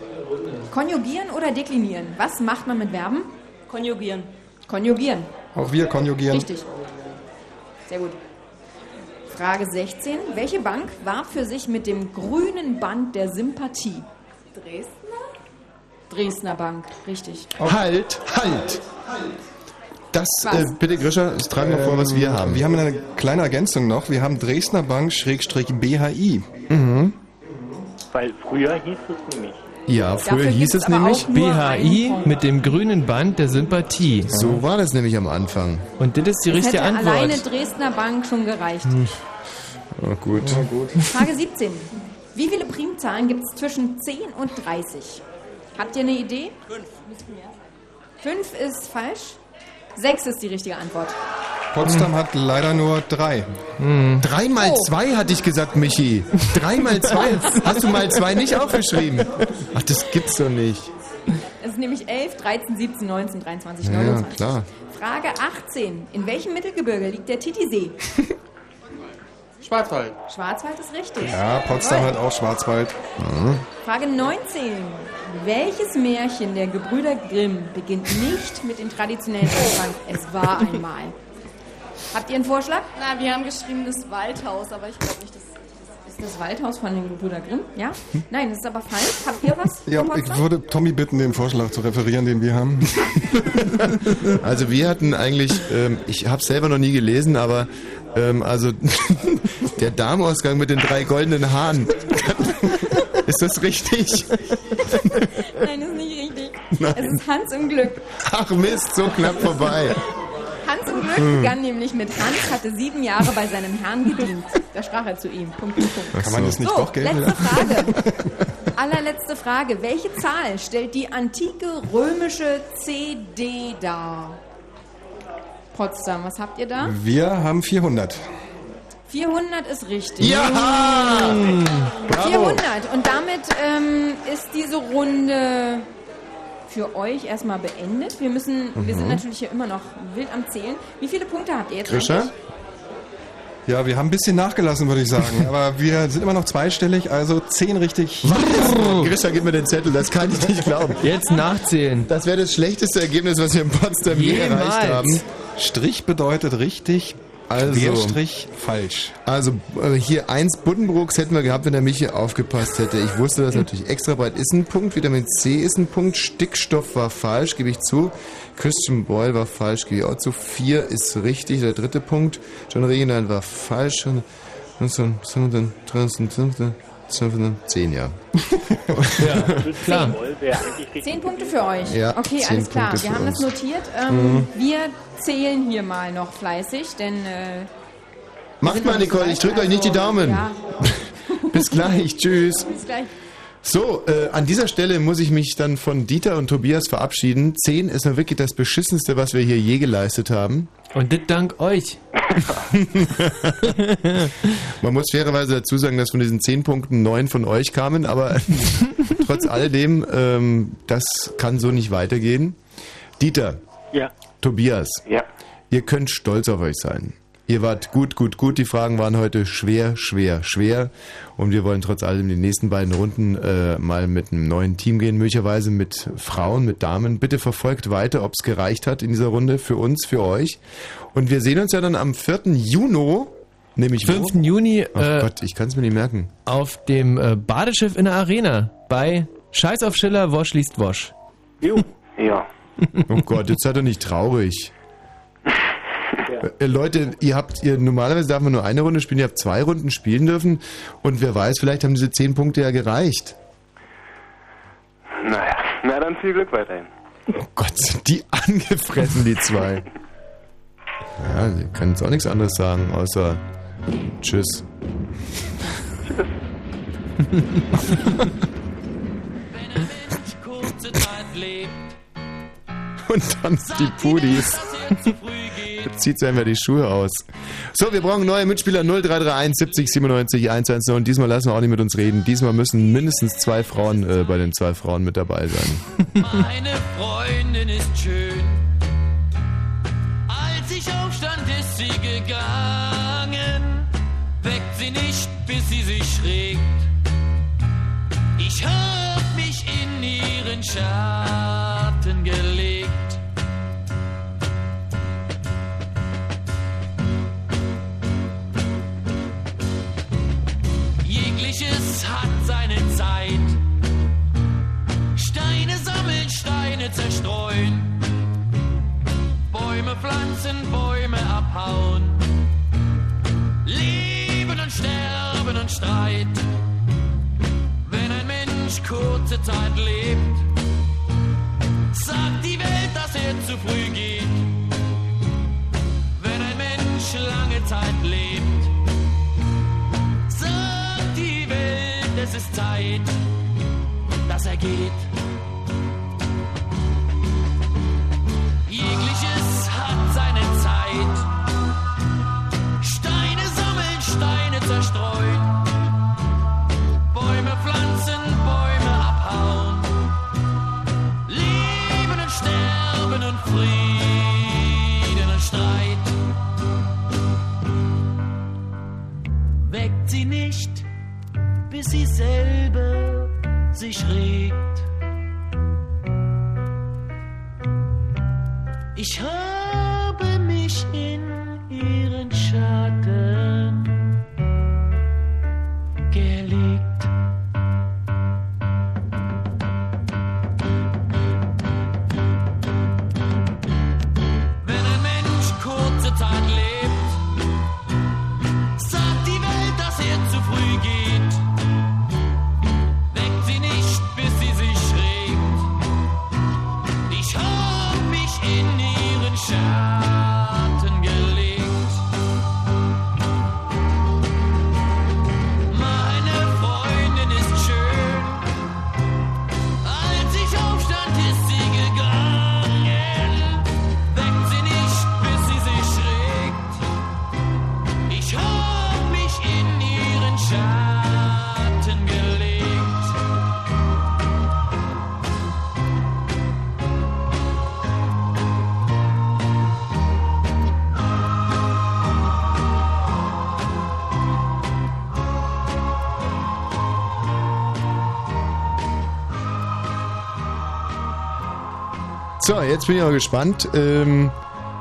Konjugieren oder deklinieren? Was macht man mit Verben? Konjugieren. Konjugieren.
Auch wir konjugieren.
Richtig. Sehr gut. Frage 16. Welche Bank warb für sich mit dem grünen Band der Sympathie? Dresdner? Dresdner Bank, richtig.
Halt, halt. Das, äh, bitte Grischer, es tragen wir vor, was wir haben.
Ähm, Wir haben eine kleine Ergänzung noch. Wir haben Dresdner Bank Schrägstrich BHI. Mhm.
Weil früher hieß es nämlich.
Ja,
früher Dafür hieß gibt's es aber nämlich auch nur
BHI
einen Punkt.
mit dem grünen Band der Sympathie.
So war das nämlich am Anfang.
Und das ist die
Das
richtige
hätte alleine
Antwort. Hm.
Dresdner Bank schon gereicht.
Oh, gut.
Frage 17. Wie viele Primzahlen gibt es zwischen 10 und 30? Habt ihr eine Idee? Fünf. Fünf ist falsch. Sechs ist die richtige Antwort.
Potsdam hat leider nur drei. Mhm.
Drei
Oh.
mal zwei hatte ich gesagt, Michi. Drei mal zwei. Hast du mal zwei nicht aufgeschrieben? Ach, das gibt's doch nicht.
Es ist nämlich 11, 13, 17, 19, 23,
Ja,
29.
klar.
Frage 18. In welchem Mittelgebirge liegt der Titisee?
Schwarzwald.
Schwarzwald ist richtig.
Ja, Potsdam
Jawohl.
hat auch Schwarzwald. Mhm.
Frage 19. Welches Märchen der Gebrüder Grimm beginnt nicht mit dem traditionellen Anfang? Es war einmal. Habt ihr einen Vorschlag?
Na, wir haben geschrieben das Waldhaus, aber ich glaube nicht, dass
Ist das Waldhaus von den Gebrüder Grimm? Ja? Nein, das ist aber falsch. Habt ihr was?
Ja,
von
ich
Potsdam?
würde Tommy bitten, den Vorschlag zu referieren, den wir haben.
Also wir hatten eigentlich, ähm, ich habe selber noch nie gelesen, aber ähm, also <laughs> der Darmausgang mit den drei goldenen Haaren. <laughs> Ist das richtig? <laughs>
Nein, das ist nicht
<laughs>
richtig.
Nein.
Es ist Hans im Glück.
Ach Mist, so knapp vorbei.
Hans im Glück
Hm.
begann nämlich mit Hans hatte sieben Jahre bei seinem Herrn gedient. Da sprach er zu ihm. Punkt, Punkt, Punkt.
Kann man das nicht
so,
doch gelten
letzte Frage. Allerletzte Frage. Welche Zahl stellt die antike römische CD dar? Potsdam, was habt ihr da?
Hm. Wir haben 400.
400 ist richtig. 400.
Bravo.
Und damit ähm, ist diese Runde für euch erstmal beendet. Wir müssen, wir sind
Mhm.
natürlich hier immer noch wild am Zählen. Wie viele Punkte habt ihr jetzt?
Grisha?
eigentlich?
Ja, wir haben ein bisschen nachgelassen, würde ich sagen. Aber wir sind immer noch zweistellig, also 10 richtig.
Grisha, gib mir den Zettel, das kann ich nicht glauben.
Jetzt nachzählen.
Das wäre das schlechteste Ergebnis, was wir in Potsdam je erreicht haben.
Strich bedeutet richtig,
Also,
Querstrich falsch.
Also äh, hier eins Buddenbrooks hätten wir gehabt, wenn der Michi aufgepasst hätte. Ich wusste
Mhm.
das natürlich. Extrabreit ist ein Punkt, Vitamin C ist ein Punkt, Stickstoff war falsch, gebe ich zu. Christian Boyle war falsch, gebe ich auch zu. Vier ist richtig, der dritte Punkt. John Regenland war falsch. Und Zehn, ja.
<laughs>
klar.
Wäre eigentlich richtig
Zehn Punkte für euch.
Ja,
okay,
zehn
alles klar.
Punkte
wir
für
haben das
uns.
notiert. Ähm,
Mhm.
Wir zählen hier mal noch fleißig, denn äh, also,
Macht mal, Nicole, ich drücke euch nicht die Daumen.
ja,
Bis gleich, tschüss.
bis gleich.
So, äh, an dieser Stelle muss ich mich dann von Dieter und Tobias verabschieden. 10 ist nun wirklich das Beschissenste, was wir hier je geleistet haben.
Und das dank euch.
<laughs> Man muss fairerweise dazu sagen, dass von diesen 10 Punkten 9 von euch kamen,
<laughs>
aber trotz alledem, ähm, das kann so nicht weitergehen. Dieter,
Ja.
Tobias,
Ja.
ihr könnt stolz auf euch sein. Ihr wart gut, gut, gut. Die Fragen waren heute schwer, schwer, schwer. Und wir wollen trotz allem die nächsten beiden Runden äh, mal mit einem neuen Team gehen, möglicherweise mit Frauen, mit Damen. Bitte verfolgt weiter, ob es gereicht hat in dieser Runde für uns, für euch. Und wir sehen uns ja dann am 4. Juni Nämlich
5. Juni. äh,
Ach Gott, ich kann es mir nicht merken.
Auf dem äh, Badeschiff in der Arena bei Scheiß auf Schiller, Wosch liest Wosch.
Jo. Ja. Oh Gott, jetzt seid doch nicht traurig. Äh, Leute, ihr habt, ihr, normalerweise darf man nur eine Runde spielen, ihr habt zwei Runden spielen dürfen und wer weiß, vielleicht haben diese zehn Punkte ja gereicht.
Naja, na dann viel Glück weiterhin.
Oh Gott, sind die <laughs> angefressen, die zwei. Ja, sie können jetzt auch nichts anderes sagen, außer <laughs> Tschüss. Und dann die Pudis. Jetzt zieht sie einfach die Schuhe aus. So, wir brauchen neue Mitspieler 0331 70 97 110. Und diesmal lassen wir auch nicht mit uns reden. Diesmal müssen mindestens zwei Frauen äh, bei den zwei Frauen mit dabei sein.
Meine Freundin ist schön. Als ich aufstand, ist sie gegangen. Weckt sie nicht, bis sie sich schrägt. Ich hab mich in ihren Schatten gelegt. Jegliches hat seine Zeit. Steine sammeln, Steine zerstreuen. Bäume pflanzen, Bäume abhauen. Leben und Sterben und Streit. Wenn ein Mensch kurze Zeit lebt, sagt die Welt, dass er zu früh geht. Wenn ein Mensch lange Zeit lebt, sagt die Welt, es ist Zeit, dass er geht. Jegliches hat seine Zeit. Steine sammeln, Steine zerstreuen. Bäume pflanzen, Bäume abhauen. Leben und Sterben und Frieden und Streit. Weckt sie nicht, bis sie selber sich regt. Ich habe mich in ihren Schatten gelegt. Wenn ein Mensch kurze Zeit lebt, sagt die Welt, dass er zu früh geht. Weckt sie nicht, bis sie sich schrägt. Ich hab mich in ihren Schatten gelegt. Meine Freundin ist schön. Als ich aufstand, ist sie gegangen. Weckt sie nicht, bis sie sich schrägt. Ich hab mich in ihren Schatten gelegt.
So, jetzt bin ich auch gespannt. Ähm,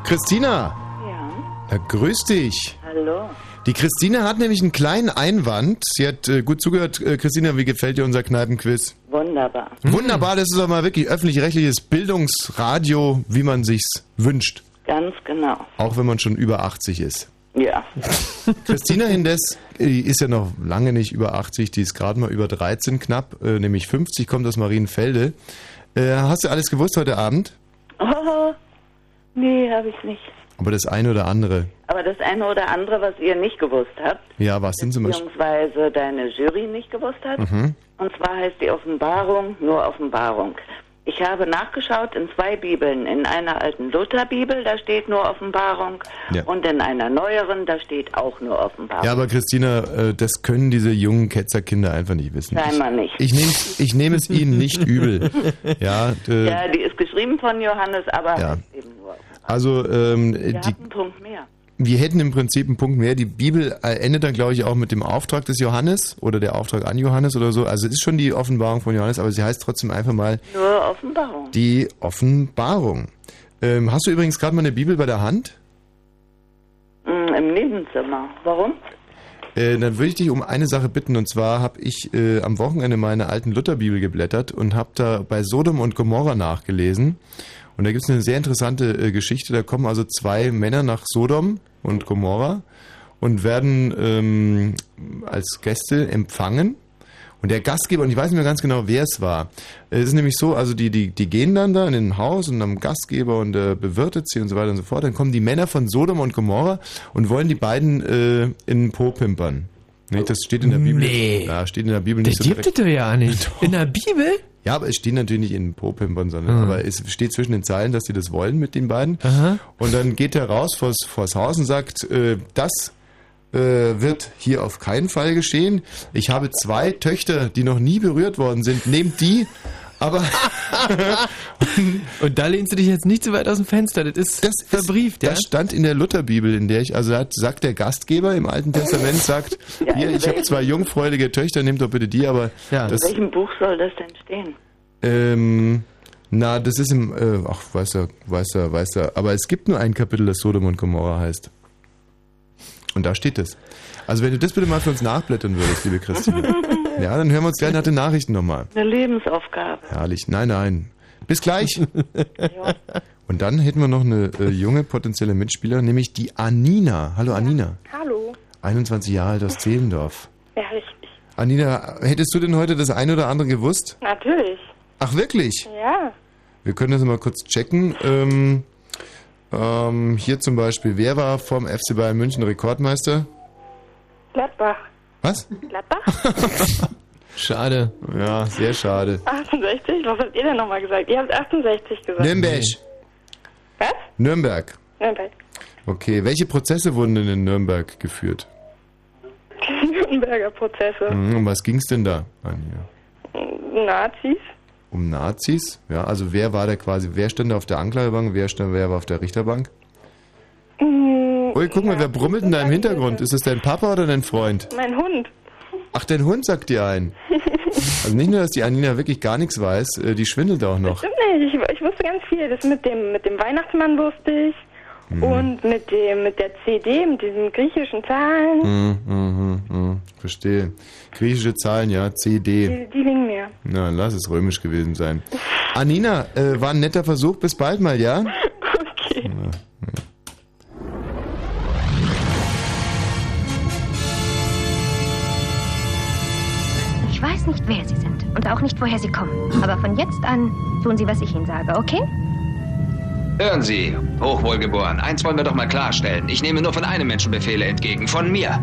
Christina,
Ja,
na, grüß dich.
hallo.
Die Christina hat nämlich einen kleinen Einwand. Sie hat äh, gut zugehört. Äh, Christina, wie gefällt dir unser Kneipenquiz?
Wunderbar.
Wunderbar, das ist doch mal wirklich öffentlich-rechtliches Bildungsradio, wie man sich's wünscht.
Ganz genau.
Auch wenn man schon über 80 ist.
Ja.
Christina Hindes äh, ist ja noch lange nicht über 80, die ist gerade mal über 13 knapp, äh, nämlich 50, kommt aus Marienfelde. Äh, hast du alles gewusst heute Abend?
Oh, nee, habe ich nicht.
Aber das eine oder andere.
Aber das eine oder andere, was ihr nicht gewusst habt,
Ja, was sind sie mal?
beziehungsweise deine Jury nicht gewusst hat,
Mhm.
und zwar heißt die Offenbarung nur Offenbarung. Ich habe nachgeschaut in zwei Bibeln. In einer alten Lutherbibel, da steht nur Offenbarung,
Ja.
und in einer neueren, da steht auch nur Offenbarung.
Ja, aber Christina, äh, das können diese jungen Ketzerkinder einfach nicht wissen.
Scheinbar
Ich- Ich nehme ich nehm es ihnen nicht
<laughs>
übel. Ja, äh,
ja, die ist geschrieben von Johannes, aber
Ja.
heißt eben nur.
also ähm,
Ihr
die,
habt einen Punkt mehr.
wir hätten im Prinzip einen Punkt mehr. Die Bibel äh, endet dann, glaube ich, auch mit dem Auftrag des Johannes oder der Auftrag an Johannes oder so. Also es ist schon die Offenbarung von Johannes, aber sie heißt trotzdem einfach mal
Nur Offenbarung.
die Offenbarung. Ähm, hast du übrigens gerade mal eine Bibel bei der Hand?
Hm, im Nebenzimmer. Warum?
Äh, dann würde ich dich um eine Sache bitten. Und zwar habe ich äh, am Wochenende meine alten Lutherbibel geblättert und habe da bei Sodom und Gomorra nachgelesen. Und da gibt es eine sehr interessante äh, Geschichte. Da kommen also zwei Männer nach Sodom und Gomorra und werden ähm, als Gäste empfangen. Und der Gastgeber, und ich weiß nicht mehr ganz genau, wer es war. Es ist nämlich so, also die, die, die gehen dann da in ein Haus und am Gastgeber und äh, bewirtet sie und so weiter und so fort. Dann kommen die Männer von Sodom und Gomorra und wollen die beiden äh, in den Po pimpern. Nee, das steht in der Bibel.
Nee.
Ja, steht in der Bibel
Das
nicht so
gibt es
direkt.
doch
<laughs>
ja nicht. In der Bibel?
Ja, aber es steht natürlich nicht in den Po pimpern, sondern
Hm.
aber es steht zwischen den Zeilen, dass sie das wollen mit den beiden. Und dann geht er raus vors, vors Haus und sagt, äh, das äh, wird hier auf keinen Fall geschehen. Ich habe zwei Töchter, die noch nie berührt worden sind. Nehmt die, aber...
<laughs> und da lehnst du dich jetzt nicht so weit aus dem Fenster. Das ist verbrieft, ja?
Das stand in der Lutherbibel, in der ich, also da hat, sagt der Gastgeber im Alten Testament, sagt,
Ja,
hier,
in
ich habe
welchem-
zwei jungfräulige Töchter, nehmt doch bitte die, aber Ah, das,
In welchem Buch soll das denn stehen?
ähm, na, das ist im, äh, ach, weiß er, weiß er, weiß er, aber es gibt nur ein Kapitel, das Sodom und Gomorra heißt. Und da steht es. Also wenn du das bitte mal für uns nachblättern würdest, liebe Christine. ja, dann hören wir uns gerne nach den Nachrichten nochmal.
Eine Lebensaufgabe.
Herrlich. Nein, nein. Bis gleich. Und dann hätten wir noch eine äh, junge potenzielle Mitspieler, nämlich die Anina. Hallo Anina.
Hallo.
21 Jahre alt aus Zehlendorf.
Ja, ich, ich,
Anina, hättest du denn heute das eine oder andere gewusst?
natürlich.
Ach wirklich?
Ja.
Wir können das mal kurz checken. Ähm, ähm, hier zum Beispiel, wer war vom FC Bayern München Rekordmeister?
Gladbach.
Was?
Gladbach? <laughs>
Schade. Ja, sehr schade.
68? Was habt ihr denn nochmal gesagt? Ihr habt 68 gesagt.
Nürnberg.
Was?
Nürnberg.
Nürnberg.
Okay, welche Prozesse wurden denn in Nürnberg geführt?
Die Nürnberger Prozesse.
Mhm, Um was ging's denn da, Anja?
Nazis.
Um Nazis? Ja, also wer war da quasi, wer stand da auf der Anklagebank, wer, stand, wer war auf der Richterbank?
Mhm.
Ui, guck mal, wer brummelt denn da im Hintergrund? Ist es dein Papa oder dein Freund?
Mein Hund.
Ach, dein Hund sagt dir ein. Also nicht nur, dass die Anina wirklich gar nichts weiß, äh, die schwindelt auch
<laughs>
noch.
Stimmt nicht. Ich, ich wusste ganz viel. Das mit dem, mit dem Weihnachtsmann wusste ich.
Mhm.
Und mit dem, mit der CD, mit diesen griechischen Zahlen.
Mhm, mhm, mhm. Verstehe. Griechische Zahlen, ja, CD.
Die, die liegen mir.
Na, lass es römisch gewesen sein. Anina, äh, war ein netter Versuch, bis bald mal, ja? Okay.
Ich weiß nicht, wer Sie sind und auch nicht, woher Sie kommen. Aber von jetzt an tun Sie, was ich Ihnen sage, okay?
Hören Sie, hochwohlgeboren, eins wollen wir doch mal klarstellen. Ich nehme nur von einem Menschen Befehle entgegen, von mir.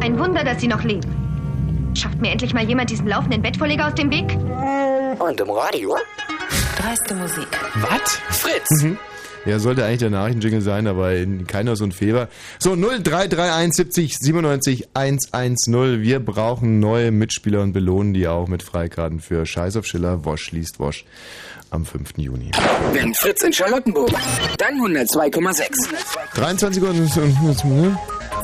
Ein Wunder, dass Sie noch leben. Schafft mir endlich mal jemand diesen laufenden Bettvorleger aus dem Weg?
Und im Radio.
Dreiste Musik.
Was? Fritz! Mhm. Ja, sollte eigentlich der Nachrichtenjingle sein, aber in- keiner so ein Fehler. So, 0331 70 97 110. Wir brauchen neue Mitspieler und belohnen die auch mit Freikarten für Scheiß auf Schiller. Wosch liest Wosch am 5. Juni.
Wenn Fritz in Charlottenburg, dann 102,6.
23 Uhr und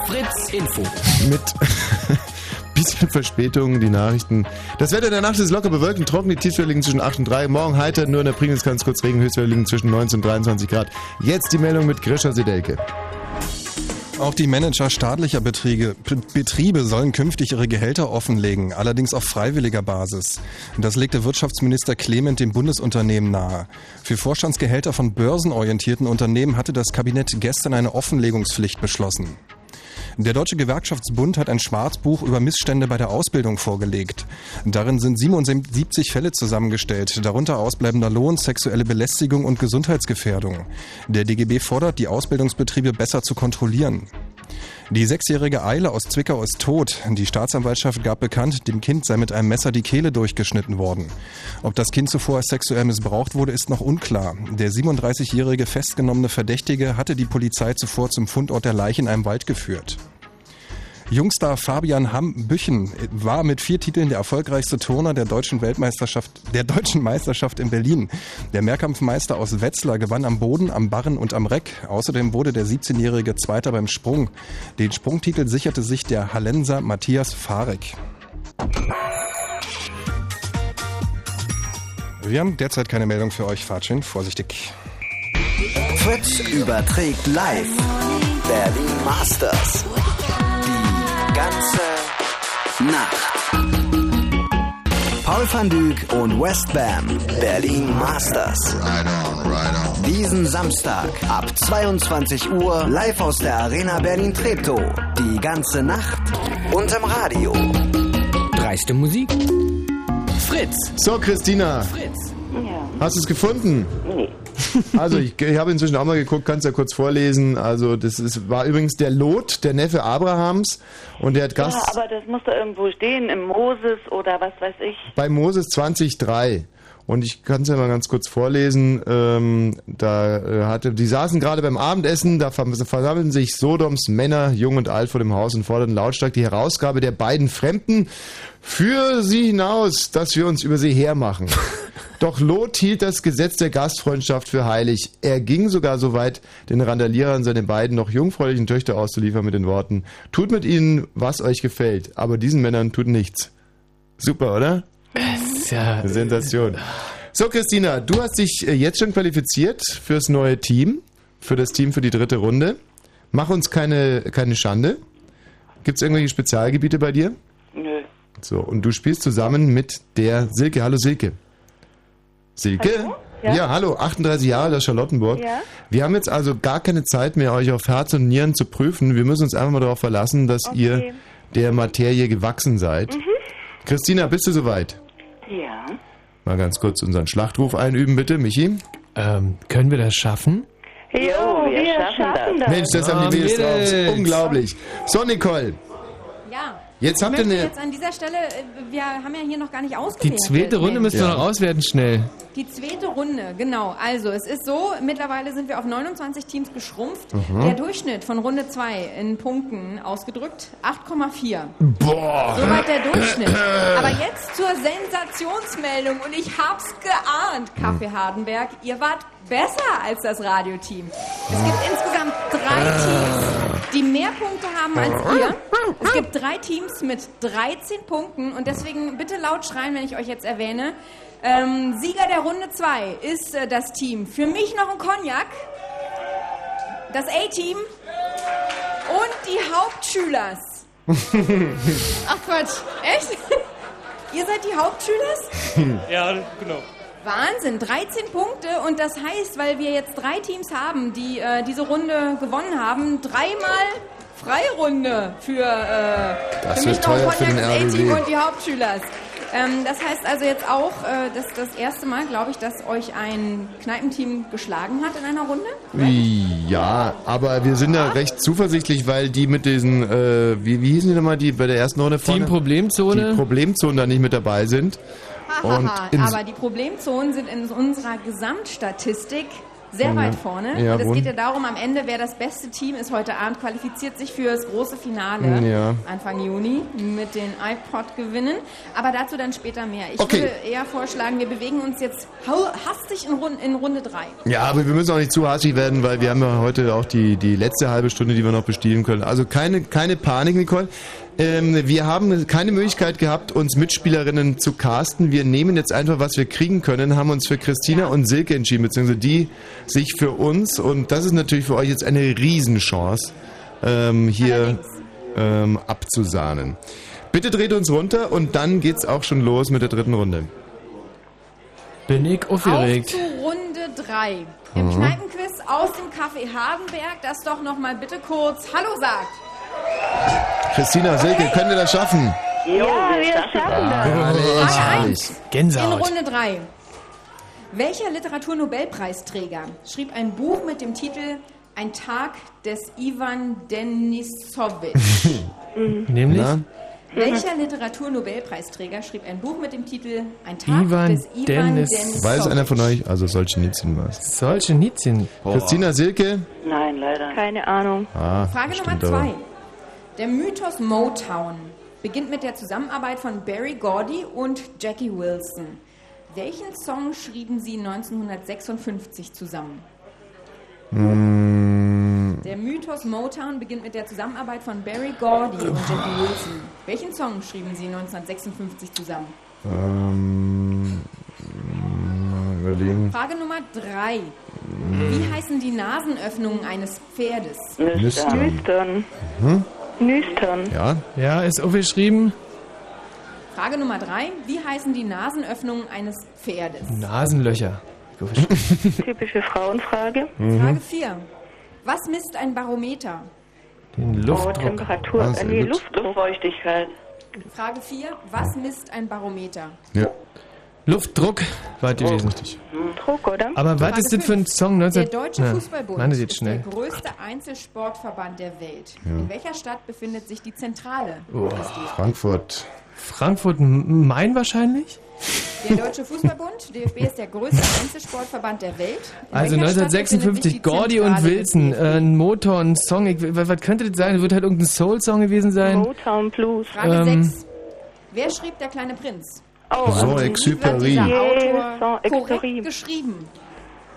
Fritz Info.
mit <laughs> bisschen Verspätung die Nachrichten. Das Wetter der Nacht ist locker bewölkt und trocken. Die Tiefstwerte liegen zwischen 8 und 3. Morgen heiter, nur in der Prignitz kann es kurz Regen. Höchstwerte liegen zwischen 19 und 23 Grad. Jetzt die Meldung mit Grischer Sedelke.
Auch die Manager staatlicher Betriebe, P- Betriebe sollen künftig ihre Gehälter offenlegen, allerdings auf freiwilliger Basis. Das legte Wirtschaftsminister Clement dem Bundesunternehmen nahe. Für Vorstandsgehälter von börsenorientierten Unternehmen hatte das Kabinett gestern eine Offenlegungspflicht beschlossen. Der Deutsche Gewerkschaftsbund hat ein Schwarzbuch über Missstände bei der Ausbildung vorgelegt. Darin sind 77 Fälle zusammengestellt, darunter ausbleibender Lohn, sexuelle Belästigung und Gesundheitsgefährdung. Der DGB fordert, die Ausbildungsbetriebe besser zu kontrollieren. Die sechsjährige Eile aus Zwickau ist tot. Die Staatsanwaltschaft gab bekannt, dem Kind sei mit einem Messer die Kehle durchgeschnitten worden. Ob das Kind zuvor sexuell missbraucht wurde, ist noch unklar. Der 37-jährige festgenommene Verdächtige hatte die Polizei zuvor zum Fundort der Leiche in einem Wald geführt. Jungstar Fabian Hambüchen war mit vier Titeln der erfolgreichste Turner der deutschen Weltmeisterschaft, der deutschen Meisterschaft in Berlin. Der Mehrkampfmeister aus Wetzlar gewann am Boden, am Barren und am Reck. Außerdem wurde der 17-jährige Zweiter beim Sprung. Den Sprungtitel sicherte sich der Hallenser Matthias Farek. Wir haben derzeit keine Meldung für euch. Fahrt schön vorsichtig.
Fritz überträgt live Berlin Masters. Die ganze Nacht. Paul van Dyk und Westbam Berlin Masters. Diesen Samstag ab 22 Uhr live aus der Arena Berlin Treptow. Die ganze Nacht unterm Radio.
Dreiste Musik.
Fritz.
So, Christina.
Fritz.
Hast du es gefunden?
Nee.
Also, ich, ich habe inzwischen auch mal geguckt, kannst ja kurz vorlesen. Also, das ist, war übrigens der Lot, der Neffe Abrahams, und der hat Gast
Ja, aber das muss da irgendwo stehen, im Moses oder was weiß ich.
bei Moses 20.3. Und ich kann es ja mal ganz kurz vorlesen. Ähm, da äh, hatte, die saßen gerade beim Abendessen, da ver- versammelten sich Sodoms Männer, jung und alt, vor dem Haus und forderten lautstark die Herausgabe der beiden Fremden für sie hinaus, dass wir uns über sie hermachen. Doch Lot hielt das Gesetz der Gastfreundschaft für heilig. Er ging sogar so weit, den Randalierern seine beiden noch jungfräulichen Töchter auszuliefern mit den Worten, tut mit ihnen, was euch gefällt, aber diesen Männern tut nichts. Super, oder?
Ja.
Sensation. So, Christina, du hast dich äh, jetzt schon qualifiziert fürs neue Team, für das Team für die dritte Runde. Mach uns keine, keine Schande. Gibt es irgendwelche Spezialgebiete bei dir?
Nö.
So, und du spielst zusammen mit der Silke. Hallo, Silke. Silke?
Hallo?
Ja.
Ja.
hallo, 38 Jahre aus Charlottenburg.
Ja.
Wir haben jetzt also gar keine Zeit mehr, euch auf Herz und Nieren zu prüfen. Wir müssen uns einfach mal darauf verlassen, dass
Okay.
ihr der Materie gewachsen seid.
Mhm.
Christina, bist du soweit?
Mhm. Ja.
Mal ganz kurz unseren Schlachtruf einüben, bitte, Michi.
Ähm, können wir das schaffen?
Jo, wir, schaffen, das.
Mensch, das haben die
Ah,
Mädels drauf.
Mädels.
Unglaublich. So, Nicole,
Ja.
Jetzt
ich
habt ihr
möchte
eine-
jetzt an dieser Stelle, äh, wir haben ja hier noch gar nicht ne?
Die
ausgewertet.
zweite Runde müssen
Ja.
wir noch auswerten, schnell.
Die zweite Runde, genau. Also es ist so, mittlerweile sind wir auf 29 Teams geschrumpft.
Mhm.
Der Durchschnitt von Runde 2 in Punkten ausgedrückt 8,4.
Boah.
Soweit der
<clears throat>
<laughs>
Durchschnitt. Aber jetzt zur Sensationsmeldung und ich hab's geahnt, Kaffee Hardenberg, ihr wart besser als das Radioteam. Es gibt insgesamt drei Teams, die mehr Punkte haben als ihr. Es gibt drei Teams mit 13 Punkten und deswegen bitte laut schreien, wenn ich euch jetzt erwähne. Ähm, Sieger der Runde 2 ist äh, das Team. Für mich noch ein Cognac. Das A-Team und die Hauptschülers. Ach Quatsch, echt? <laughs> Ihr seid die Hauptschülers?
<laughs> Ja, genau.
Wahnsinn, 13 Punkte und das heißt, weil wir jetzt drei Teams haben, die äh, diese Runde gewonnen haben, dreimal Freirunde für, äh,
Das
für mich
wird teuer
noch
für den
Cognac das A-Team
RBB.
und die Hauptschülers. Ähm, das heißt also jetzt auch, äh, dass das erste Mal, glaube ich, dass euch ein Kneipenteam geschlagen hat in einer Runde.
Ja, aber wir sind da recht zuversichtlich, weil die mit diesen, äh, wie, wie hießen die nochmal, die bei der ersten Runde vorne?
Team Problemzone.
Die Problemzone da nicht mit dabei sind. Und
Hahaha,
in,
aber die Problemzonen sind in unserer Gesamtstatistik sehr
Ja.
weit vorne.
Ja,
und es
wun-
geht ja darum, am Ende, wer das beste Team ist heute Abend, qualifiziert sich für das große Finale
Hm, Ja.
Anfang Juni mit den iPod-Gewinnen. Aber dazu dann später mehr. Ich
Okay.
würde eher vorschlagen, wir bewegen uns jetzt hau- hastig in, Rund in Runde 3.
ja, aber wir müssen auch nicht zu hastig werden, weil wir haben ja heute auch die, die letzte halbe Stunde, die wir noch bestiegen können. Also keine, keine Panik, Nicole. Ähm, wir haben keine Möglichkeit gehabt, uns Mitspielerinnen zu casten. Wir nehmen jetzt einfach, was wir kriegen können, haben uns für Christina und Silke entschieden, beziehungsweise die sich für uns. Und das ist natürlich für euch jetzt eine Riesenchance, ähm, hier ähm, abzusahnen. Bitte dreht uns runter und dann geht's auch schon los mit der dritten Runde.
Bin ich
Auf zu Runde 3. Im
Mhm.
Kneipenquiz aus dem Café Hardenberg, das doch nochmal bitte kurz Hallo sagt.
Christina, Silke, können wir das schaffen?
ja, wir schaffen
Herrlich.
In Runde 3. Welcher Literaturnobelpreisträger schrieb ein Buch mit dem Titel Ein Tag des Ivan
<laughs>
Denisowitsch?
Nämlich?
Welcher Literaturnobelpreisträger schrieb ein Buch mit dem Titel Ein Tag
Ivan
des Ivan
Dennis.
Denisowitsch?
Weiß einer von euch? Also Solzhenitsyn war es.
Solzhenitsyn.
Christina, Silke?
Nein, leider.
Keine Ahnung.
Ah,
Frage Nummer
stimmt
zwei.
aber.
Der Mythos Motown beginnt mit der Zusammenarbeit von Barry Gordy und Jackie Wilson. Welchen Song schrieben sie 1956 zusammen?
Mm,
Der Mythos Motown beginnt mit der Zusammenarbeit von Barry Gordy und Jackie Wilson. Welchen Song schrieben sie 1956 zusammen?
ähm, überlegen.
Frage Nummer drei.
Hm.
Wie heißen die Nasenöffnungen eines Pferdes?
Nüstern.
Nüstern.
Hm?
Nüstern.
Ja?
Ja, ist aufgeschrieben.
Frage Nummer drei. Wie heißen die Nasenöffnungen eines Pferdes?
<laughs> Nasenlöcher.
Typische Frauenfrage.
Mhm.
Frage 4. Was misst ein Barometer?
Den Luftdruck.
Temperatur,
Ah,
äh,
sehr
nee,
gut.
Luft, Luftfeuchtigkeit.
Frage 4. Was misst ein Barometer?
Ja. Oh,
Luftdruck war die gewesen. Richtig.
Hm, Druck, oder?
Aber was ist das für ein Song? 19
Der Deutsche
Ja.
Fußballbund
Mann, das geht
ist
schnell.
der größte Einzelsportverband der Welt.
Ja.
In welcher Stadt befindet sich die Zentrale?
Oh.
Frankfurt.
Frankfurt M- Main wahrscheinlich?
Der Deutsche Fußballbund, DFB, ist der größte Einzelsportverband der Welt. In
Also
welcher Stadt befindet
1956,
sich die
Gordy und
Zentrale des
Wilson, äh, ein Motor, ein Song, ich, was, was könnte das sein? Das wird halt irgendein Soul-Song gewesen sein.
Motown Blues. Frage
Ähm.
6. Wer schrieb Der kleine Prinz?
Oh,
also
Saint-Exupéry.
Wie
Yeah,
wird dieser Autor korrekt geschrieben?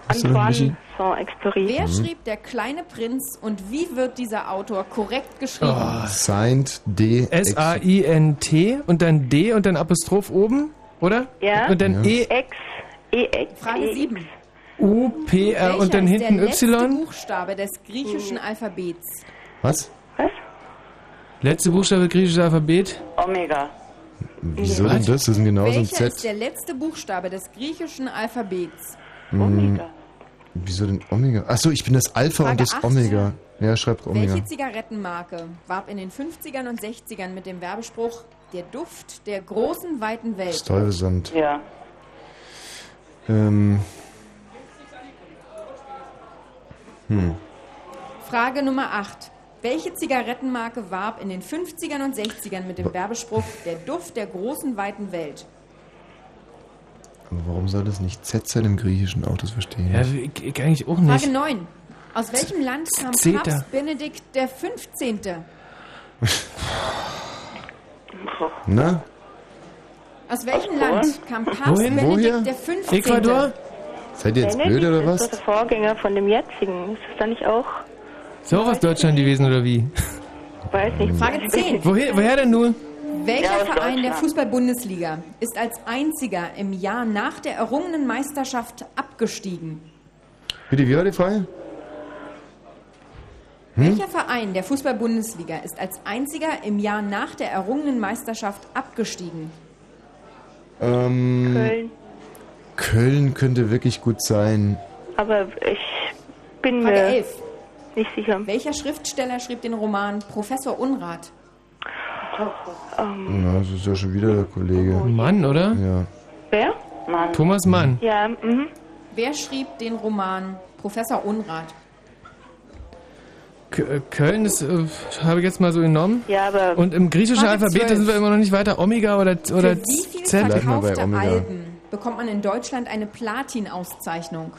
Hast du noch ein bisschen?
Saint-Exupéry. Wer
Mhm.
schrieb Der kleine Prinz und wie wird dieser Autor korrekt geschrieben?
Oh.
Signed D.
S-A-I-N-T und dann D und dann Apostroph oben, oder?
Ja. E-
Und dann E-
Ja.
E-X,
EX. Frage 7.
U-P-R E- äh, und dann
ist
hinten
der letzte
Y.
Buchstabe des griechischen Alphabets?
Was?
Letzte Buchstabe griechisches Alphabet.
Omega.
Wieso denn das? Das ist genauso ein
Welcher ist
Z.
der letzte Buchstabe des griechischen Alphabets?
Omega. Hm. Wieso denn Omega? Achso, ich bin das Alpha
Frage
und das
8.
Omega. Ja, schreibt Omega.
Welche Zigarettenmarke warb in den 50ern und 60ern mit dem Werbespruch Der Duft der großen, weiten Welt?
Stuyvesant.
Ja.
Ähm. Hm.
Frage Nummer 8. Welche Zigarettenmarke warb in den 50ern und 60ern mit dem Werbespruch Der Duft der großen, weiten Welt?
Aber warum soll das nicht Z sein im griechischen Autos verstehen?
Ja, ich, ich eigentlich auch
Frage 9. Aus welchem Land kam
Zeta.
Papst Benedikt der 15.?
Na?
Aus welchem Land kam Papst
Wohin?
Benedikt
Woher?
der 15.?
Ecuador? Seid ihr jetzt
Benedikt
blöd oder
ist
was?
doch der Vorgänger von dem jetzigen. Ist das dann nicht auch?
Ist auch aus Deutschland gewesen, oder wie?
Weiß
Hm.
nicht.
Frage 10.
Woher, woher denn nur?
Welcher
aus
Verein der
Deutschland.
Fußball-Bundesliga ist als einziger im Jahr nach der errungenen Meisterschaft abgestiegen?
Bitte, wie war die Frage? Hm?
Welcher Verein der Fußball-Bundesliga ist als einziger im Jahr nach der errungenen Meisterschaft abgestiegen?
Ähm,
Köln.
Köln könnte wirklich gut sein.
Aber ich bin
Frage
mir
11.
nicht sicher.
Welcher Schriftsteller schrieb den Roman Professor Unrat?
Ähm, Hm.
Na, das ist ja schon wieder der Kollege.
Mann, oder?
Ja.
Wer?
Thomas Mann.
Ja, mhm. Wer schrieb den Roman Professor Unrat?
K- äh, Köln ist, äh, habe ich jetzt mal so genommen.
Ja, aber-
Und im griechischen
Frage
Alphabet da
12.
sind wir immer noch nicht weiter. Omega oder, oder
Für wie viel
Z.
verkaufte Alben bekommt man in Deutschland eine Platin-Auszeichnung?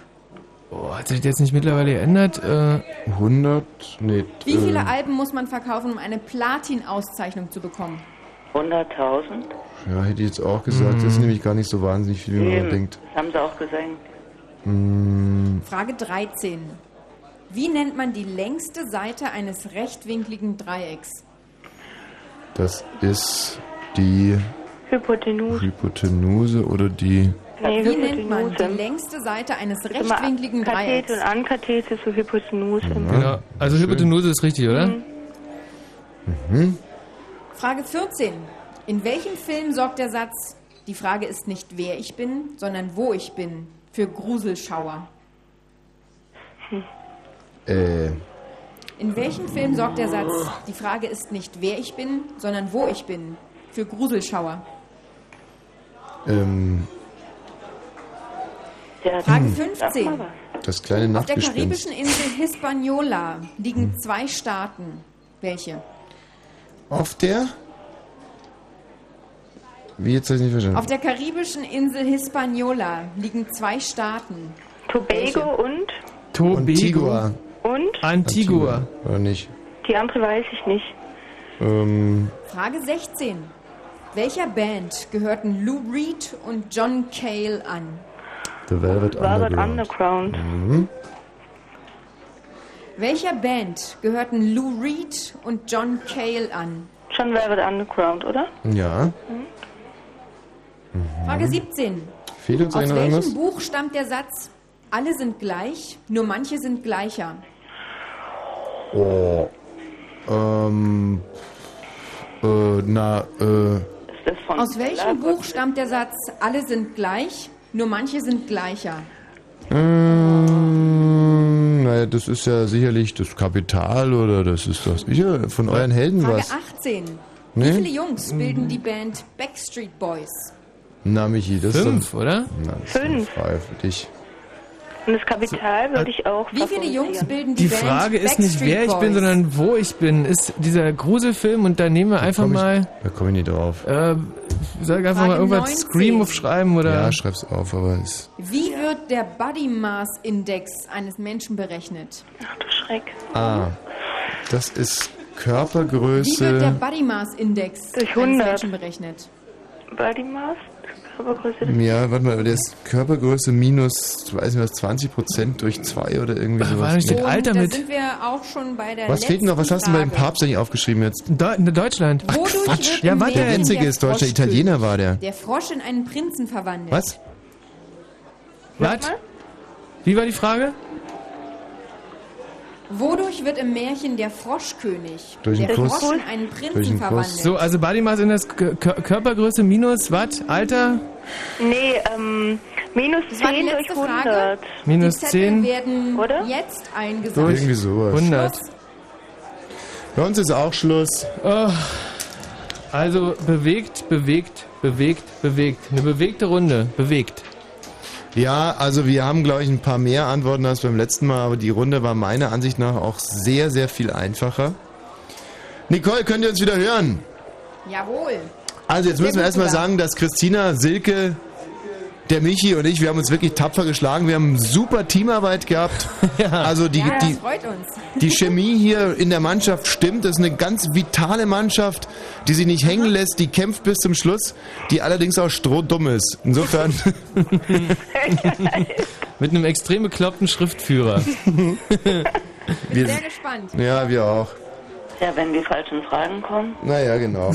Oh, hat sich das jetzt nicht mittlerweile geändert? Äh,
100? Nee. äh,
Wie
Ähm.
viele Alben muss man verkaufen, um eine Platin-Auszeichnung zu bekommen?
100.000?
Ja, hätte ich jetzt auch gesagt. Das ist nämlich gar nicht so wahnsinnig viel, wie man
Eben.
denkt.
Das haben sie auch gesagt.
Hm,
Frage 13. Wie nennt man die längste Seite eines rechtwinkligen Dreiecks?
das ist die
Hypotenuse.
Hypotenuse oder die.
Wie nennt man die längste Seite eines rechtwinkligen Dreiecks?
Kathete und Ankathete zur Hypotenuse.
Genau. Also Hypotenuse ist richtig, oder? Mhm.
Frage 14. In welchem Film sorgt der Satz, die Frage ist nicht wer ich bin, sondern wo ich bin, für Gruselschauer?
Äh.
In welchem Film sorgt der Satz, die Frage ist nicht wer ich bin, sondern wo ich bin, für Gruselschauer?
Ähm.
Frage
Hm.
15.
Das kleine
Auf der
Nachtgespenst.
karibischen Insel Hispaniola liegen zwei Staaten. Welche?
Auf der? Wie jetzt habe ich nicht verstanden.
Auf der karibischen Insel Hispaniola liegen zwei Staaten. Tobago und?
Antigua.
Und?
Antigua.
Oder nicht?
Die andere weiß ich nicht.
Ähm,
Frage 16. Welcher Band gehörten Lou Reed und John Cale an?
The Velvet
Velvet Underground.
Underground.
<laughs>
Mhm.
Welcher Band gehörten Lou Reed und John Cale an?
Schon Velvet Underground, oder?
Ja.
Frage 17.
Fehlt uns
Aus
eigentlich noch
welchem
irgendwas?
Buch stammt der Satz, alle sind gleich, nur manche sind gleicher?
Oh. Ähm. Äh, na, äh.
Aus welchem Buch stammt der Satz, alle sind gleich, nur manche sind gleicher?
Ähm, naja, das ist ja sicherlich das Kapital oder das ist das. Ihr, von euren Helden
Frage
Hm, was? ne?
18.
Nee? Hm.
Wie viele Jungs bilden die Band Backstreet Boys?
Na, Michi, das ist.
Fünf,
doch-
oder?
Na, das ist eine Frage für dich.
Und das Kapital würde ich auch.
Wie viele Jungs bilden die,
Die
Band
Frage ist nicht,
Backstreet
wer ich
Boys?
bin, sondern wo ich bin. Ist dieser Gruselfilm und da nehmen wir einfach mal.
Da komme ich nicht drauf.
Äh, sag einfach
Frage
mal irgendwas
19.
Scream aufschreiben oder.
Ja, schreib's auf, aber es.
Wie wird der Body Mass Index eines Menschen berechnet? Ach du Schreck.
Ah. Das
Wie
ist
wird der
Körpergröße.
Body Mass Index
Durch
eines
100.
Menschen berechnet?
Body Mass? Körpergröße?
Ja, warte mal, der ist Körpergröße minus, weiß nicht was, 20% durch 2 oder irgendwie sowas.
war nicht
Nee.
das Alter
da
mit?
sind wir auch schon bei der
Was fehlt
letzten
noch? Was hast du denn bei dem
Frage.
Papst eigentlich aufgeschrieben jetzt?
Deutschland.
Ach, Wodurch Quatsch. wird
Ja, war
Märchen
der einzige
der
ist Deutscher,
Frosch
Italiener war der.
Der Frosch in einen Prinzen verwandelt.
Was?
Was? Wie war die Frage?
Wodurch wird im Märchen der Froschkönig?
Durch
der
einen Kuss.
Frosch in einen Prinzen verwandelt.
So, also Body Mass in das Kö- Kö- Körpergröße minus was? Alter?
Nee, ähm, minus
Das war die
10 durch
letzte
100.
Frage.
Minus
Die Zettel
10.
werden jetzt eingesammelt.
Durch Irgendwie sowas.
100.
Bei uns ist auch Schluss.
Oh. Also bewegt, bewegt, bewegt, bewegt. Eine bewegte Runde. Bewegt.
Ja, also wir haben, glaube ich, ein paar mehr Antworten als beim letzten Mal, aber die Runde war meiner Ansicht nach auch sehr, sehr viel einfacher. Nicole, könnt ihr uns wieder hören?
Jawohl.
Also jetzt
Sehr
müssen wir
gut
erstmal
sogar.
sagen, dass Christina, Silke, der Michi und ich, wir haben uns wirklich tapfer geschlagen. Wir haben super Teamarbeit
<laughs>
gehabt. Also die,
ja,
die,
das freut uns.
Die Chemie hier in der Mannschaft stimmt. Das ist eine ganz vitale Mannschaft, die sich nicht
Mhm.
hängen lässt, die kämpft bis zum Schluss, die allerdings auch strohdumm ist. Insofern.
<laughs> Mit einem extrem bekloppten Schriftführer.
<laughs> wir,
Sehr gespannt.
ja, wir auch.
Ja, wenn die falschen Fragen kommen.
Naja,
<laughs>
genau.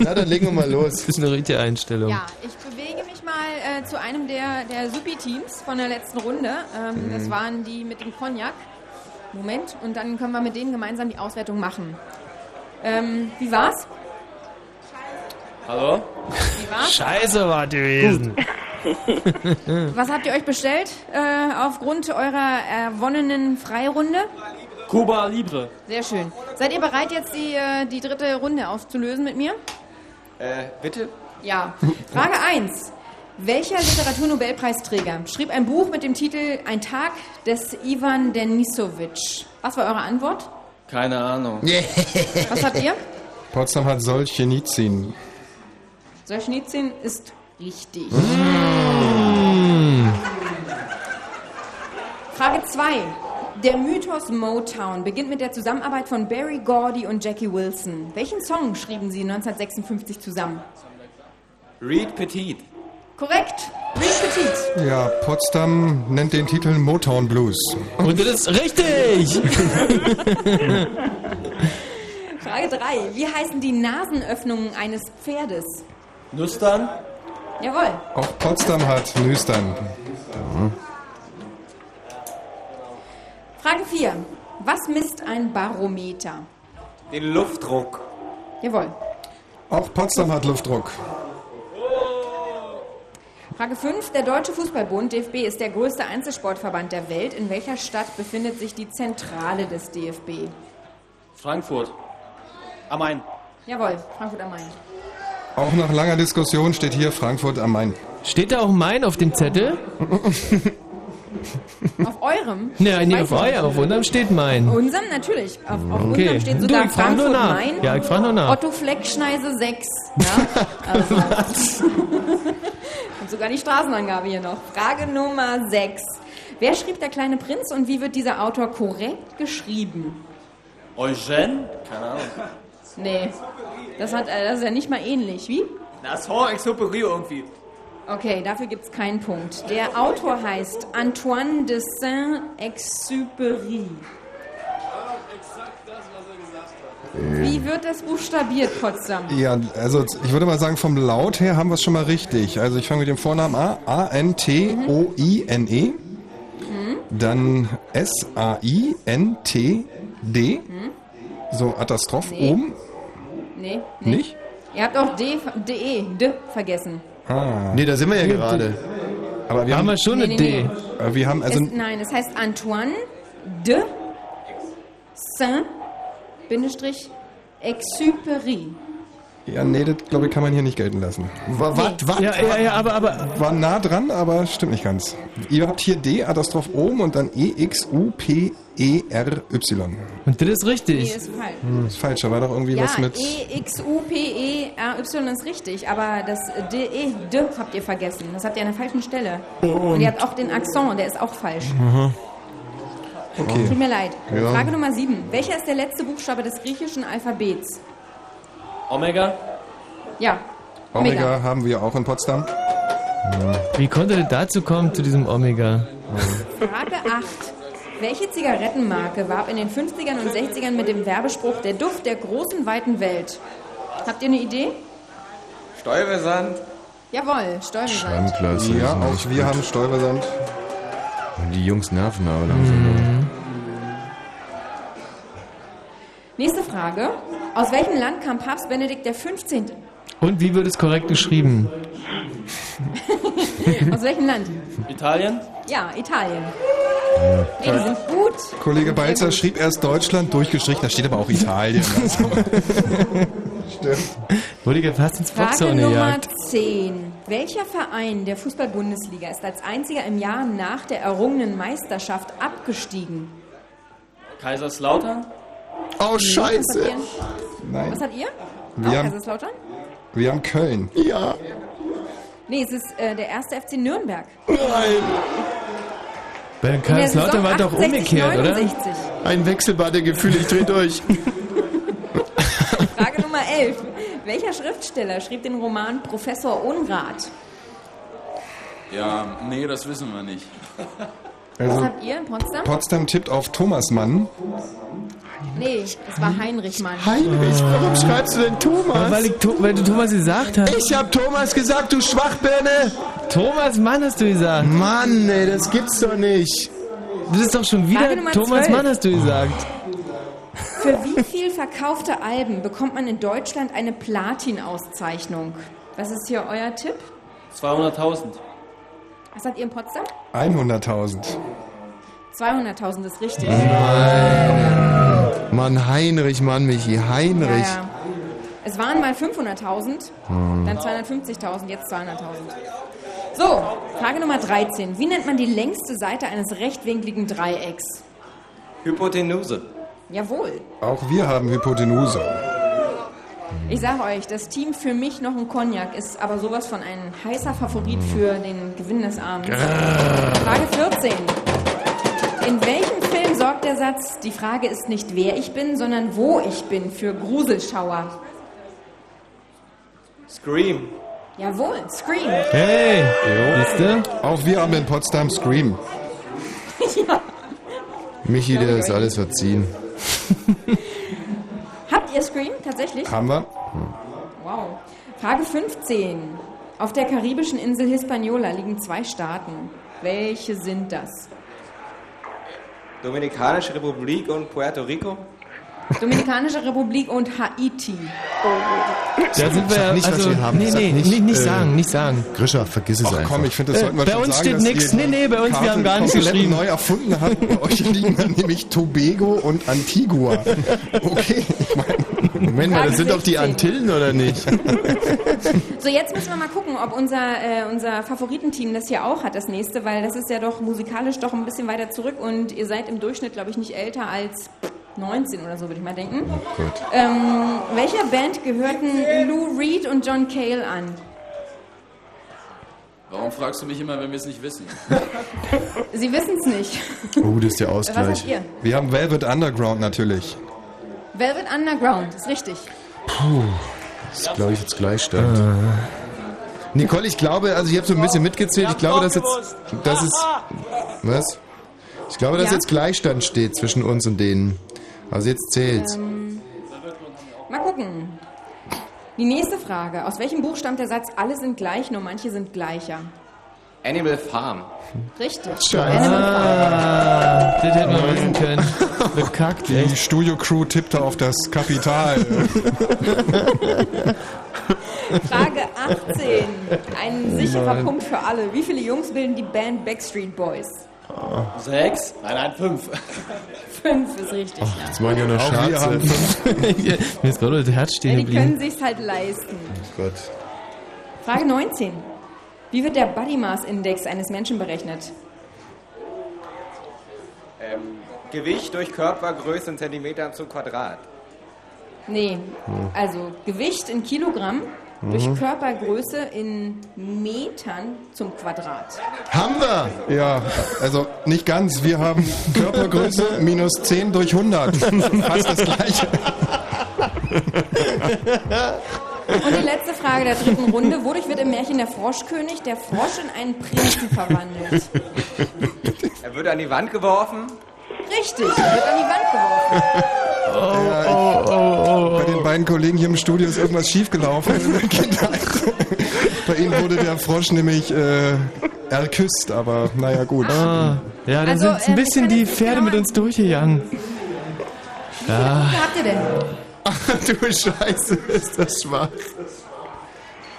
Na, dann legen wir mal los. Das
ist eine richtige Einstellung.
Ja, ich bewege mich mal äh, zu einem der, der Supi-Teams von der letzten Runde. Ähm,
Mhm.
Das waren die mit dem Cognac. Moment, und dann können wir mit denen gemeinsam die Auswertung machen. Ähm, wie
<laughs>
war's?
Hallo?
Wie war's?
Scheiße war gewesen.
<laughs>
Was habt ihr euch bestellt äh, aufgrund eurer erwonnenen Freirunde?
Kuba Libre.
Sehr schön. Seid ihr bereit, jetzt die, äh, die dritte Runde aufzulösen mit mir?
Äh, bitte?
Ja. Frage 1. Welcher Literaturnobelpreisträger schrieb ein Buch mit dem Titel Ein Tag des Ivan Denisowitsch? Was war eure Antwort?
Keine Ahnung.
Was habt <laughs> ihr?
Potsdam hat Solzhenitsyn.
Solzhenitsyn ist richtig. Mm. Frage 2. Der Mythos Motown beginnt mit der Zusammenarbeit von Barry Gordy und Jackie Wilson. Welchen Song schrieben sie 1956 zusammen?
Reed Petit.
Korrekt. Reed Petit.
Ja, Potsdam nennt den Titel Motown Blues.
Und das ist richtig!
Frage 3. Wie heißen die Nasenöffnungen eines Pferdes?
Nüstern.
Jawohl.
<laughs> Auch Potsdam hat Nüstern.
Frage 4. Was misst ein Barometer?
Den Luftdruck.
Jawohl.
Auch Potsdam hat Luftdruck.
Frage 5. Der Deutsche Fußballbund, DFB, ist der größte Einzelsportverband der Welt. In welcher Stadt befindet sich die Zentrale des DFB?
Frankfurt. Am Main.
Jawohl, Frankfurt am Main.
Auch nach langer Diskussion steht hier Frankfurt am Main.
Steht da auch Main auf dem
<laughs>
Zettel?
Auf eurem?
Nein, nee,
Weiß
Ne, auf
ich
euer, auf unserem steht Main.
Unserem natürlich. Auf, auf
Okay.
unserem steht
Du,
sogar
ich frag nur
Frankfurt
nach.
Main.
Ja, ich frag nur nach.
Otto Fleckschneise 6.
<laughs>
Ja? Also. <laughs> Und sogar die Straßenangabe hier noch. Frage Nummer 6. Wer schrieb der kleine Prinz und wie wird dieser Autor korrekt geschrieben?
Eugen? Keine Ahnung.
Nee. Das, hat, äh, das ist ja nicht mal ähnlich. Wie?
Das Horror-Exupery irgendwie.
Okay, dafür gibt es keinen Punkt. Der Autor heißt Antoine de Saint-Exupéry. Wie wird das buchstabiert, Potsdam?
Ja, also z- ich würde mal sagen, vom Laut her haben wir es schon mal richtig. Also ich fange mit dem Vornamen an. A-N-T-O-I-N-E.
Hm?
Mhm.
E, Dann S-A-I-N-T-D.
Hm?
So, Atastroph
Nee.
oben.
Nee, nee.
Nicht?
Ihr habt auch D, ver- DE, D vergessen.
Ah.
Nee, da sind wir ja gerade.
Aber wir haben, wir
schon eine Nee, nee,
Wir haben also
es, nein, es heißt Antoine de Saint-Exupéry.
Ja, nee, das glaube ich kann man hier nicht gelten lassen. War,
Nee. Ja, ja, ja,
aber, aber. War nah dran, aber stimmt nicht ganz. Ihr habt hier D, Atastroph oben und dann E, X, U, P, E, R, Y. Hm,
Und das ist richtig.
Nee, ist falsch.
Ist falsch, da war doch irgendwie
Ja, E.
was mit.
E-X-U-P-E-R-Y E, ist richtig, aber das D-E, D habt ihr vergessen. Das habt ihr an der falschen Stelle.
Und-
Und ihr habt auch den Akzent, der ist auch falsch.
Äh.
Tut mir leid.
Ja.
Frage Nummer 7. Welcher ist der letzte Buchstabe des griechischen Alphabets?
Omega?
Ja.
Omega haben wir auch in Potsdam.
Wie konnte das dazu kommen, zu diesem Omega?
Frage 8. Welche Zigarettenmarke warb in den 50ern und 60ern mit dem Werbespruch der Duft der großen, weiten Welt? Habt ihr eine Idee?
Steuersand?
Jawohl, Steuergesang.
Schwammklasse.
Ja, auch wir
haben
Stolversand.
Oh, Die Jungs nerven aber langsam.
Mhm.
Nächste Frage. Aus welchem Land kam Papst Benedikt der 15.
Und wie wird es korrekt geschrieben?
Aus welchem Land?
Italien?
Ja, Italien. Nee, die sind gut.
Kollege Balzer schrieb erst Deutschland durchgestrichen, da steht aber auch Italien. Also. Stimmt.
<laughs> Wurde ich ja fast ins
Frage
Foxhorn
Nummer
gejagt.
10. Welcher Verein der Fußball-Bundesliga ist als einziger im Jahr nach der errungenen Meisterschaft abgestiegen?
Kaiserslautern?
Oh,
Was
Scheiße!
habt ihr?
Nein.
Was habt ihr?
Wir
Auch
haben-
Kaiserslautern?
Wir haben Köln. Ja.
Nee, es ist äh, der erste FC Nürnberg.
Nein!
Bei
In der Saison
Karlslautern war doch
68,
umgekehrt, oder?
69.
Ein Wechselbad der Gefühle, ich dreh
<laughs>
durch.
Frage Nummer 11. Welcher Schriftsteller schrieb den Roman Professor Unrat?
Ja, nee, das wissen wir nicht.
Was
Also,
habt ihr in Potsdam?
Potsdam tippt auf Thomas Mann.
Nee, es war Heinrich Mann.
Heinrich,
Ah.
warum schreibst du denn Thomas?
Weil, ich, To- weil du Thomas gesagt hast.
Ich hab Thomas gesagt, du Schwachbirne!
Thomas Mann hast du gesagt.
Mann, ey, das gibt's doch nicht.
Das ist doch schon wieder
Frage Nummer
Thomas
12.
Mann hast du gesagt.
Für wie viel verkaufte Alben bekommt man in Deutschland eine Platin-Auszeichnung? Was ist hier euer Tipp?
200.000.
Was habt ihr in Potsdam?
100.000.
200.000 ist richtig.
Mann. Mann, Heinrich, Mann, Michi, Heinrich.
Ja, ja. Es waren mal 500.000,
Hm.
dann 250.000, jetzt 200.000. So, Frage Nummer 13. Wie nennt man die längste Seite eines rechtwinkligen Dreiecks?
Hypotenuse.
Jawohl.
Auch wir haben Hypotenuse.
Ich sage euch, das Team für mich noch ein Cognac ist aber sowas von ein heißer Favorit für den Gewinn des Abends. Frage 14. In welchem Film sorgt der Satz, die Frage ist nicht wer ich bin, sondern wo ich bin, für Gruselschauer?
Scream.
Jawohl, Scream. <laughs>
Hey! Auch wir haben in Potsdam Scream.
ja.
Michi, der ist alles verziehen.
Habt ihr Scream tatsächlich?
Haben wir?
Wow. Frage 15. Auf der karibischen Insel Hispaniola liegen zwei Staaten. Welche sind das?
Dominikanische Republik und Puerto Rico?
Dominikanische Republik und Haiti.
Da sind wir ja.
nicht, was
also,
wir haben.
Nee,
Sag
nee,
nicht,
nicht, nicht,
äh,
sagen, nicht sagen.
Grisha, vergiss es einfach.
komm, ich finde, das sollten wir
Äh, bei
schon
uns
sagen,
steht
dass
nichts.
ihr die
Nee, nee, bei uns, wir
Karte
haben gar nichts
komplett
geschrieben.
neu erfunden habt.
<laughs>
Bei euch liegen dann nämlich Tobago und Antigua. Okay, ich meine...
Moment mal, das sind doch die
16.
Antillen, oder
<laughs>
nicht?
So, jetzt müssen wir mal gucken, ob unser, äh, unser Favoritenteam das hier auch hat, das nächste, weil das ist ja doch musikalisch doch ein bisschen weiter zurück und ihr seid im Durchschnitt, glaube ich, nicht älter als 19 oder so, würde ich mal denken.
Gut.
Ähm, welcher Band gehörten Lou Reed und John Cale an?
Warum fragst du mich immer, wenn wir es nicht wissen?
Sie wissen es nicht.
Oh, das ist der
Ausgleich. Was habt ihr?
Wir haben Velvet Underground natürlich.
Velvet Underground, ist richtig.
Puh. Das glaube ich jetzt Gleichstand. Äh. Nicole, ich glaube, also ich habe so ein bisschen mitgezählt. Ich glaube, dass jetzt. Das ist. Was? Ich glaube, dass
Ja.
jetzt Gleichstand steht zwischen uns und denen. Also jetzt zählt's.
Ähm, gucken. Die nächste Frage. Aus welchem Buch stammt der Satz, alle sind gleich, nur manche sind gleicher?
Animal Farm.
Richtig.
Ah, das hätten wir wissen können. Bekackt, ey.
Die Studio-Crew tippte auf das
<laughs>
Kapital.
<laughs> Frage 18. Ein sicherer Punkt für alle. Wie viele Jungs bilden die Band Backstreet Boys?
Sechs? Nein, nein, fünf.
<laughs> Fünf ist richtig. ja.
Jetzt machen wir noch
Auch wir
Scherze.
haben
<laughs>
<laughs> Mir ist gerade das Herz
Ja,
stehen
die können
geblieben.
sich's halt leisten.
Oh Gott.
Frage 19. Wie wird der Body Mass Index eines Menschen berechnet?
Ähm, Gewicht durch Körpergröße in Zentimetern zum Quadrat.
Nee,
Hm.
also Gewicht in Kilogramm durch
Mhm.
Körpergröße in Metern zum Quadrat.
Haben wir! Ja, also nicht ganz. Wir haben Körpergröße minus 10 durch 100. Fast das Gleiche.
Und die letzte Frage der dritten Runde. Wodurch wird im Märchen der Froschkönig der Frosch in einen Prinzen verwandelt?
Er wird an die Wand geworfen.
Richtig, er wird an die Wand geworfen.
Ja, Bei den beiden Kollegen hier im Studio ist irgendwas schiefgelaufen. in der Kindheit. Bei ihnen wurde der Frosch nämlich äh, erküsst, aber naja, gut.
Ah, Ja, da
Also,
sind ein
ähm, ich
bisschen die Pferde mit uns durchgegangen.
Wie
Ja.
viele habt ihr
<laughs>
denn?
du Scheiße, ist das schwach.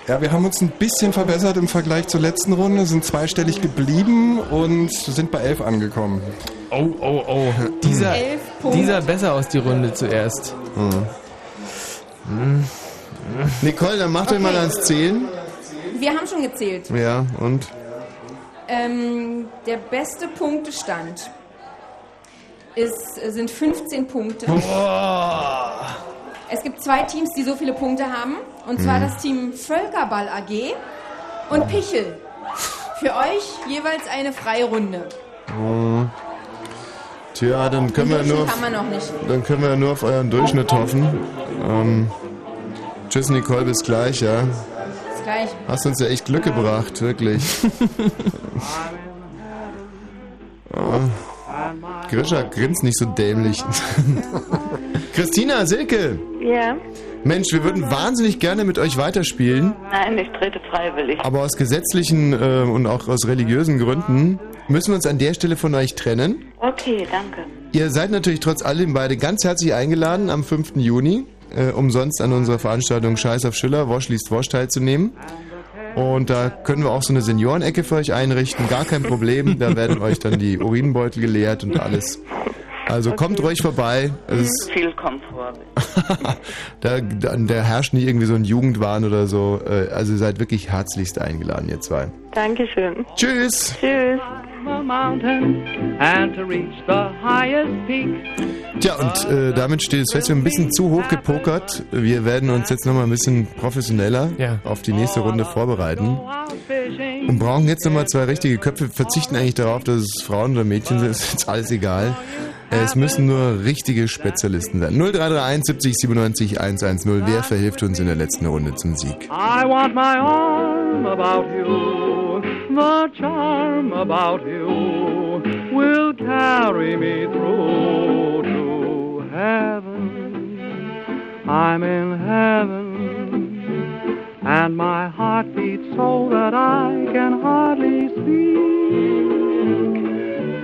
Ja, wir haben uns ein bisschen verbessert im Vergleich zur letzten Runde, sind zweistellig geblieben und sind bei 11 angekommen.
Oh, oh, oh. Dieser,
Elf Punkte.
dieser besser aus die Runde zuerst.
Hm. Nicole, dann mach doch mal
Okay.
ans 10.
Wir haben schon gezählt.
Ja, und?
Ähm, der beste Punktestand ist, sind 15 Punkte. Es gibt zwei Teams, die so viele Punkte haben. Und zwar
Mhm.
das Team Völkerball AG und Pichel. Für euch jeweils eine Freirunde.
Oh. Tja, dann können wir
Durchschnitt
nur.
haben wir noch nicht.
Dann können wir nur auf euren Durchschnitt hoffen. Ähm, tschüss, Nicole, bis gleich, ja.
Bis gleich.
Hast uns ja echt Glück
<laughs>
gebracht, wirklich. oh. Grisha grinst nicht so dämlich. <laughs> Christina Silke,
Ja,
Mensch, wir würden wahnsinnig gerne mit euch weiterspielen.
nein, ich trete freiwillig.
Aber aus gesetzlichen äh, und auch aus religiösen Gründen müssen wir uns an der Stelle von euch trennen.
Okay, danke.
Ihr seid natürlich trotz alledem beide ganz herzlich eingeladen, am 5. Juni äh, umsonst an unserer Veranstaltung Scheiß auf Schiller, Wosch liest Wosch teilzunehmen. Und da können wir auch so eine Seniorenecke für euch einrichten, gar kein Problem. Da werden euch dann die Urinbeutel geleert und alles. Also kommt ruhig vorbei. Es ist,
Viel Komfort.
da, da, da herrscht nicht irgendwie so ein Jugendwahn oder so. Äh, Also ihr seid wirklich herzlichst eingeladen, ihr zwei.
Dankeschön.
Tschüss.
Tschüss.
and to reach the highest peak.
Tja, und äh, damit steht es fest, wir haben ein bisschen zu hoch gepokert. Wir werden uns jetzt nochmal ein bisschen professioneller auf die nächste Runde vorbereiten. Und brauchen jetzt nochmal zwei richtige Köpfe. Verzichten eigentlich darauf, dass es Frauen oder Mädchen sind. <laughs> Ist jetzt alles egal. Äh, Es müssen nur richtige Spezialisten sein. 0331 70 97 110. Wer verhilft uns in der letzten Runde zum Sieg?
I want my arm about you, the charm about you will carry me through to heaven. I'm in heaven, and my heart beats so that I can hardly speak,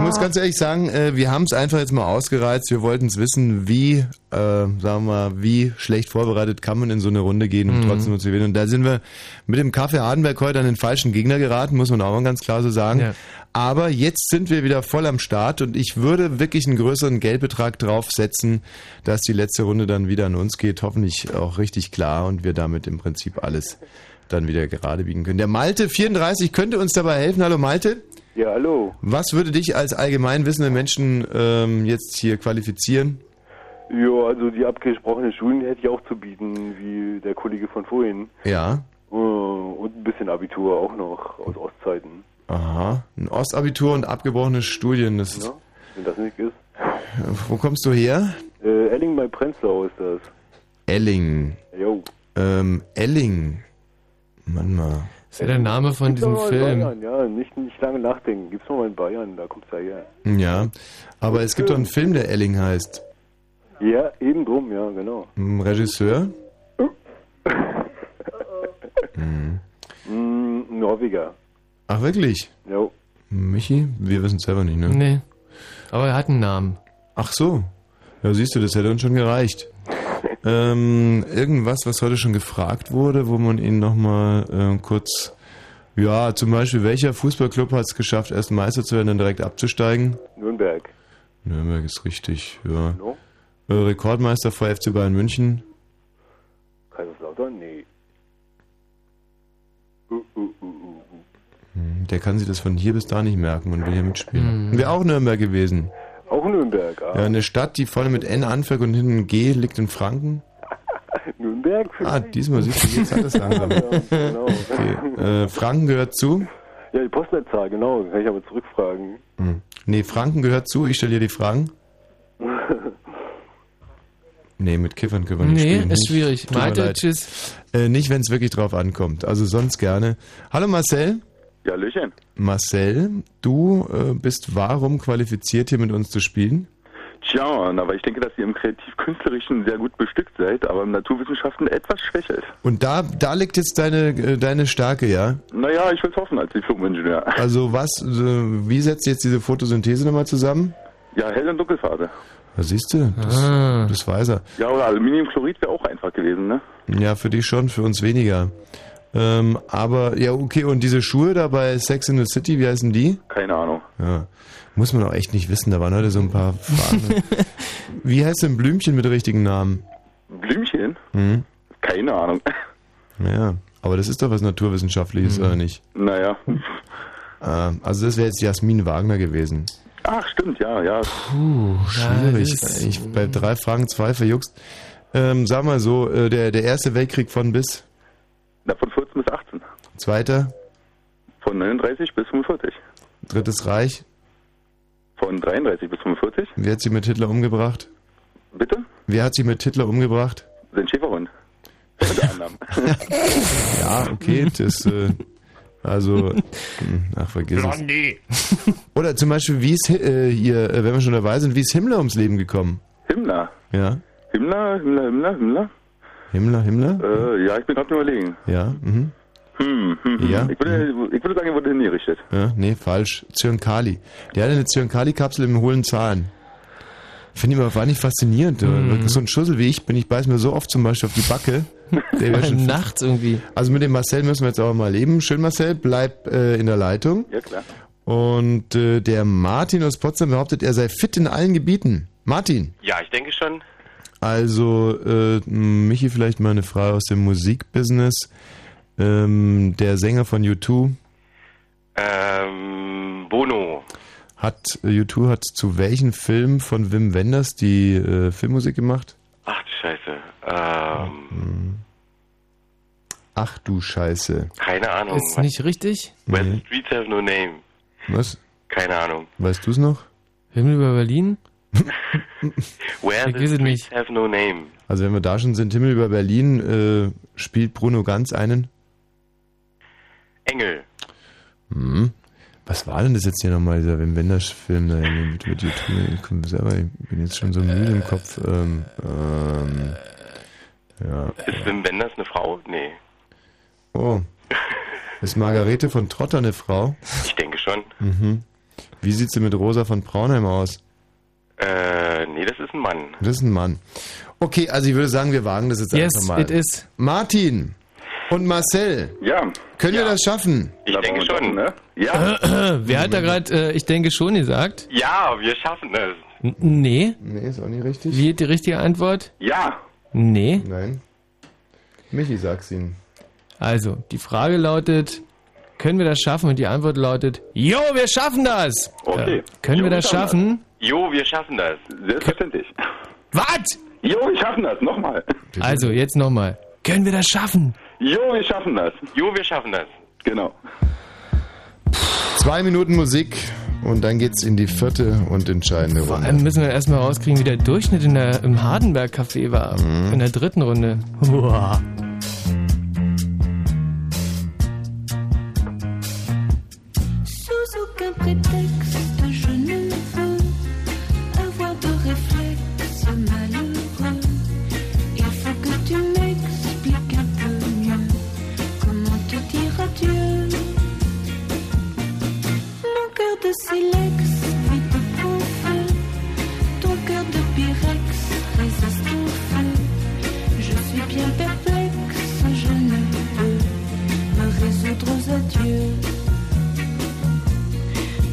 muss ganz ehrlich sagen, äh, wir haben es einfach jetzt mal ausgereizt. Wir wollten es wissen, wie, äh, sagen wir mal, wie schlecht vorbereitet kann man in so eine Runde gehen, um
Mhm.
trotzdem nur zu gewinnen. Und da sind wir mit dem Kaffee Hardenberg heute an den falschen Gegner geraten, muss man auch mal ganz klar so sagen.
Ja.
Aber jetzt sind wir wieder voll am Start und ich würde wirklich einen größeren Geldbetrag draufsetzen, dass die letzte Runde dann wieder an uns geht. Hoffentlich auch richtig klar und wir damit im Prinzip alles dann wieder gerade biegen können. Der Malte 34 könnte uns dabei helfen. Hallo Malte.
Ja, hallo.
Was würde dich als allgemeinwissende Menschen ähm, jetzt hier qualifizieren?
Ja, also die abgesprochenen Schulen hätte ich auch zu bieten, wie der Kollege von vorhin.
Ja.
Äh, Und ein bisschen Abitur auch noch aus Ostzeiten,
Aha. Ein Ostabitur und abgebrochene Studien. Das ist,
ne? wenn das nicht ist.
Wo kommst du her?
Äh, Elling bei Prenzlau ist das.
Elling.
Jo.
Ähm, Elling. Mann mal.
Das ist ja der Name von
Gibt's doch
diesem
mal in
Film.
Bayern, ja, nicht, nicht lange nachdenken. Gibt's noch mal in Bayern, da kommt's ja her.
Ja. Aber es gibt doch einen Film, der Elling heißt.
Ja, eben drum, ja, genau.
Ein Regisseur? Mhm.
Mm, Norweger.
Ach wirklich?
Jo.
Michi? Wir wissen es selber nicht, ne?
Nee. Aber er hat einen Namen.
Ach so. Ja, siehst du, das hätte uns schon gereicht. ähm, irgendwas, was heute schon gefragt wurde, wo man ihn nochmal äh, kurz. Ja, zum Beispiel, welcher Fußballclub hat es geschafft, erst Meister zu werden, dann direkt abzusteigen?
Nürnberg.
Nürnberg ist richtig, ja.
No?
Äh, Rekordmeister vor FC Bayern München.
Kaiserslautern? Nee. Uh, uh, uh, uh, uh.
Hm, Der kann sich das von hier bis da nicht merken und will hier mitspielen. Wäre auch Nürnberg gewesen.
Auch Nürnberg, ah.
Ja, eine Stadt, die vorne mit N anfängt und hinten G liegt in Franken.
Nürnberg?
Ah, diesmal siehst du, jetzt hat
<laughs>
es langsam.
Ja, genau.
Okay. Äh, Franken gehört zu.
Ja, die Postleitzahl, genau. Kann ich aber zurückfragen.
Hm. Nee, Franken gehört zu. Ich stelle dir die
<laughs>
Fragen. Nee, mit Kiffern können wir nicht
Nee,
spielen.
ist
Nicht.
schwierig.
Tut mir
Malte,
leid. Äh, nicht, wenn es wirklich drauf ankommt. Also sonst gerne. Hallo Marcel.
Ja, Löchen.
Marcel, du äh, bist warum qualifiziert, hier mit uns zu spielen?
Tja, aber ich denke, dass ihr im Kreativ-Künstlerischen sehr gut bestückt seid, aber im Naturwissenschaften etwas schwächelt.
Und da, da liegt jetzt deine, äh, deine Stärke, ja?
Naja, ich will es hoffen als Diplom-Ingenieur.
Also was, äh, wie setzt jetzt diese Photosynthese nochmal zusammen?
Ja, Hell- und Dunkelphase.
Ja, Siehst du, das, das weiß er.
Ja, oder Aluminiumchlorid wäre auch einfach gewesen, ne?
Ja, für dich schon, für uns weniger. Ähm, aber, ja, okay, und diese Schuhe da bei Sex in the City, wie heißen die?
Keine Ahnung.
Ja, muss man auch echt nicht wissen, da waren heute so ein paar Fragen. wie heißt denn Blümchen mit richtigen Namen?
Blümchen?
Hm?
Keine Ahnung. <laughs>
Ja, aber das ist doch was Naturwissenschaftliches, oder nicht?
Mhm. Naja.
Ähm, also das wäre jetzt Jasmin Wagner gewesen.
Ach, stimmt, ja, ja.
Puh, schwierig.
Ja, das-
ich bei drei Fragen zwei verjuckst. Ähm, sag mal so, äh, der, der Erste Weltkrieg von bis?
Na, von 14 bis 18.
Zweiter?
Von 39 bis 45.
Drittes Reich?
Von 33 bis 45.
Wer hat sie mit Hitler umgebracht?
Bitte?
Wer hat sie mit Hitler umgebracht?
Sein Schäferhund. Unter anderem.
<laughs> Ja, okay, das, äh, also, hm, ach, vergiss
Blondie.
es. Oder zum Beispiel, wie ist, Hi- äh, hier, äh, wenn wir schon dabei sind, wie ist Himmler ums Leben gekommen?
Himmler.
Ja?
Himmler, Himmler, Himmler, Himmler.
Himmler, Himmler?
Äh, ja, ich bin gerade überlegen.
Ja, mhm.
Hm, hm, hm.
Ja. Mhm.
Ich, würde, ich würde sagen, er wurde hingerichtet.
Ja, nee, falsch. Zyankali. Der hatte eine Zyankali-Kapsel im hohlen Zahn. Finde ich aber war nicht faszinierend.
Hm.
So ein Schussel wie ich bin, ich beiß mir so oft zum Beispiel auf die Backe. Der wär schon-
Nachts irgendwie.
Also mit dem Marcel müssen wir jetzt auch mal leben. Schön, Marcel, bleib äh, in der Leitung.
Ja, klar.
Und äh, der Martin aus Potsdam behauptet, er sei fit in allen Gebieten. Martin,
Ja, ich denke schon.
also äh, Michi vielleicht mal eine Frage aus dem Musikbusiness. Ähm, der Sänger von U2
Ähm, Bono.
Hat äh, U2 hat zu welchem Film von Wim Wenders die äh, Filmmusik gemacht?
Ach du Scheiße. Ähm,
Hm. Ach du Scheiße.
keine Ahnung.
Ist nicht
richtig?
Nee.
Streets have no name.
Was?
Keine Ahnung.
Weißt du es noch?
Himmel über
<laughs>
Berlin?
Where the
weiß es
streets have no name.
Also wenn wir da schon sind, Himmel über Berlin, äh, spielt Bruno Ganz einen.
Engel.
Hm. Was war denn das jetzt hier nochmal, dieser Wim Wenders-Film da irgendwie mit, mit U2? Ich komm selber, ich bin jetzt schon so müde im Kopf. Ähm, ähm, ja.
Ist Wim Wenders eine Frau? Nee.
Oh. Ist Margarete von Trotter eine Frau?
Ich denke schon.
Mhm. Wie sieht's denn mit Rosa von Braunheim aus?
Äh, nee, das ist ein Mann.
Das ist ein Mann. Okay, also ich würde sagen, wir wagen das jetzt
Yes,
einfach mal.
it
is. Martin und Marcel.
Ja.
Können wir das schaffen?
Ich denke schon, ne? Ja.
<clears throat> Wer
Mhm.
hat da gerade, äh, ich denke schon gesagt?
Ja, wir schaffen es.
N nee.
Nee, ist auch nicht richtig.
Wie die richtige Antwort?
Ja.
Nee.
Nein. Michi, sag's ihnen.
Also, die Frage lautet, können wir das schaffen? Und die Antwort lautet, jo, wir schaffen das!
Okay.
Äh, können
Jo,
wir das schaffen?
Jo, wir schaffen das. Selbstverständlich.
Was?
Jo, wir schaffen das. Nochmal.
Also, jetzt nochmal. Können wir das schaffen?
Jo, wir schaffen das. Jo, wir schaffen das. Genau.
Zwei Minuten Musik und dann geht's in die vierte und entscheidende
Vor
Runde.
allem müssen wir erstmal rauskriegen, wie der Durchschnitt in der, im Hardenberg-Café war.
Mhm.
In der dritten Runde. Boah.
Sous aucun prétexte, je ne veux avoir de réflexe malheureux. Il faut que tu m'expliques un peu mieux comment te dire adieu. Mon cœur de silex vit de beau feu. Ton cœur de pyrex résiste au feu. Je suis bien perplexe, je ne peux me résoudre aux adieux.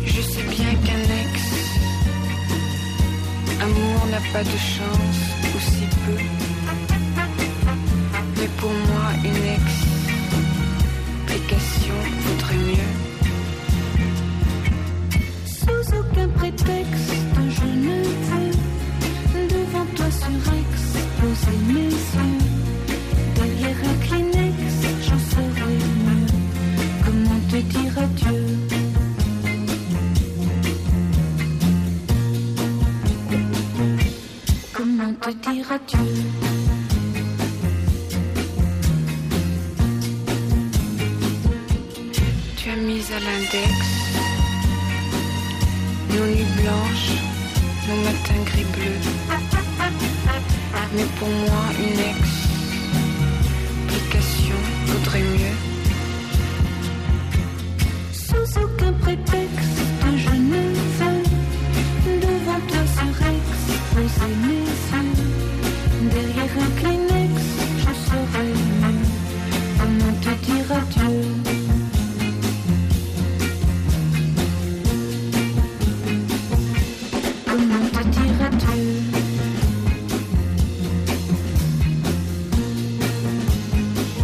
Je sais bien qu'un ex amour n'a pas de chance ou si peu. Mais pour moi, une explication vaudrait mieux.
Sous aucun prétexte, je ne veux devant toi sur ex poser mes yeux. Derrière un Kleenex, j'en serai mieux. Comment te dire adieu? Comment te dire adieu?
Tu as mis à l'index nos nuits blanches, nos matins gris bleus. Mais pour moi, une explication vaudrait mieux.
Sous aucun prétexte, je ne veux devant toi sur ex poser mes yeux. Derrière un Kleenex, je serai mieux. Comment te dire adieu? Comment te dire adieu? Comment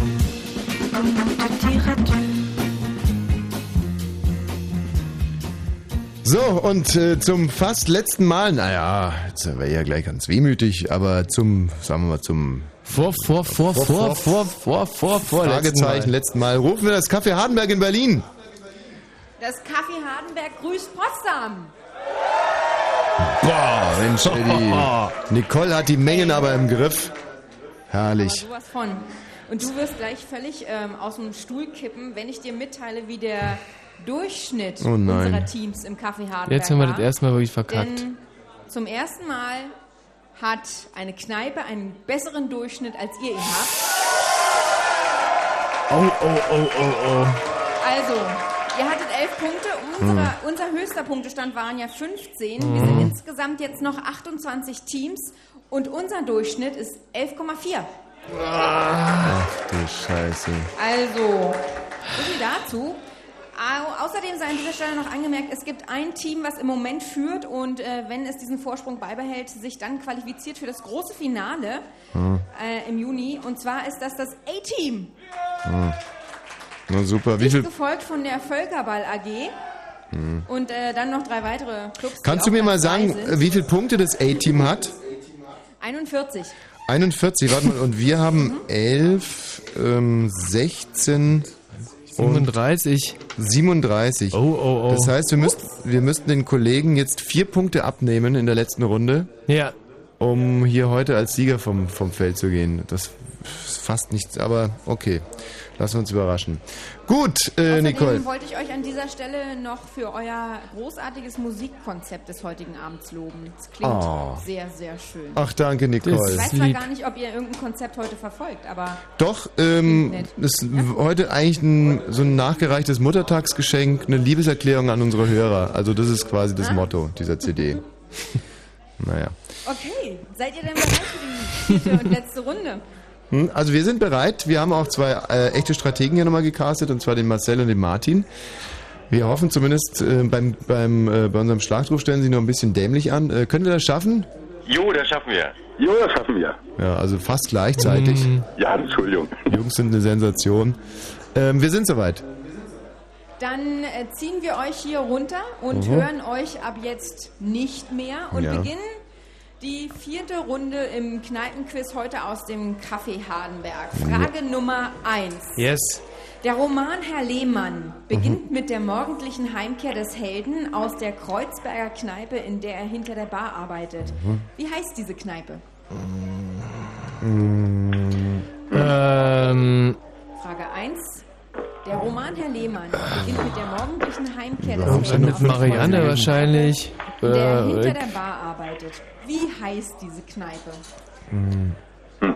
te dire adieu?
So, und äh, zum fast letzten Mal, naja, jetzt wäre ja gleich ganz wehmütig, aber zum, sagen wir mal, zum
Vor, Oh, vor, vor, vor, vor, vor, vor, vor,
Fragezeichen letzten Mal. Rufen wir das Café Hardenberg in Berlin.
Das Café Hardenberg grüßt Potsdam.
Boah, Mensch,
<laughs>
Eddie. Nicole hat die Mengen aber im Griff. Herrlich.
Sowas von. Und du wirst gleich völlig ähm, aus dem Stuhl kippen, wenn ich dir mitteile, wie der Durchschnitt
Oh nein.
unserer Teams im Café Hardenberg
Jetzt haben wir
war.
das erste Mal wirklich verkackt.
Denn zum ersten Mal hat eine Kneipe einen besseren Durchschnitt, als ihr ihn habt.
Oh, oh, oh, oh, oh.
Also, ihr hattet elf Punkte. Unsere,
Hm.
Unser höchster Punktestand waren ja 15. Wir
Mhm.
sind insgesamt jetzt noch 28 Teams und unser Durchschnitt ist 11,4.
Ach du Scheiße.
Also, so viel dazu. Au- Außerdem sei an dieser Stelle noch angemerkt, es gibt ein Team, was im Moment führt und äh, wenn es diesen Vorsprung beibehält, sich dann qualifiziert für das große Finale
Hm.
äh, im Juni. Und zwar ist das das A-Team,
Hm. Na super, wie viel...
gefolgt von der Völkerball AG
Hm.
und äh, dann noch drei weitere Clubs. die
Kannst du
auch
mir mal
dabei
sagen, äh,
sind.
wie viele Punkte das A-Team hat?
41.
41, warte mal, und wir haben 11, ähm, 16...
37.
37. Oh,
oh, oh.
Das heißt, wir, müsst, wir müssten den Kollegen jetzt vier Punkte abnehmen in der letzten Runde.
Ja.
Um hier heute als Sieger vom, vom Feld zu gehen. Das fast nichts, aber okay. Lassen wir uns überraschen. Gut, äh, Nicole.
Außerdem wollte ich euch an dieser Stelle noch für euer großartiges Musikkonzept des heutigen Abends loben. Es klingt
Oh.
sehr, sehr schön.
Ach, danke, Nicole.
Ich weiß zwar gar nicht, ob ihr irgendein Konzept heute verfolgt, aber
Doch, ähm, ist heute eigentlich ein, so ein nachgereichtes Muttertagsgeschenk, eine Liebeserklärung an unsere Hörer. Also das ist quasi das
Ah.
Motto
<laughs>
dieser CD. naja.
okay. Seid ihr denn bereit für die vierte und letzte Runde?
Hm, Also wir sind bereit. Wir haben auch zwei äh, echte Strategen hier nochmal gecastet, und zwar den Marcel und den Martin. Wir hoffen zumindest, äh, beim, beim, äh, bei unserem Schlachtruf stellen sie noch ein bisschen dämlich an. Äh, können wir das schaffen?
Jo, das schaffen wir. Jo, das schaffen wir.
Ja, also fast gleichzeitig.
Mhm.
Ja, Entschuldigung.
Die Jungs sind eine Sensation. Ähm, wir sind soweit.
Dann äh, ziehen wir euch hier runter und
Mhm.
hören euch ab jetzt nicht mehr und
Ja.
beginnen die vierte Runde im Kneipenquiz heute aus dem Café Hardenberg. Frage Nummer 1.
Yes.
Der Roman Herr Lehmann beginnt mit der morgendlichen Heimkehr des Helden aus der Kreuzberger Kneipe, in der er hinter der Bar arbeitet.
Mhm.
Wie heißt diese Kneipe?
Hm.
Ähm,
Frage 1. Der Roman Herr Lehmann beginnt mit der morgendlichen Heimkehr
warum
des
schon
Helden
mit
aus der
Marianne
Kreuzberger
wahrscheinlich?
der hinter
Äh,
der Bar arbeitet. Wie heißt diese Kneipe?
Mhm.
Hm.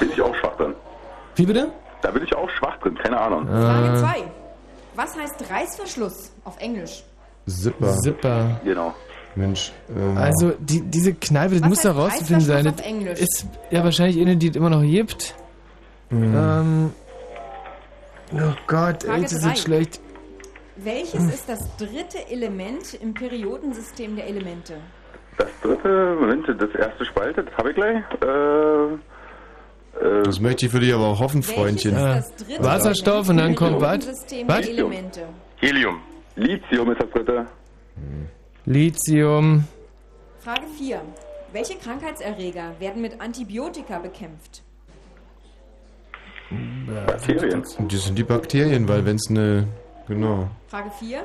Bin ich auch schwach drin.
Wie bitte?
Da bin ich auch schwach drin, keine Ahnung.
Äh.
Frage
Äh.
2. Was heißt Reißverschluss auf Englisch?
Zipper.
Zipper.
Genau.
Mensch. Ähm,
also die, diese Kneipe, das
Was
muss da
heißt
rauszufinden sein.
Reißverschluss
Das
auf Englisch?
Ist ja wahrscheinlich eine, die es immer noch gibt.
Mhm.
Ähm, oh Gott,
Frage
ey, sie
drei.
sind schlecht.
Welches ist das dritte Element im Periodensystem der Elemente?
Das dritte, Moment, das erste Spalte, das habe ich gleich. Äh,
Das möchte ich für dich aber auch hoffen, Freundchen.
Das dritte
Wasserstoff und dann kommt was?
Periodensystem
Was?
der Elemente.
Helium. Lithium ist das dritte.
Lithium.
Frage 4. Welche Krankheitserreger werden mit Antibiotika bekämpft?
Bakterien. Das sind die Bakterien, weil wenn es eine. Genau.
Frage 4.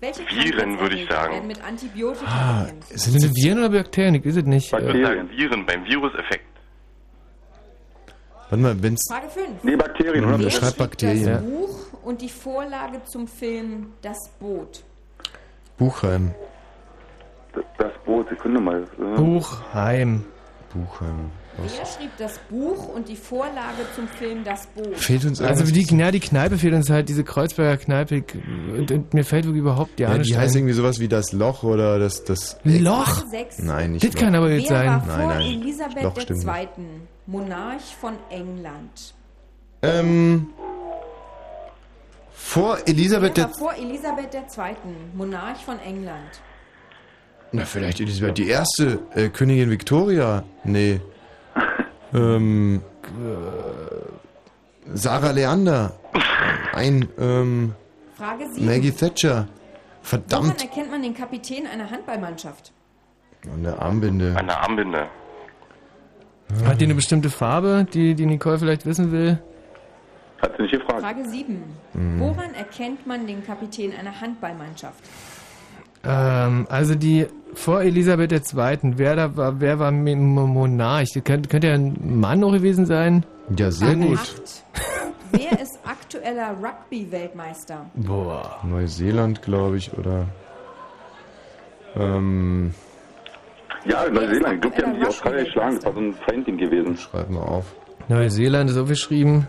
Welche
Viren, würde ich
Krankheitserreger
sagen.
werden mit Antibiotika
Ah, sind es Viren oder Bakterien? Ich weiß es nicht.
Bakterien. Viren beim Viruseffekt.
Warte mal, wenn es.
Frage 5.
Nee, Bakterien,
oder?
oder?
Ich schreibe
Das
Bakterien.
Buch und die Vorlage zum Film Das Boot.
Buchheim.
Das Boot, Sekunde mal.
Buchheim.
Buchheim.
Wer schrieb das Buch und die Vorlage zum Film Das Boot?
Also die, na, die Kneipe fehlt uns halt, diese Kreuzberger Kneipe. Und, und mir fällt wirklich überhaupt die
Ja,
Ahnung.
die heißt irgendwie sowas wie das Loch oder das. das
Loch?
Sechs.
Nein, nicht.
Das
Loch.
kann aber
Wer
jetzt sein.
war vor
Nein, nein. Loch
Elisabeth
stimmt nicht.
II., Monarch von England?
Ähm. Vor Elisabeth.
Wer
Der,
war vor Elisabeth II., Monarch von England?
na, vielleicht Elisabeth die erste. Äh, Königin Victoria.
<laughs>
Nee. ähm. äh, Sarah Leander. Ein. Ähm.
Frage 7.
Maggie Thatcher.
Woran
Verdammt.
erkennt man den Kapitän einer Handballmannschaft?
Eine Armbinde.
Eine Armbinde.
Hat die eine bestimmte Farbe, die, die Nicole vielleicht wissen will?
Hat sie nicht gefragt.
Frage 7.
Mhm.
Woran erkennt man den Kapitän einer Handballmannschaft?
Ähm, also die vor Elisabeth II., wer, da war, wer war Mi- Mo- Monarch? Das Könnte, könnte ja ein Mann noch gewesen sein?
Ja, sehr
gut.
Acht. Wer ist aktueller Rugby-Weltmeister?
Boah. Neuseeland, glaube ich, oder. Ähm.
Ja, Neuseeland. Ich glaube, die haben die Australier geschlagen. Das war so ein Feinding gewesen.
Schreib mal auf.
Neuseeland ist aufgeschrieben.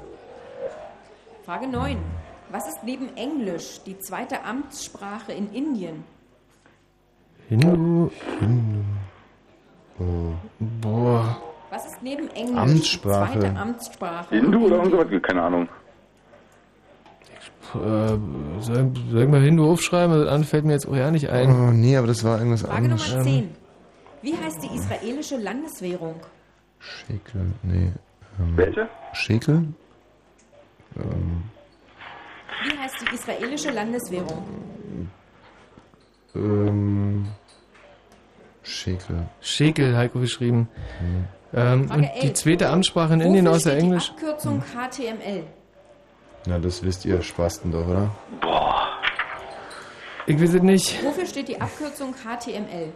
Frage 9. Was ist neben Englisch die zweite Amtssprache in Indien?
Hindu.
Hindu. Oh.
Boah.
Was ist neben Englisch
Amtssprache.
die zweite Amtssprache?
Hindu oder irgendwas? Keine Ahnung.
Äh, soll, soll ich mal Hindu aufschreiben? Also, das fällt mir jetzt auch ja nicht ein.
Oh, nee, aber das war irgendwas
Frage Nummer 10. Wie heißt die israelische Landeswährung?
Schäkel, nee. Ähm,
Welche?
Schäkel? Ähm,
Wie heißt die israelische Landeswährung?
ähm, Schäkel.
Schäkel, Heiko geschrieben. Ähm,
Frage
und die
elf.
zweite Amtssprache in Indien
Wofür
außer
steht die
Englisch?
Abkürzung HTML.
Na, das wisst ihr Spasten doch, oder?
Ich weiß es nicht.
Wofür steht die Abkürzung HTML?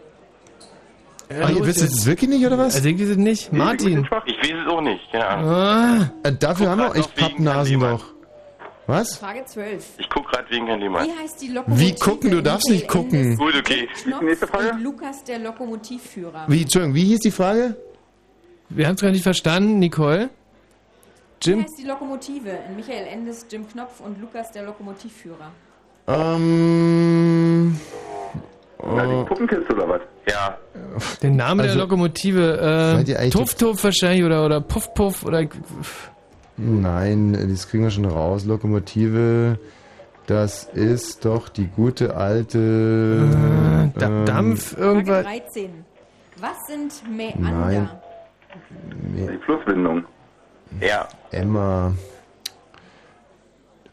Ach, Ah, ihr wisst es jetzt wirklich nicht, oder was?
Also, ihr nicht. Martin.
Ich weiß es auch nicht, keine Ahnung.
Ah.
Äh, dafür haben wir euch Pappnasen doch. Was?
Frage 12.
Ich guck gerade wegen Herrn Lehmann.
Wie heißt die Lokomotive?
Wie gucken? Du darfst nicht gucken.
Gut, okay.
Nächste Frage. Und Lukas, der Lokomotivführer.
Wie, Entschuldigung, wie hieß die Frage?
Wir haben es gar nicht verstanden, Nicole.
Wie
Jim,
heißt die Lokomotive? In Michael Endes, Jim Knopf und Lukas, der Lokomotivführer.
ähm. äh,
Na, die Puppenkids oder was? Ja.
den Namen
Also-
der Lokomotive.
Seid ihr
Äh,
eigentlich-
Tuff Tuff wahrscheinlich oder, oder Puff Puff oder.
Nein, das kriegen wir schon raus. Lokomotive, das ist doch die gute alte. ähm,
Ah, Dampf,
Frage 13. Was sind
Nein.
Mäander?
Nee.
Die Flusswindung. Ja.
Emma.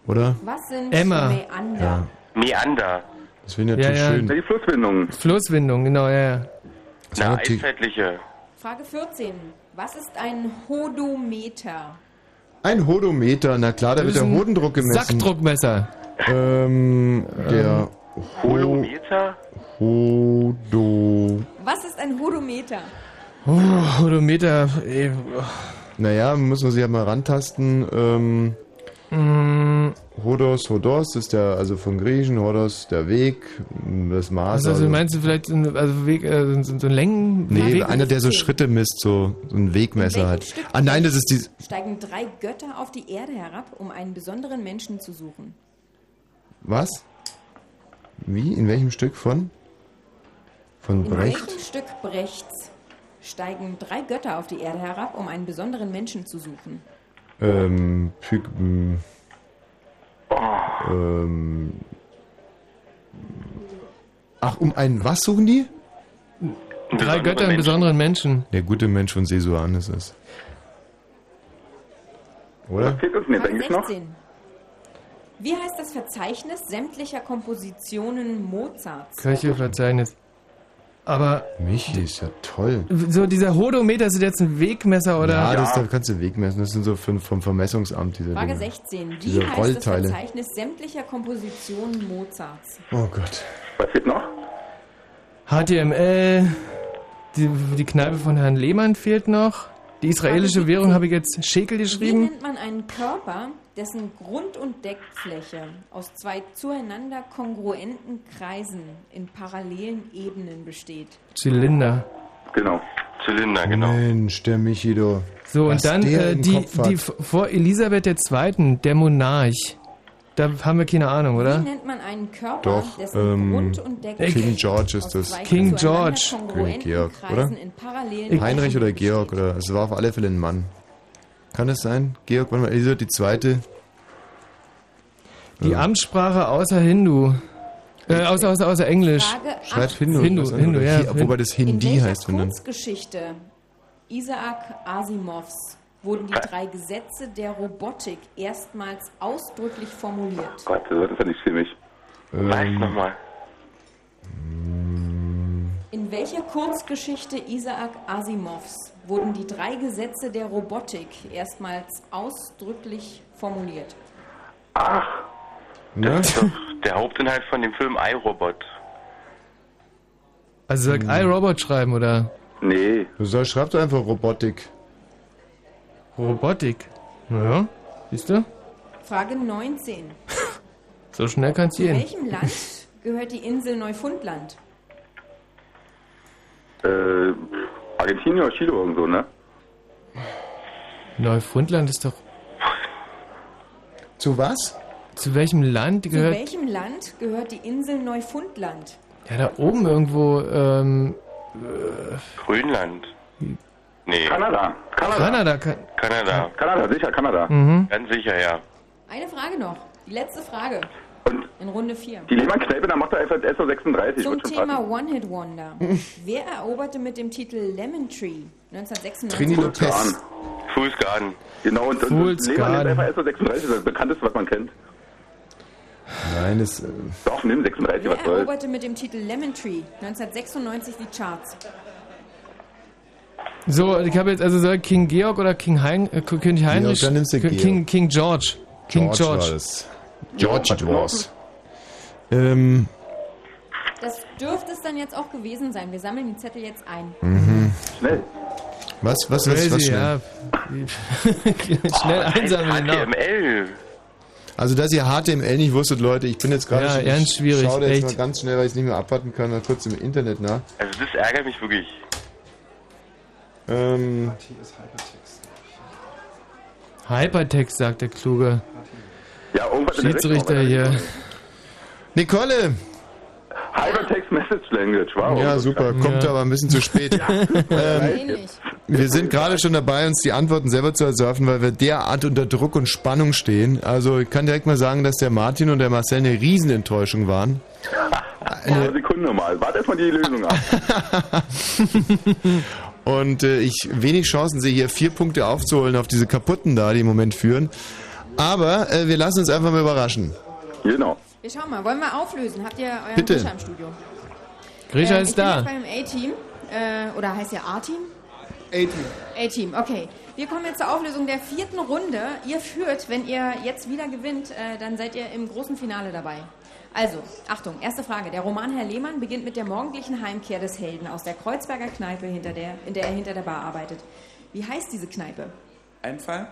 Oder?
Was sind Mäander?
Ja.
Meander.
Das finde ich natürlich
Ja, ja.
schön.
Die Flusswindung.
Flusswindung, genau, ja, ja.
Na,
Natürlich.
eiszeitliche.
Frage 14. Was ist ein Hodometer?
Ein Hodometer, na klar, da
Das
wird
ist
der
ein
Hodendruck gemessen.
Sackdruckmesser. Ähm.
Ähm, der Ho
Holometer?
Hodo.
Was ist ein Hodometer?
Oh, Hodometer. Naja, müssen wir sie ja mal rantasten. Ähm,
Mm.
Hodos, Hodos ist der, also von Griechen, Hodos, der Weg, das Maß.
Also, also meinst du vielleicht so ein, also Weg, äh, so ein- so ein Längen...
nee,
Weg-
einer, der so Schritte misst, so, so ein Wegmesser hat. Ah nein, das ist die.
Steigen drei Götter auf die Erde herab, um einen besonderen Menschen zu suchen.
Was? Wie? In welchem Stück von? Von
In
Brecht?
welchem Stück Brechts steigen drei Götter auf die Erde herab, um einen besonderen Menschen zu suchen?
Ähm, Pyg. m- Ähm. Ach, um einen was suchen die?
Drei Götter, einen besonderen Menschen.
Der gute Mensch von Sesuanis ist. Oder?
Fehlt uns nicht eigentlich noch?
16. Wie heißt das Verzeichnis sämtlicher Kompositionen Mozarts?
Köche-Verzeichnis. Aber
Michi ist ja toll.
so dieser Hodometer, ist das jetzt ein Wegmesser oder...
Ja, das, da kannst du Weg messen. Das sind so fünf vom Vermessungsamt, diese
Frage
Dinger.
16. Wie
Diese
heißt
Rollteile.
das Verzeichnis sämtlicher Kompositionen Mozarts?
Oh Gott.
Was fehlt noch?
HTML, die, die Kneipe von Herrn Lehmann fehlt noch. Die israelische Währung habe ich jetzt Schekel
Wie
geschrieben.
nennt man einen Körper, dessen Grund- und Deckfläche aus zwei zueinander kongruenten Kreisen in parallelen Ebenen besteht?
Zylinder.
Genau. Zylinder,
genau. Mensch, der Michi, du.
So,
Was
und dann
der
äh,
im
die,
Kopf hat.
die f- vor Elisabeth II., der Monarch. Da haben wir keine Ahnung,
Wie
oder?
nennt man einen Körper,
Äh? Doch,
dessen
ähm,
Grund- und Deckfläche
King George ist das.
zwei
King
zueinander
George.
kongruenten
König Georg,
Kreisen
oder?
In parallelen
Heinrich
Ebenen
oder Georg, oder? Es war auf alle Fälle ein Mann. Kann es sein? Georg, wann war Elisabeth die Zweite?
Die Amtssprache außer Hindu. Äh, außer, außer, außer Englisch.
Frage
Schreibt
18.
Hindu.
Hindu,
was an,
Hindu,
oder
ja.
Hi- Wobei das Hindi heißt, wenn dann.
Kurzgeschichte Isaac Asimovs wurden die drei Gesetze der Robotik erstmals ausdrücklich formuliert.
Gott, das ist ja nicht chemisch. Ähm, Weiß nochmal.
In welcher Kurzgeschichte Isaac Asimovs wurden die drei Gesetze der Robotik erstmals ausdrücklich formuliert?
Ne?
Das ist doch der Hauptinhalt von dem Film iRobot.
Also soll ich iRobot schreiben, oder?
Nee.
Hm. Du sollst, schreib doch einfach Robotik.
Robotik. Naja, siehst du?
Frage 19.
So schnell kann's
Zu
gehen.
welchem Land gehört die Insel Neufundland?
Äh, Argentinien oder Chile oder so, ne?
Neufundland ist doch...
Zu was?
Zu welchem Land
Zu
gehört...
welchem Land gehört die Insel Neufundland?
Ja, da oben irgendwo... Ähm,
Grönland. Nee. Kanada.
Kanada. Ka
Kanada. Kanada, sicher, Kanada.
Mhm.
Ganz sicher, ja.
Eine Frage noch. Die letzte Frage. In Runde 4.
Die Lehmann-Kneipe, da macht er einfach SO36.
Zum
Wird schon
Thema
passen.
One-Hit-Wonder. Wer eroberte mit dem Titel Lemon Tree 1996
Garden. Fool's Garden. Genau, und, und
Fool's
Lehmann nimmt
Garden.
einfach SO36, das bekannteste, was man kennt.
Nein, das. Äh,
Doch, nimm 36,
Wer
was soll's.
eroberte mit dem Titel Lemon Tree 1996 die Charts?
So, ich habe jetzt also soll King Georg oder King Hein, äh, König Heinrich,
dann nimmst du
K-
Georg.
King, King George, King
George war
George.
das. George it was. Ähm,
Das dürfte es dann jetzt auch gewesen sein. Wir sammeln die Zettel jetzt ein.
Mhm. Schnell. Was, was, was,
Crazy,
was schnell?
ja. <laughs> Schnell einsammeln. genau.
Also, dass ihr HTML nicht wusstet, Leute, ich bin jetzt gerade
Ja,
schon, ich
ganz schwierig,
Schau da jetzt
echt.
mal ganz schnell, weil ich es nicht mehr abwarten kann, mal kurz im Internet nach.
Also das ärgert mich wirklich.
Ähm,
Hypertext, sagt der Kluge.
Ja, irgendwas in der
Schiedsrichter
Richtung,
hier.
Nicole!
Hypertext Message Language, wow.
Ja, super, kommt aber ein bisschen zu
<laughs>
spät. ähm, wir sind gerade schon dabei, uns die Antworten selber zu ersurfen, weil wir derart unter Druck und Spannung stehen. Also ich kann direkt mal sagen, dass der Martin und der Marcel eine Riesenenttäuschung waren.
Eine Sekunde mal, warte erstmal die Lösung ab.
Und äh, ich wenig Chancen sehe, hier vier Punkte aufzuholen auf diese kaputten da, die im Moment führen. Aber äh, wir lassen uns einfach mal überraschen.
Genau.
Wir schauen mal, wollen wir auflösen? Habt ihr euren
Bitte.
Grisha im Studio?
Grisha
Ähm,
ist
ich bin
da.
jetzt beim A-Team, äh, oder heißt ja A-Team? A-Team, okay. Wir kommen jetzt zur Auflösung der vierten Runde. Ihr führt, wenn ihr jetzt wieder gewinnt, äh, dann seid ihr im großen Finale dabei. Also, Achtung, erste Frage. Der Roman Herr Lehmann beginnt mit der morgendlichen Heimkehr des Helden aus der Kreuzberger Kneipe, hinter der, in der er hinter der Bar arbeitet. Wie heißt diese Kneipe?
Einfall?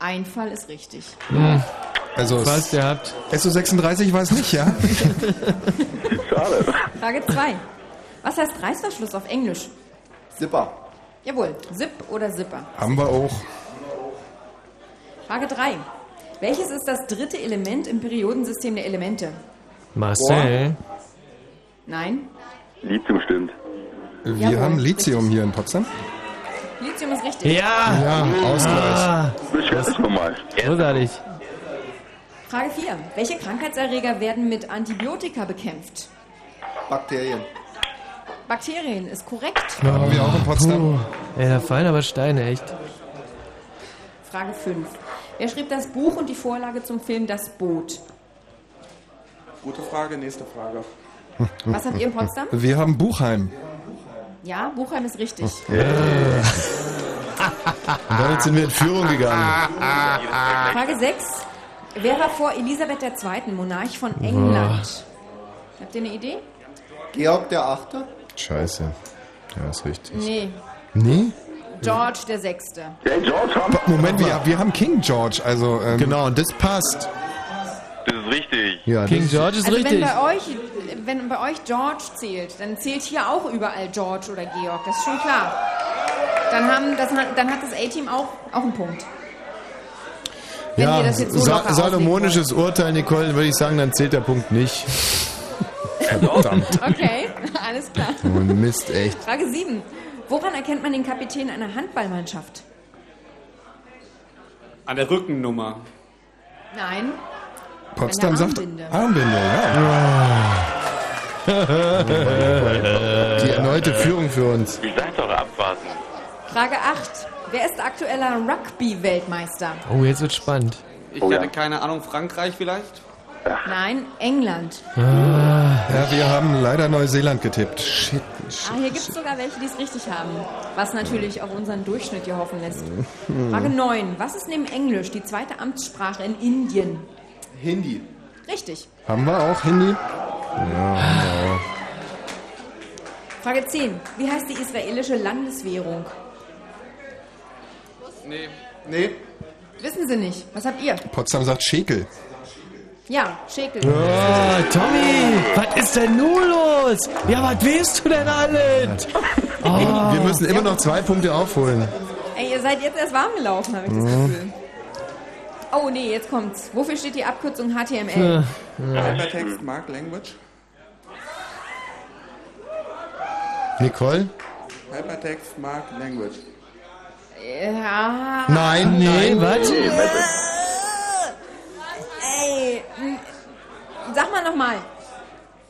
Einfall ist richtig.
hm.
Also
Fast gehabt.
SO36 war es nicht, ja?
Frage 2. Was heißt Reißverschluss auf Englisch?
Zipper.
Jawohl, Zip oder Zipper.
Haben wir auch.
Frage 3. Welches ist das dritte Element im Periodensystem der Elemente?
Marcel.
Nein,
Lithium stimmt.
Wir
Jawohl,
haben Lithium hier in Potsdam.
Lithium ist richtig.
Ja, Ausgleich.
Beschwer dich nochmal.
Ah. Großartig.
Frage 4. Welche Krankheitserreger werden mit Antibiotika bekämpft?
<laughs>
Bakterien.
Bakterien ist korrekt.
Haben wir auch in Potsdam.
Ey, da fallen aber Steine, echt.
Frage 5. Wer schrieb das Buch und die Vorlage zum Film Das Boot?
Gute Frage, nächste Frage.
Was habt ihr in Potsdam?
Wir haben Buchheim.
Ja, Buchheim ist richtig.
Äh.
Und damit sind wir in Führung gegangen.
Frage 6. Wer war vor Elisabeth II. Monarch von England? Habt ihr eine Idee?
Georg der Achte?
Scheiße. Ja, ist richtig.
Nee,
Nee?
George der Sechste.
Moment, wir, wir haben King George, also. Ähm,
genau, und das passt.
Das ist richtig.
Ja,
King George ist
Also
richtig.
wenn bei, euch, wenn bei euch George zählt, dann zählt hier auch überall George oder Georg, das ist schon klar. Dann, haben, das, dann hat das A-Team auch, auch einen Punkt. Wenn ihr das jetzt so
sa-
locker
salomonisches Urteil, Nicole, würde ich sagen, dann zählt der Punkt nicht. Verdammt.
Okay, <laughs> alles klar.
Und Mist, echt.
Frage 7. Woran erkennt man den Kapitän einer Handballmannschaft?
An der Rückennummer.
Nein.
Potsdam
Eine
sagt.
Armbinde.
Armbinde, ja.
Die erneute Führung für uns.
Ich sag doch abwarten.
Frage 8. Wer ist aktueller Rugby-Weltmeister?
Oh, jetzt wird's spannend.
Ich
Oh
hatte keine Ahnung, Frankreich vielleicht?
Nein, England.
Ah.
Ja, wir haben leider Neuseeland getippt. Shit.
Ah, hier gibt es sogar welche, die es richtig haben. Was natürlich auch unseren Durchschnitt hier hoffen lässt.
Mhm.
Frage
Hm.
9. Was ist neben Englisch die zweite Amtssprache in Indien?
Hindi.
Richtig.
Haben wir auch Hindi?
Frage 10. Wie heißt die israelische Landeswährung?
Nee. Nee.
Wissen Sie nicht. Was habt ihr?
Potsdam sagt Schekel.
Ja, Schekel.
Ah, Tommy, was ist denn nun los? Ja, was willst du denn alles? Ah.
Wir müssen immer noch zwei Punkte aufholen.
Ey, ihr seid jetzt erst warm gelaufen, habe ich das Gefühl. Oh nee, jetzt kommt's. Wofür steht die Abkürzung HTML?
Hypertext Mark Language.
Nicole?
Hypertext Mark Language.
Ja.
Nein,
Nee,
nein.
was?
Ey, m, sag mal nochmal.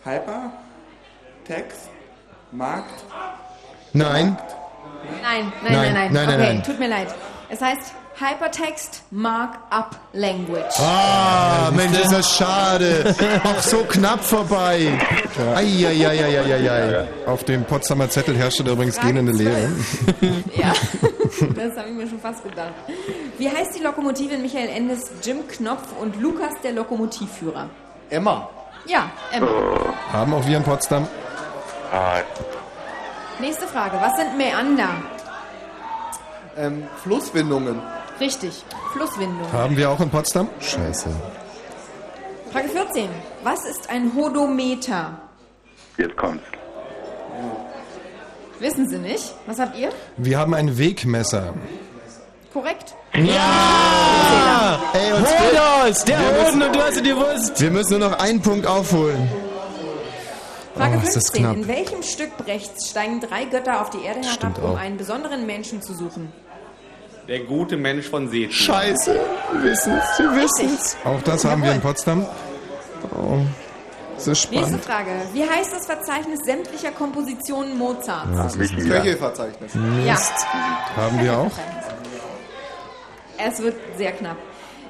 Hypertext Mark
Nein.
Nein, nein, nein, nein.
Nein, nein, nein,
okay,
nein.
tut mir leid. Es heißt Hypertext Markup Language.
Ah, Mensch, ist das schade. Auch so knapp vorbei. Eieieiei.
Auf dem Potsdamer Zettel herrschte da übrigens gähnende Leere.
Ja, das habe ich mir schon fast gedacht. Wie heißt die Lokomotive in Michael Endes, Jim Knopf und Lukas, der Lokomotivführer?
Emma.
Ja, Emma.
Oh.
Haben auch wir in Potsdam.
Ah,
Nächste Frage. Was sind Mäander?
Ähm, Flusswindungen.
Richtig. Flusswindung.
Haben wir auch in Potsdam? Scheiße.
Frage 14. Was ist ein Hodometer?
Jetzt kommt's.
Wissen Sie nicht? Was habt ihr?
Wir haben ein Wegmesser.
Korrekt.
Ja! Ey, uns
Hodos! Der
wir
Hoden
müssen-
und du hast ihn gewusst!
Wir müssen nur noch einen Punkt aufholen.
Frage
Oh, ist das
15.
knapp.
In welchem Stück Brechts steigen drei Götter auf die Erde
Stimmt
herab, um
auch.
einen besonderen Menschen zu suchen?
Der gute Mensch von Seetz.
Scheiße, wir wissen's, wir wissen's.
Auch das haben wir in Potsdam.
Oh, das ist
Nächste
spannend.
Frage. Wie heißt das Verzeichnis sämtlicher Kompositionen Mozarts?
das wissen wir.
Köchelverzeichnis.
Mist.
Haben wir auch.
Es wird sehr knapp.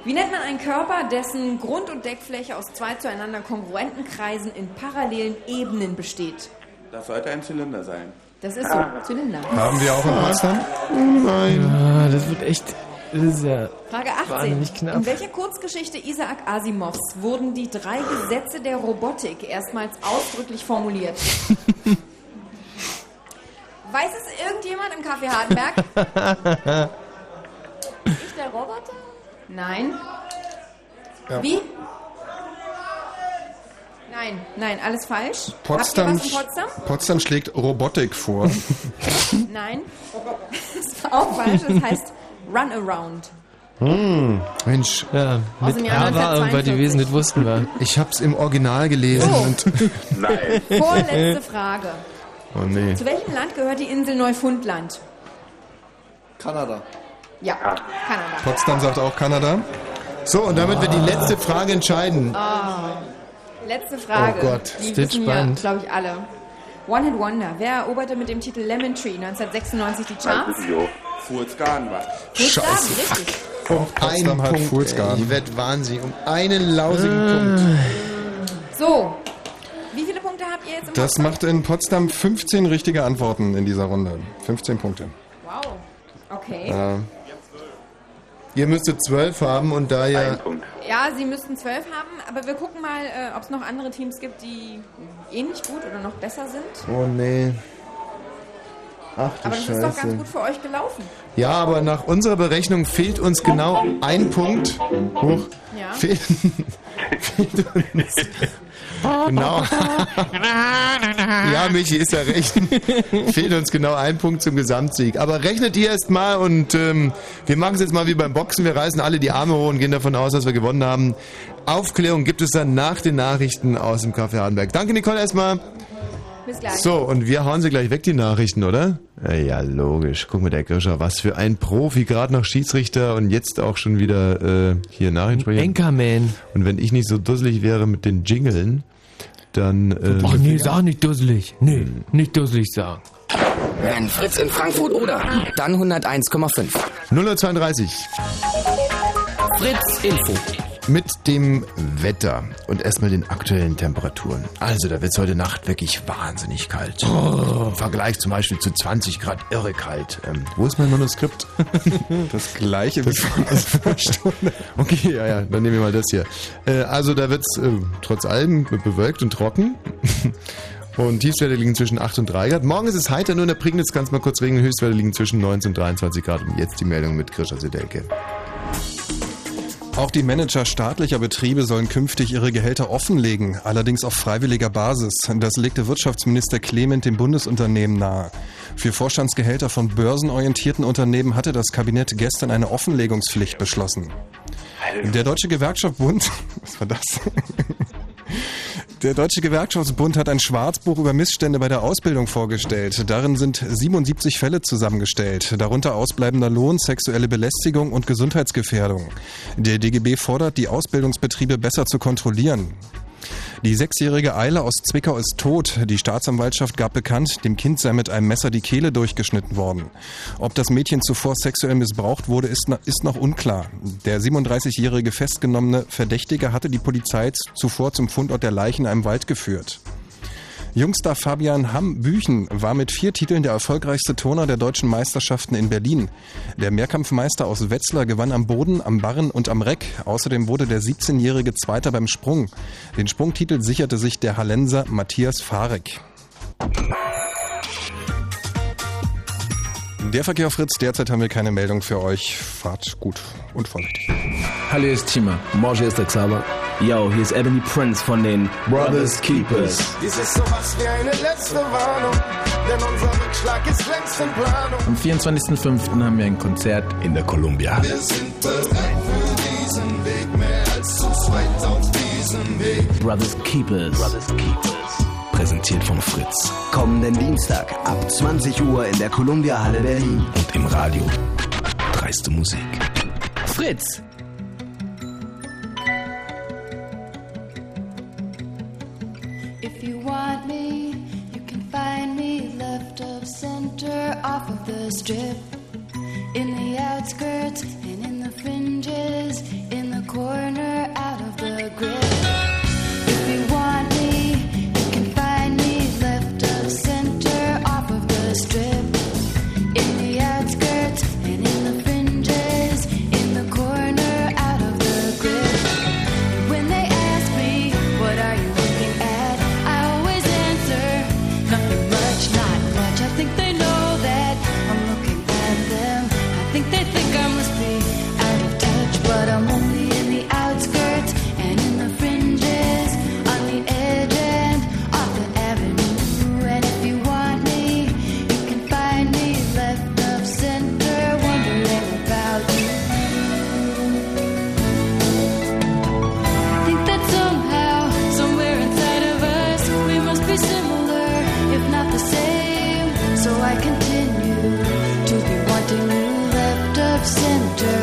Wie nennt man einen Körper, dessen Grund- und Deckfläche aus zwei zueinander kongruenten Kreisen in parallelen Ebenen besteht?
Das sollte ein Zylinder sein.
Das ist so. Zylinder.
Haben wir auch in Potsdam?
Nein.
Ja, das wird echt. Das ist ja.
Frage
Wahnsinnig
18.
knapp.
In welcher Kurzgeschichte Isaac Asimovs wurden die drei Gesetze der Robotik erstmals ausdrücklich formuliert? Weiß es irgendjemand im Café Hardenberg?
<laughs>
Ist der Roboter?
<laughs>
Nein.
Ja.
Wie? Nein, nein, alles falsch.
Potsdam,
Habt ihr was in Potsdam?
Potsdam schlägt
<laughs>
Robotik vor.
Nein. <laughs> Das war auch falsch. Das heißt Runaround.
Hm, Mensch.
Ja,
Aus dem
mit
Jahr
A war irgendwas
1942.
gewesen, das wussten wir.
Ich hab's im Original gelesen.
So. <laughs>
Und
Nein.
Oh. Vorletzte Frage.
<laughs> Oh nee.
Zu welchem Land gehört die Insel Neufundland?
Kanada.
Ja, Kanada.
Potsdam sagt auch Kanada.
So, und damit wird die letzte Frage entscheiden.
Ah, letzte Frage.
Oh Gott,
die
ist das
wissen
spannend.
ja, glaube ich, alle. One Hit Wonder. Wer eroberte mit dem Titel Lemon Tree 1996 die Charts?
Furzgarnbach.
Gut, Damen, richtig.
Oh,
Um einen
hat
Punkt, ey,
Fuhlsgarten.
ich werd wahnsinnig. Um einen
Äh.
lausigen
So, wie viele Punkte habt ihr jetzt im
Das macht in Potsdam 15 richtige Antworten in dieser Runde. 15 Punkte.
Wow. Okay.
Punkt. Ja. Ihr müsstet zwölf haben und da ja...
Ja, sie müssten zwölf haben, aber wir gucken mal, äh, ob es noch andere Teams gibt, die ähnlich gut oder noch besser sind.
Oh nee. Ach du
Aber das ist doch ganz
Scheiße.
gut für euch gelaufen.
Ja, aber nach unserer Berechnung fehlt uns genau ein Punkt. Hoch.
Ja.
Fehlt, <laughs> fehlt uns. Genau. <laughs> Ja, Michi, ist ja recht. Fehlt uns genau ein Punkt zum Gesamtsieg. Aber rechnet ihr erst mal und ähm, wir machen es jetzt mal wie beim Boxen. Wir reißen alle die Arme hoch und gehen davon aus, dass wir gewonnen haben. Aufklärung gibt es dann nach den Nachrichten aus dem Café Hardenberg. Danke, Nicole, erstmal.
Bis gleich.
So, und wir hauen sie gleich weg, die Nachrichten, oder? Ja, Ja, logisch. Guck mal, der Kirscher, was für ein Profi, gerade noch Schiedsrichter und jetzt auch schon wieder äh, hier Nachrichtensprecher.
Anchorman.
Und wenn ich nicht so dusselig wäre mit den Jingeln, dann... Äh, Hm.
Ach nee, sag nicht dusselig. Nee, nicht dusselig sagen.
Wenn Fritz in Frankfurt oder, dann 101,5.
032.
Fritz Info.
Mit dem Wetter und erstmal den aktuellen Temperaturen. Also, da wird es heute Nacht wirklich wahnsinnig kalt. Im Vergleich zum Beispiel zu 20 Grad irre kalt. Ähm, Oh. wo ist mein <laughs> Manuskript?
Das gleiche wie
<laughs> Okay, ja, ja, dann nehmen wir mal das hier. Äh, also, da wird es äh, trotz allem be- bewölkt und trocken. <laughs> Und Tiefstwerte liegen zwischen 8 und 3 Grad. Morgen ist es heiter, nur in der Prignitz ganz mal kurz wegen. Höchstwerte liegen zwischen 19 und 23 Grad. Und jetzt die Meldung mit Krischer Sedelke.
Auch die Manager staatlicher Betriebe sollen künftig ihre Gehälter offenlegen, allerdings auf freiwilliger Basis. Das legte Wirtschaftsminister Clement dem Bundesunternehmen nahe. Für Vorstandsgehälter von börsenorientierten Unternehmen hatte das Kabinett gestern eine Offenlegungspflicht beschlossen. Der Deutsche Gewerkschaftsbund, <laughs> was war das? Der Deutsche Gewerkschaftsbund hat ein Schwarzbuch über Missstände bei der Ausbildung vorgestellt. Darin sind 77 Fälle zusammengestellt, darunter ausbleibender Lohn, sexuelle Belästigung und Gesundheitsgefährdung. Der DGB fordert, die Ausbildungsbetriebe besser zu kontrollieren. Die sechsjährige Eile aus Zwickau ist tot. Die Staatsanwaltschaft gab bekannt, dem Kind sei mit einem Messer die Kehle durchgeschnitten worden. Ob das Mädchen zuvor sexuell missbraucht wurde, ist, na- ist noch unklar. Der 37-jährige festgenommene Verdächtige hatte die Polizei z- zuvor zum Fundort der Leichen in einem Wald geführt. Jungstar Fabian Hamm-Büchen war mit vier Titeln der erfolgreichste Turner der deutschen Meisterschaften in Berlin. Der Mehrkampfmeister aus Wetzlar gewann am Boden, am Barren und am Reck. Außerdem wurde der 17-jährige Zweiter beim Sprung. Den Sprungtitel sicherte sich der Hallenser Matthias Farek. Der Verkehr auf Fritz, derzeit haben wir keine Meldung für euch. Fahrt gut und vorsichtig.
Hallo, hier ist Chima. Morge hier ist der Xaver. Yo, hier ist Ebony Prince von den Brothers Keepers.
Dies ist sowas wie eine letzte Warnung, denn unser Rückschlag ist längst in Planung.
Am 24.05. haben wir ein Konzert in der Columbia.
Wir sind bereit für diesen Weg, mehr als zu zweit auf diesem Weg.
Brothers Keepers. Brothers Keepers. Präsentiert von Fritz.
Kommenden Dienstag ab 20 Uhr in der Columbia Halle Berlin.
Und im Radio. Dreiste Musik. Fritz!
If you want me, you can find me left of center off of the strip. In the outskirts and in the fringes, in the corner out of the grip. If you want me, you can find me left of center off of the strip. In the outskirts and in the fringes, in the corner out of the grip. When they ask me, what are you looking at? I always answer, nothing much, not much. I think they know that I'm looking at them. I think they think I must be out of touch, but I'm only in the outskirts and in the fringes, on the edge and off the avenue. And if you want me, you can find me left of center, wondering about Think that somehow, somewhere inside of us, we must be similar, if not the same. So I continue to be wanting you left of center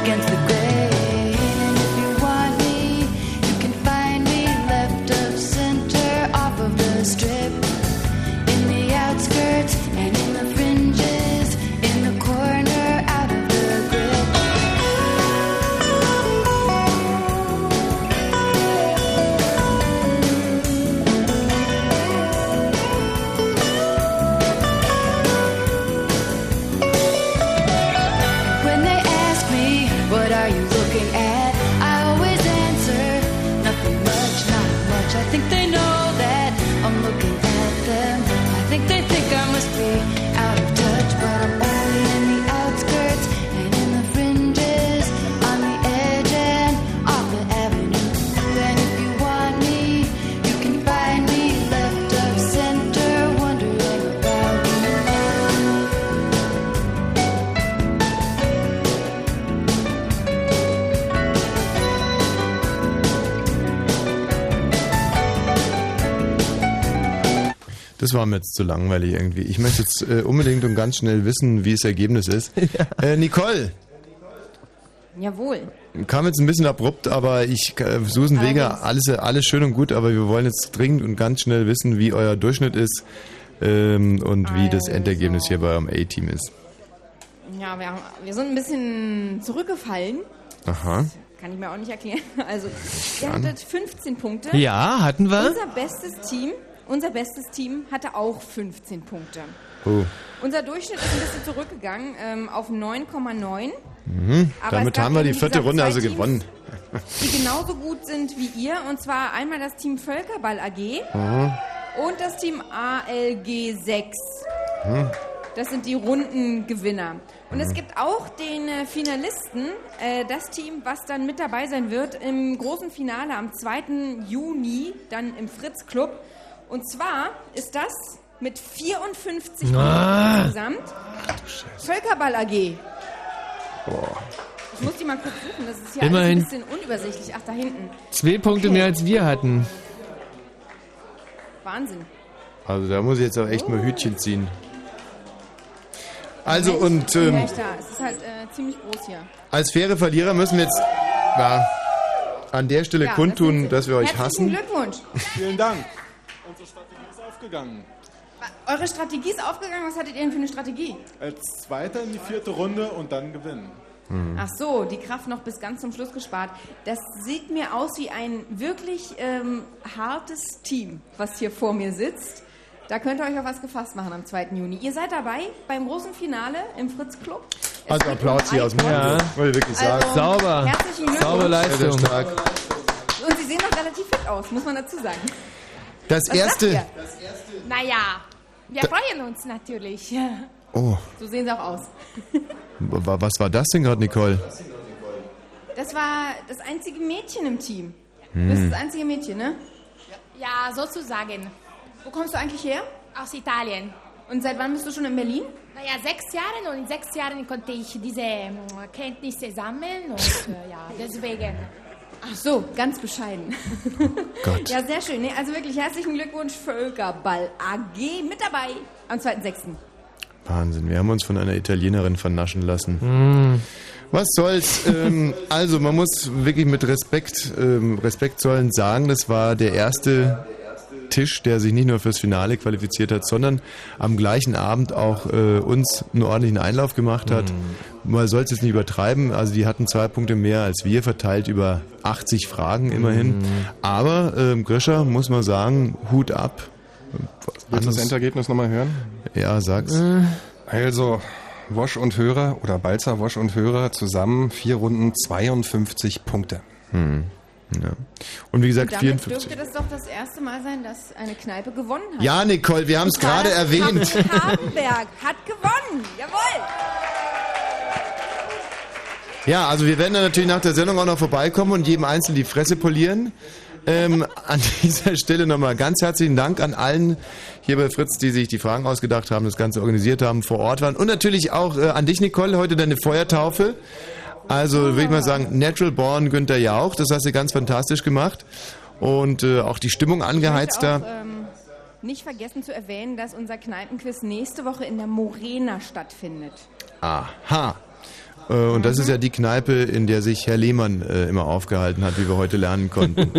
against the grain. And if you want me, you can find me left of center off of the strip. In the outskirts and in the fringes, in the corner out of the grip. When they ask me, what are you looking at? I always answer, nothing much, not much. I think they know that I'm looking at them. I think they think I must be out of touch, but I'm only in the outskirts and in the fringes, on the edge and off the avenue. And if you want me, you can find me left of center, wondering about you.
Das war mir jetzt zu langweilig irgendwie. Ich möchte jetzt äh, unbedingt und ganz schnell wissen, wie das Ergebnis <laughs> ist. Äh, Nicole,
Jawohl.
kam jetzt ein bisschen abrupt, aber ich, äh, Susan Weger, alles, äh, alles schön und gut, aber wir wollen jetzt dringend und ganz schnell wissen, wie euer Durchschnitt ist ähm, und
Also.
wie das Endergebnis hier bei eurem A-Team ist.
Ja, wir, haben- wir sind ein bisschen zurückgefallen.
Aha.
Kann ich mir auch nicht erklären. <laughs> Also, ihr hattet 15 Punkte.
Ja, hatten wir.
Unser bestes Team, unser bestes Team hatte auch 15 Punkte.
Oh.
Unser Durchschnitt ist ein bisschen zurückgegangen ähm, auf 9,9,
Mhm.
Aber es
Damit
gab
haben wir
eben,
die
wie
vierte
gesagt,
Runde
zwei
also
Teams.
gewonnen.
die genauso gut sind wie ihr. Und zwar einmal das Team Völkerball AG
Mhm.
und das Team ALG 6.
Hm.
Das sind die Rundengewinner. Und es gibt auch den äh, Finalisten, äh, das Team, was dann mit dabei sein wird im großen Finale am 2. Juni, dann im Fritz Club. Und zwar ist das mit 54
Ah.
Punkten insgesamt Völkerball AG. Ich
Boah.
muss die mal kurz suchen, das ist hier
Immerhin.
alles ein bisschen unübersichtlich. Ach, da hinten.
Zwei Punkte mehr als wir hatten.
Wahnsinn.
Also da muss ich jetzt auch echt mal Hütchen ziehen. Also und
Ähm,
ähm,
ja, ich da. Es ist halt äh, ziemlich groß hier.
als faire Verlierer müssen wir jetzt ja, an der Stelle
Ja, das sind
kundtun,
sie.
dass wir euch
Herzlichen
hassen.
Glückwunsch.
Vielen Dank. Unsere Strategie ist aufgegangen.
Eure Strategie ist aufgegangen. Was hattet ihr denn für eine Strategie?
Als Zweiter in die vierte Runde und dann gewinnen.
Hm. Ach so, die Kraft noch bis ganz zum Schluss gespart. Das sieht mir aus wie ein wirklich ähm, hartes Team, was hier vor mir sitzt. Da könnt ihr euch auf was gefasst machen am 2. Juni. Ihr seid dabei beim großen Finale im Fritz Club. Es
Also
geht
Applaus
um
hier aus dem
Ja.
ja. Wollte ich wirklich sagen.
Also, Sauber. herzlichen Glückwunsch.
Saubere
Sehr,
Leistung.
sehr stark.
Und sie sehen noch relativ fit aus, muss man dazu sagen.
Das
Was sagt
erste,
ihr?
Naja, wir freuen
<laughs>
uns natürlich.
Oh,
So sehen sie auch aus. <laughs>
wa- was war das denn gerade, Nicole?
Das war das einzige Mädchen im Team.
Hm.
Du bist das einzige Mädchen, ne?
Ja, sozusagen.
Wo kommst du eigentlich her?
Aus Italien.
Und seit wann bist du schon in Berlin?
Naja, sechs Jahre und in sechs Jahren konnte ich diese ähm, Kenntnisse sammeln und äh, ja, deswegen.
Ach so, ganz bescheiden.
<laughs> Gott.
Ja, sehr schön. Nee, also wirklich herzlichen Glückwunsch, Völkerball AG mit dabei am 2.6.
Wahnsinn, wir haben uns von einer Italienerin vernaschen lassen. Was
<laughs>
soll's? ähm, also, man muss wirklich mit Respekt, ähm, Respekt sollen sagen, das war der erste Tisch, der sich nicht nur fürs Finale qualifiziert hat, sondern am gleichen Abend auch äh, uns einen ordentlichen Einlauf gemacht hat.
Mhm.
Man soll es jetzt nicht übertreiben, also die hatten zwei Punkte mehr als wir, verteilt über 80 Fragen immerhin.
Mhm.
Aber ähm, Grischer, muss man sagen, Hut ab.
Willst du das Endergebnis nochmal hören?
Ja, sag's.
Also, Wosch und Hörer oder Balzer, Wosch und Hörer zusammen vier Runden 52 Punkte.
Hm, Ja. Und wie gesagt,
Und damit
54.
dürfte das doch das erste Mal sein, dass eine Kneipe gewonnen hat.
Ja, Nicole, wir haben es gerade erwähnt.
Hardenberg hat gewonnen. Jawohl.
Ja, also wir werden dann natürlich nach der Sendung auch noch vorbeikommen und jedem Einzelnen die Fresse polieren. Ähm, an <laughs> dieser Stelle nochmal ganz herzlichen Dank an allen hier bei Fritz, die sich die Fragen ausgedacht haben, das Ganze organisiert haben, vor Ort waren. Und natürlich auch äh, an dich, Nicole, heute deine Feuertaufe. Also würde ich mal sagen, Natural Born Günther Jauch, das hast du ganz fantastisch gemacht. Und äh, auch die Stimmung angeheizt da.
Auch, ähm, nicht vergessen zu erwähnen, dass unser Kneipenquiz nächste Woche in der Morena stattfindet.
Aha. Äh, Und das ist ja die Kneipe, in der sich Herr Lehmann äh, immer aufgehalten hat, wie wir heute lernen
<laughs>
konnten.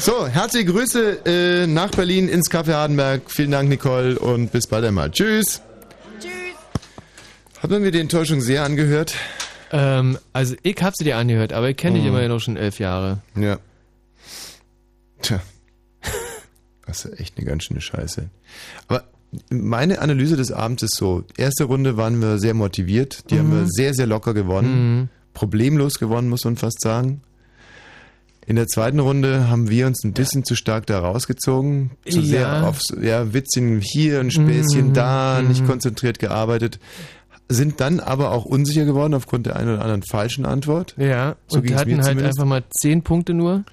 so, herzliche Grüße äh, nach Berlin ins Café Hardenberg. Vielen Dank, Nicole, und bis bald einmal. Tschüss. Hat man mir die Enttäuschung sehr angehört?
Ähm, also ich hab sie dir angehört, aber ich kenne dich
Mhm.
immerhin auch schon elf Jahre.
Ja. Tja. Das ist echt eine ganz schöne Scheiße. Aber meine Analyse des Abends ist so: Erste Runde waren wir sehr motiviert, die haben wir sehr, sehr locker gewonnen.
Mhm.
Problemlos gewonnen, muss man fast sagen. In der zweiten Runde haben wir uns ein bisschen zu stark da rausgezogen. Zu
Ja.
sehr aufs ja, Witzchen hier, ein Späßchen
Mhm.
da, nicht
Mhm.
konzentriert gearbeitet. Sind dann aber auch unsicher geworden aufgrund der einen oder anderen falschen Antwort.
Ja, und
ging's mir
hatten halt
zumindest.
einfach mal zehn Punkte nur.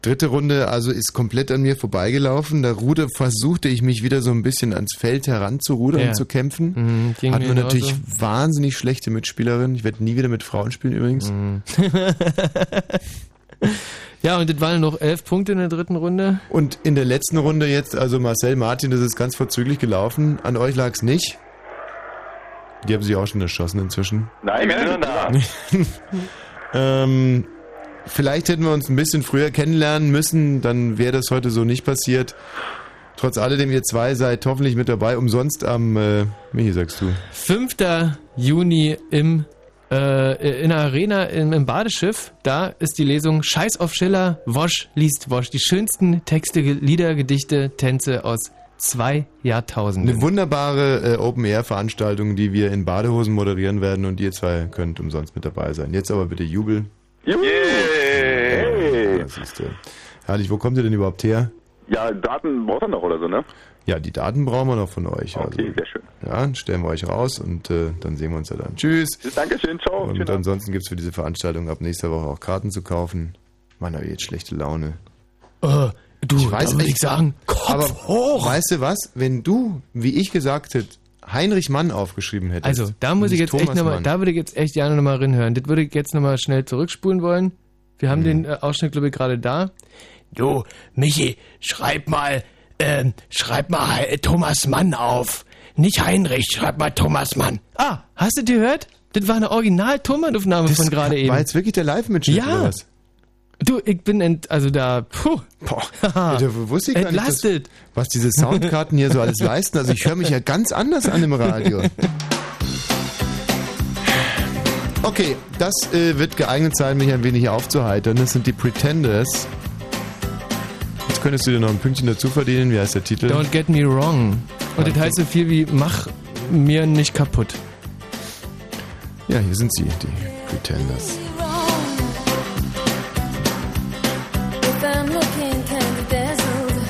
Dritte Runde, also ist komplett an mir vorbeigelaufen. Da Ruder versuchte ich mich wieder so ein bisschen ans Feld heranzurudern
Ja.
und zu
Mhm,
kämpfen.
ging
Hatten
mir
wir
genauso.
natürlich wahnsinnig schlechte Mitspielerinnen. Ich werde nie wieder mit Frauen spielen übrigens.
Mhm. <laughs> Ja, und das waren noch elf Punkte in der dritten Runde.
Und in der letzten Runde jetzt, also Marcel Martin, das ist ganz vorzüglich gelaufen. An euch lag's nicht. Die haben sich auch schon erschossen inzwischen.
Nein, wir sind da.
<laughs> ähm, vielleicht hätten wir uns ein bisschen früher kennenlernen müssen, dann wäre das heute so nicht passiert. Trotz alledem, ihr zwei seid hoffentlich mit dabei, umsonst am, äh, Michi sagst du.
5. Juni im, äh, in der Arena im, im Badeschiff. Da ist die Lesung Scheiß auf Schiller, Wosch liest Wosch. Die schönsten Texte, Ge- Lieder, Gedichte, Tänze aus zwei Jahrtausenden.
Eine wunderbare äh, Open-Air-Veranstaltung, die wir in Badehosen moderieren werden und ihr zwei könnt umsonst mit dabei sein. Jetzt aber bitte Jubel.
Yay!
Das ist, äh, herrlich, wo kommt ihr denn überhaupt her?
Ja, Daten braucht er noch oder so, ne?
Ja, die Daten brauchen wir noch von euch. Okay, also, sehr
schön.
Ja, stellen wir euch raus und äh, dann sehen wir uns ja dann. Tschüss.
Dankeschön, ciao.
Und
Oh, Schönen Abend.
ansonsten gibt's für diese Veranstaltung ab nächster Woche auch Karten zu kaufen. Mann, habe ich jetzt schlechte Laune.
Äh, du,
Ich weiß
da würd
echt-
ich sagen, Kopf
aber
hoch!
Weißt du was? Wenn du, wie ich gesagt hätte, Heinrich Mann aufgeschrieben hättest.
Also, da muss ich
nicht
jetzt echt
Thomas
nochmal,
Mann.
da würde ich jetzt echt gerne nochmal reinhören. Das würde ich jetzt nochmal schnell zurückspulen wollen. Wir
Mhm.
haben den äh, Ausschnitt, glaube ich, gerade da.
Du, Michi, schreib mal, ähm, schreib mal Hei- Thomas Mann auf. Nicht Heinrich, schreib mal Thomas Mann.
Ah, hast du die gehört? Das war eine Original-Tonbandaufnahme von gerade eben.
war jetzt wirklich der Live-Mitschnitt
Ja.
oder was?
Du, ich bin ent, also da, puh. <laughs>
Ja, da wusste ich gar nicht, dass,
Entlastet.
was diese Soundkarten hier so
<laughs>
alles leisten. Also ich höre mich ja ganz anders an im Radio. Okay, das äh, wird geeignet sein, mich ein wenig aufzuheitern. Das sind die Pretenders. Jetzt könntest du dir noch ein Pünktchen dazu verdienen. Wie heißt der Titel?
Don't get me wrong. Und das heißt so viel wie, mach mir nicht kaputt.
Ja, hier sind sie, die Pretenders.
If I'm looking kind of dazzled,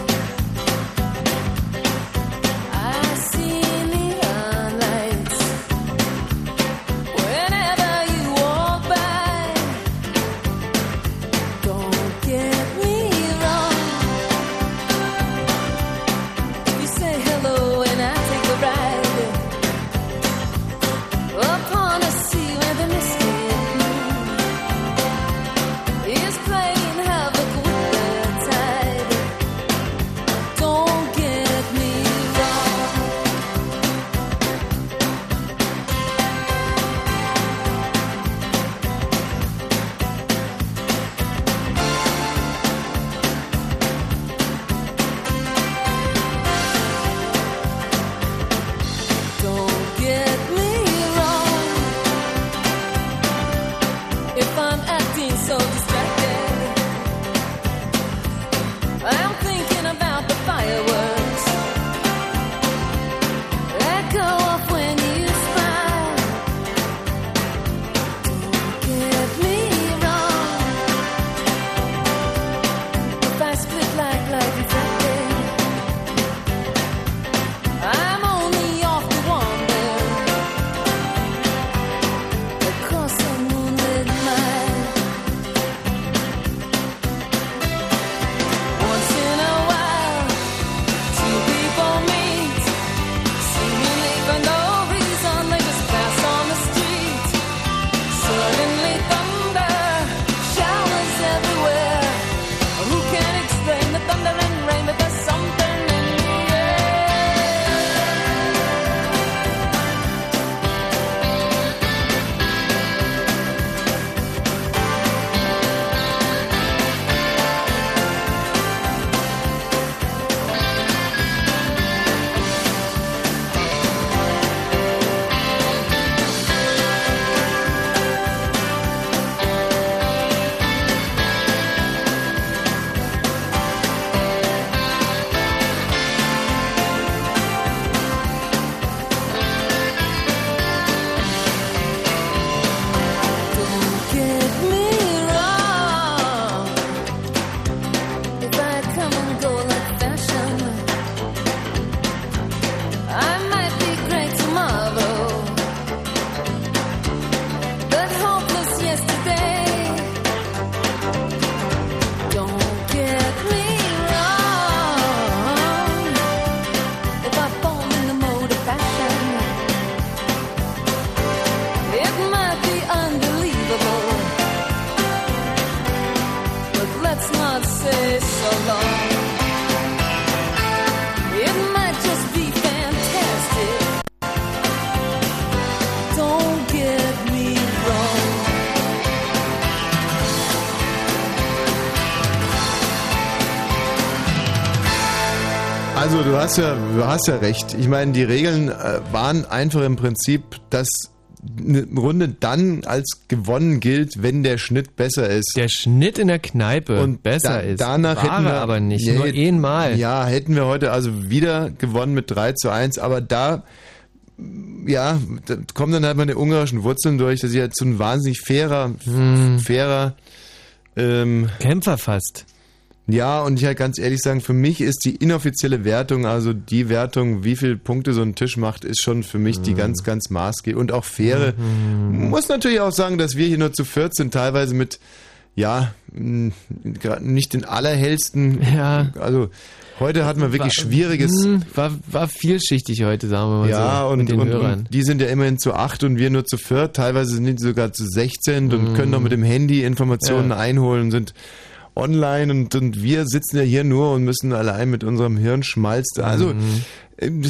Also du hast ja, du hast ja recht. Ich meine, die Regeln äh, waren einfach im Prinzip, dass eine Runde dann als gewonnen gilt, wenn der Schnitt besser ist.
Der Schnitt in der Kneipe
Und
besser
da,
ist.
Danach
War
hätten wir
er aber nicht, nur einmal.
Ja, hätten wir heute also wieder gewonnen mit 3 zu 1, aber da ja, da kommen dann halt meine ungarischen Wurzeln durch, dass ich halt so ein wahnsinnig fairer, fairer
Hm.
ähm,
Kämpfer fast.
Ja, und ich halt ganz ehrlich sagen, für mich ist die inoffizielle Wertung, also die Wertung, wie viele Punkte so ein Tisch macht, ist schon für mich die
Hm.
ganz, ganz maßgeblich und auch faire.
Mhm.
Muss natürlich auch sagen, dass wir hier nur zu 14 teilweise mit, ja, mh, grad nicht den allerhellsten, ja. also heute hatten wir wirklich
War-
schwieriges
Hm, War, war vielschichtig heute, sagen wir mal
ja,
so.
und,
mit den
und,
Hörern.
und die sind ja immerhin zu acht und wir nur zu viert, teilweise sind die sogar zu 16 und können noch mit dem Handy Informationen
Ja.
einholen, sind online und, und wir sitzen ja hier nur und müssen allein mit unserem Hirnschmalz da. Also ähm,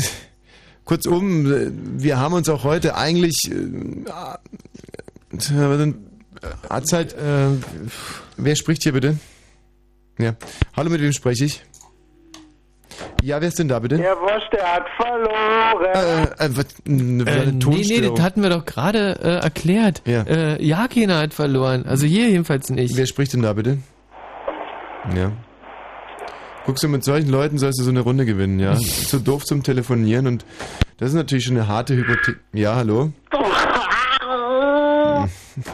kurzum, äh, wir haben uns auch heute eigentlich äh, ah, tja, wir sind- äh, hat's halt, wer spricht hier bitte? Ja. Hallo, mit wem spreche ich? Ja, wer ist denn da bitte?
Der Wurst, der hat verloren.
Äh, was, eine,
Äh,
eine
nee, nee,
Tonstörung.
das hatten wir doch gerade äh, erklärt. Ja. Äh, ja, keiner hat verloren. Also hier jedenfalls nicht.
Wer spricht denn da bitte? ja. Guckst du, mit solchen Leuten sollst du so eine Runde gewinnen,
<laughs>
ja? so doof zum Telefonieren und das ist natürlich schon eine harte Hypothek. Ja, hallo?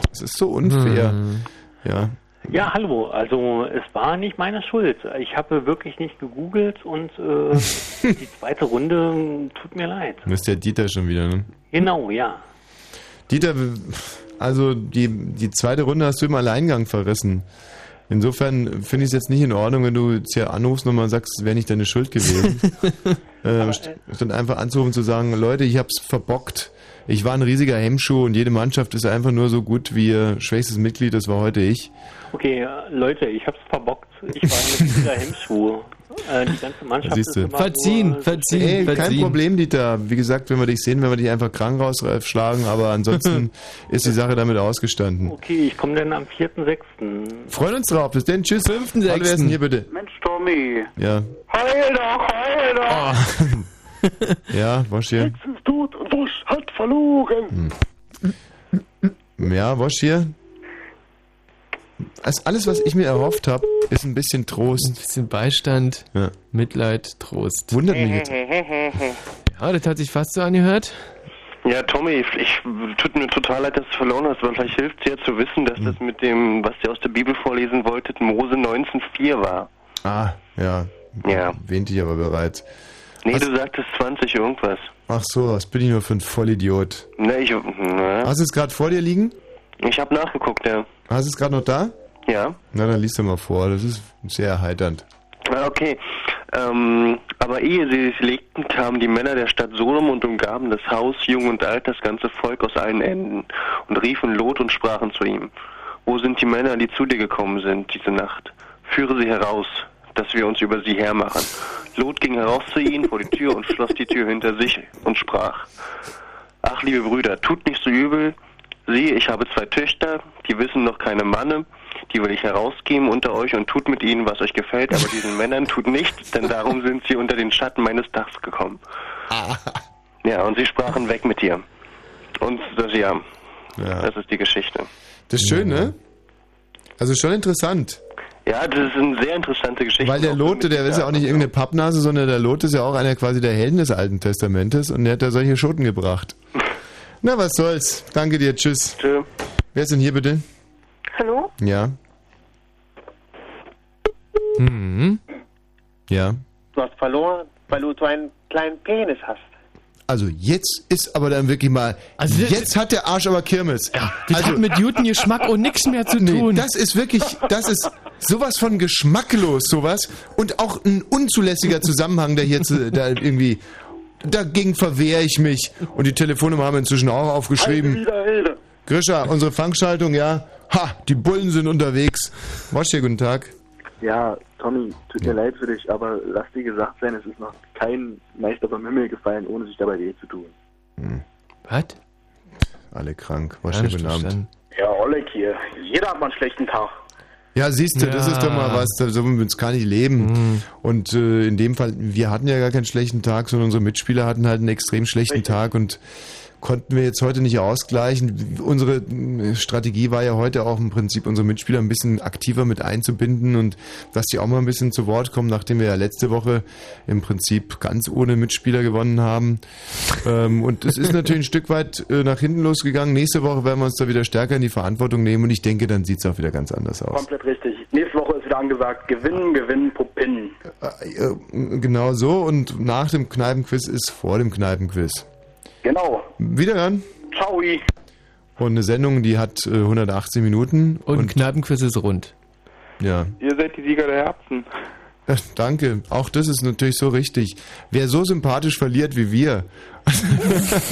Das ist so unfair.
Hm.
Ja.
Ja, hallo. Also es war nicht meine Schuld. Ich habe wirklich nicht gegoogelt und
<laughs>
äh, die zweite Runde tut mir leid.
Das ist der Dieter schon wieder, ne?
Genau, ja.
Dieter, also die, die zweite Runde hast du im Alleingang verrissen. Insofern finde ich es jetzt nicht in Ordnung, wenn du jetzt hier anrufst und mal sagst, es wäre nicht deine Schuld
<laughs>
gewesen. äh, st- statt einfach anzurufen und zu sagen, Leute, ich hab's verbockt. Ich war ein riesiger Hemmschuh und jede Mannschaft ist einfach nur so gut wie ihr schwächstes Mitglied, das war heute ich.
Okay, äh, Leute, ich hab's verbockt. Ich
<laughs>
war mit dieser Hemmschuhe. Äh, die ganze Mannschaft
Siehst du.
ist immer nur,
Ey, Kein
verziehen.
Problem, Dieter. Wie gesagt, wenn wir dich sehen, wenn wir dich einfach krank rausschlagen, aber
<laughs>
ansonsten ist die Sache damit ausgestanden.
Okay, ich komme dann am 4.6.
Freuen uns drauf. Bis denn. Tschüss. Hallo, wer ist denn hier bitte?
Mensch, Tommy.
Ja.
Heul doch, heul doch.
Ja, Wosch hier. Hm.
ist tot und Wusch hat verloren.
Ja, Wosch hier. Also alles, was ich mir erhofft habe, ist ein bisschen Trost. Ein
bisschen Beistand, Mitleid, Trost.
Wundert
mich jetzt. Ja, das hat sich fast so angehört.
<laughs> Ja, Tommy, ich, ich tut mir total leid, dass du verloren hast, aber vielleicht hilft es ja zu wissen,
Hm.
dass das mit dem, was ihr aus der Bibel vorlesen wolltet, Mose 19,4 war.
Ah, ja.
Ja.
Wähnte ich aber bereits.
Nee, du sagtest 20 irgendwas.
Ach so, was bin ich nur für ein Vollidiot.
Ne, ich. Na,
Hast du es gerade vor dir liegen?
ich habe nachgeguckt, ja.
Hast du es gerade noch da?
Ja.
Na, dann liest du mal vor. Das ist sehr erheiternd.
Ah, Okay. Ähm, aber ehe sie es legten, kamen die Männer der Stadt Sodom und umgaben das Haus, jung und alt, das ganze Volk aus allen Enden und riefen Lot und sprachen zu ihm: Wo sind die Männer, die zu dir gekommen sind diese Nacht? Führe sie heraus, dass wir uns über sie hermachen. Lot ging heraus zu ihnen vor die Tür und schloss die Tür hinter sich und sprach: Ach, liebe Brüder, tut nicht so übel. Sieh, ich habe zwei Töchter, die wissen noch keine Manne. Die will ich herausgeben unter euch und tut mit ihnen, was euch
<laughs>
gefällt, aber diesen Männern tut nichts, denn darum sind sie unter den Schatten meines Dachs gekommen.
Ah.
Ja, und sie sprachen weg mit dir. Und das, ja, das ist die Geschichte.
Das ist schön, ne? Also schon interessant.
Ja, das ist eine sehr interessante Geschichte.
Weil der Lote, der ist ja auch nicht irgendeine Pappnase, sondern der Lote ist ja auch einer quasi der Helden des Alten Testamentes und der hat da solche Schoten gebracht. Na, was soll's. Danke dir, tschüss.
Tschö.
Wer ist denn hier bitte?
Hallo?
Ja. Mhm. Ja.
Du hast verloren, weil du so einen kleinen Penis hast.
Also jetzt ist aber dann wirklich mal. Also jetzt hat der Arsch aber Kirmes. Also
Das hat mit Newton Geschmack und nichts
<laughs>
mehr zu tun.
Das ist wirklich, das ist sowas von geschmacklos, sowas. Und auch ein unzulässiger Zusammenhang, der hier zu, da irgendwie. Dagegen verwehre ich mich. Und die Telefonnummer haben wir inzwischen auch aufgeschrieben. Grisha, unsere Fangschaltung, ja. Ha, die Bullen sind unterwegs. Wasch hier, guten Tag.
Ja, Tommy, tut mir leid für dich, aber lass dir gesagt sein, es ist noch kein Meister vom Himmel gefallen, ohne sich dabei weh zu tun.
Was?
Alle krank. Wasch hier, guten Abend.
Ja, Oleg hier. Jeder hat mal einen schlechten Tag.
Ja, siehst du, das
Ja.
ist doch mal was, da so mit uns kann ich leben. Und äh, in dem Fall, wir hatten ja gar keinen schlechten Tag, sondern unsere Mitspieler hatten halt einen extrem schlechten Tag und konnten wir jetzt heute nicht ausgleichen. Unsere mh, Strategie war ja heute auch im Prinzip, unsere Mitspieler ein bisschen aktiver mit einzubinden und dass die auch mal ein bisschen zu Wort kommen, nachdem wir ja letzte Woche im Prinzip ganz ohne Mitspieler gewonnen haben. ähm, und es ist natürlich ein <laughs> Stück weit äh, nach hinten losgegangen. Nächste Woche werden wir uns da wieder stärker in die Verantwortung nehmen und ich denke, dann sieht es auch wieder ganz anders aus.
Komplett richtig. Nächste Woche ist wieder angesagt, gewinnen, gewinnen, pupinnen.
Äh, Genau so und nach dem Kneipenquiz ist vor dem Kneipenquiz.
Genau.
Wiederhören.
Ciao.
Und eine Sendung, die hat äh, 118 Minuten. Und,
Kneipenquiz ist rund.
Ja.
Ihr seid die Sieger der Herzen.
Ach, Danke. Auch das ist natürlich so richtig. Wer so sympathisch verliert wie wir. <laughs>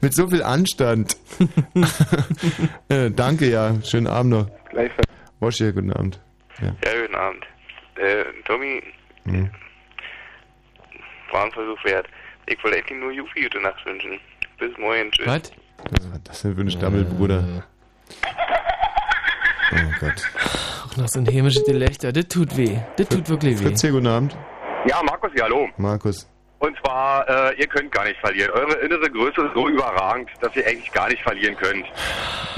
Mit so viel Anstand. <laughs> äh, danke, ja. Schönen Abend noch.
Gleichfalls.
Wasch hier, guten Abend. Ja.
Ja, guten Abend. Äh, Tommy,
Hm.
war ein Versuch wert. Ich wollte eigentlich nur Jufi gute Nacht wünschen. Bis morgen. Tschüss.
Was?
Was war das denn für ein Stammelbruder? Oh Gott.
Auch noch so ein hämisches Gelächter. Das tut weh. Das tut wirklich weh.
Fritz hier, guten Abend.
Ja, Markus, ja, hallo.
Markus.
Und zwar, äh, ihr könnt gar nicht verlieren. Eure innere Größe ist so überragend, dass ihr eigentlich gar nicht verlieren könnt.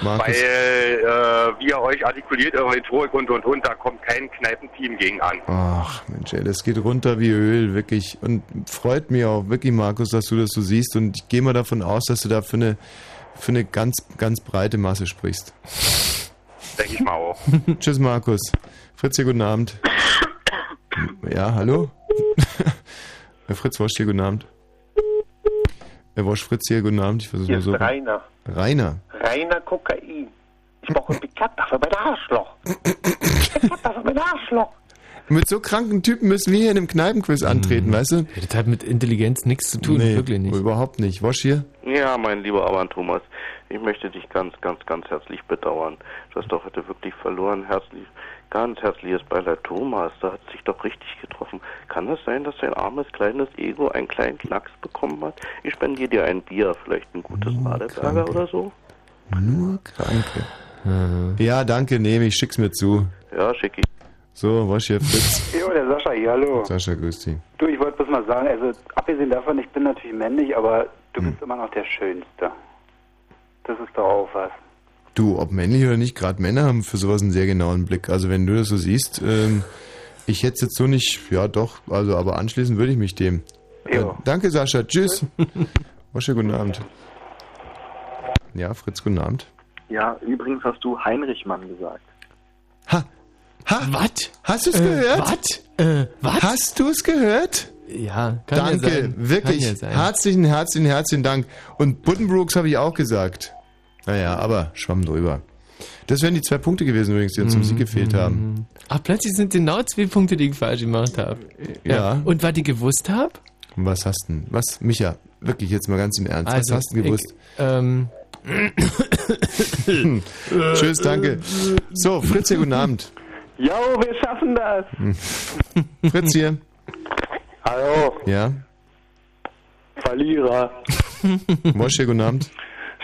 Markus.
Weil, äh, wie ihr euch artikuliert, eure Rhetorik und und und, da kommt kein Kneipenteam gegen an.
Ach Mensch, ey, das geht runter wie Öl, wirklich. Und freut mich auch wirklich, Markus, dass du das so siehst. Und ich gehe mal davon aus, dass du da für eine, für eine ganz, ganz breite Masse sprichst.
Denke ich mal auch.
<laughs> Tschüss, Markus. Fritz hier, guten Abend. ja, hallo? <laughs> Herr Fritz Wosch hier, guten Abend. Herr Wosch, Fritz hier, guten Abend. Ich versuche
Hier
mal
ist
so.
Rainer.
Rainer.
Reiner Kokain. Ich brauche einen Bekannter bei der Arschloch. Bekannter bei der Arschloch.
Mit so kranken Typen müssen wir hier in einem Kneipenquiz antreten, weißt du?
Hm. Das hat mit Intelligenz nichts zu tun, wirklich nicht.
Überhaupt nicht. Wosch hier?
Ja, mein lieber Aban Thomas, ich möchte dich ganz, ganz, ganz herzlich bedauern. Du hast doch heute wirklich verloren. Herzlich, ganz herzliches Beileid, Thomas. Da hat sich doch richtig getroffen. Kann das sein, dass dein armes, kleines Ego einen kleinen Knacks bekommen hat? Ich spendiere dir ein Bier, vielleicht ein gutes Badeberger oder so.
Nur Kranke. Äh. Ja, danke, nehme ich. Schick's mir zu.
Ja, schick ich.
So, Wosch hier,
<laughs>
Fritz.
Jo, der Sascha hier, hallo.
Sascha, grüß dich.
Du, ich wollte bloß mal sagen, also abgesehen davon, ich bin natürlich männlich, aber du bist immer noch der Schönste. Das ist doch auch was.
Du, ob männlich oder nicht, gerade Männer haben für sowas einen sehr genauen Blick. Also wenn du das so siehst, ähm, ich hätte es jetzt so nicht, ja doch, also aber anschließend würde ich mich dem. Äh, danke Sascha, tschüss. <laughs> Osche, guten Abend. Ja, Fritz, guten Abend.
Ja, übrigens hast du Heinrich Mann gesagt.
Ha,
was?
Hast du es
Äh,
gehört?
Was? Äh, was?
Hast du es gehört?
Ja, kann ja
Danke,
sein.
wirklich.
Kann ja sein.
Herzlichen, herzlichen, herzlichen Dank. Und Buddenbrooks habe ich auch gesagt. Naja, aber schwamm drüber. Das wären die zwei Punkte gewesen übrigens, die uns zum Sieg
Mhm.
gefehlt haben.
Ach, plötzlich sind genau zwei Punkte, die ich falsch gemacht habe.
Ja.
Und was ich gewusst habe?
Und was hast denn? Was, Micha, wirklich jetzt mal ganz im Ernst, was hast du gewusst?
Also, Ich, ähm,
<laughs> Tschüss, danke. So, Fritz hier, guten Abend. Hm.
Jo, wir schaffen das.
Fritz hier.
Hallo,
<laughs>
Ja.
Verlierer.
Mosch hier, guten Abend.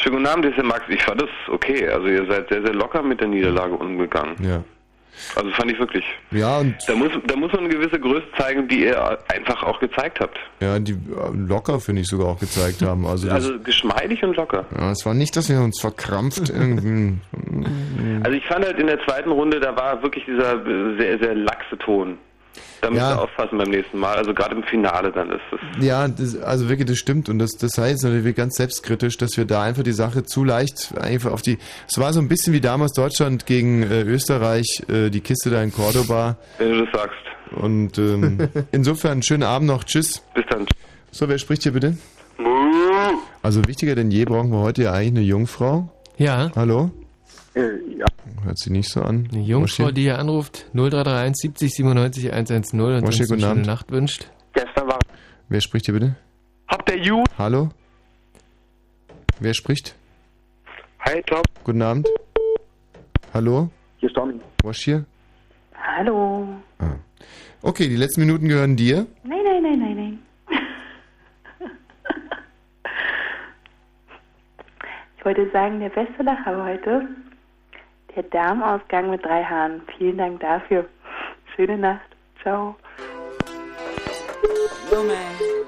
Schönen guten Abend, das ist der Max. Ich fand das okay. Also ihr seid sehr, sehr locker mit der Niederlage umgegangen.
Ja.
Also fand ich wirklich.
Ja, und
Da muss, da muss man eine gewisse Größe zeigen, die ihr einfach auch gezeigt habt.
ja, die äh, locker, finde ich, sogar auch gezeigt haben. Also, das,
Also geschmeidig und locker.
ja, es war nicht, dass wir uns verkrampft irgendwie.
<laughs> Also ich fand halt in der zweiten Runde, da war wirklich dieser äh, sehr, sehr laxe Ton. Da müsst
Ja.
ihr aufpassen beim nächsten Mal. Also gerade im Finale dann ist es.
Ja, das, also wirklich, das stimmt. Und das, das sei jetzt natürlich ganz selbstkritisch, dass wir da einfach die Sache zu leicht einfach auf die. Es war so ein bisschen wie damals Deutschland gegen äh, Österreich, äh, die Kiste da in Cordoba.
Wenn du das sagst.
Und
<laughs>
ähm, insofern, schönen Abend noch. Tschüss.
Bis dann.
So, wer spricht hier bitte? Also wichtiger denn je brauchen wir heute ja eigentlich eine Jungfrau.
Ja.
Hallo?
Äh, ja.
Hört sie nicht so an. Eine
<clears throat> Jungfrau, die hier anruft, 0331 70 97 110 und
Moschee,
uns
guten
eine schöne
Abend.
Nacht wünscht.
Gestern war.
Wer spricht hier bitte?
Habt ihr Ju?
Hallo? Wer spricht?
Hi, Tom.
Guten Abend. Hallo?
Hier ist Tommy.
Wasch hier? Ah.
Hallo.
Okay, die letzten Minuten gehören dir.
Nein, nein, nein, nein, nein. Ich wollte sagen, der beste Lacher heute, Der Darmausgang mit drei Haaren. Vielen Dank dafür. Schöne Nacht. Ciao.
Dumme.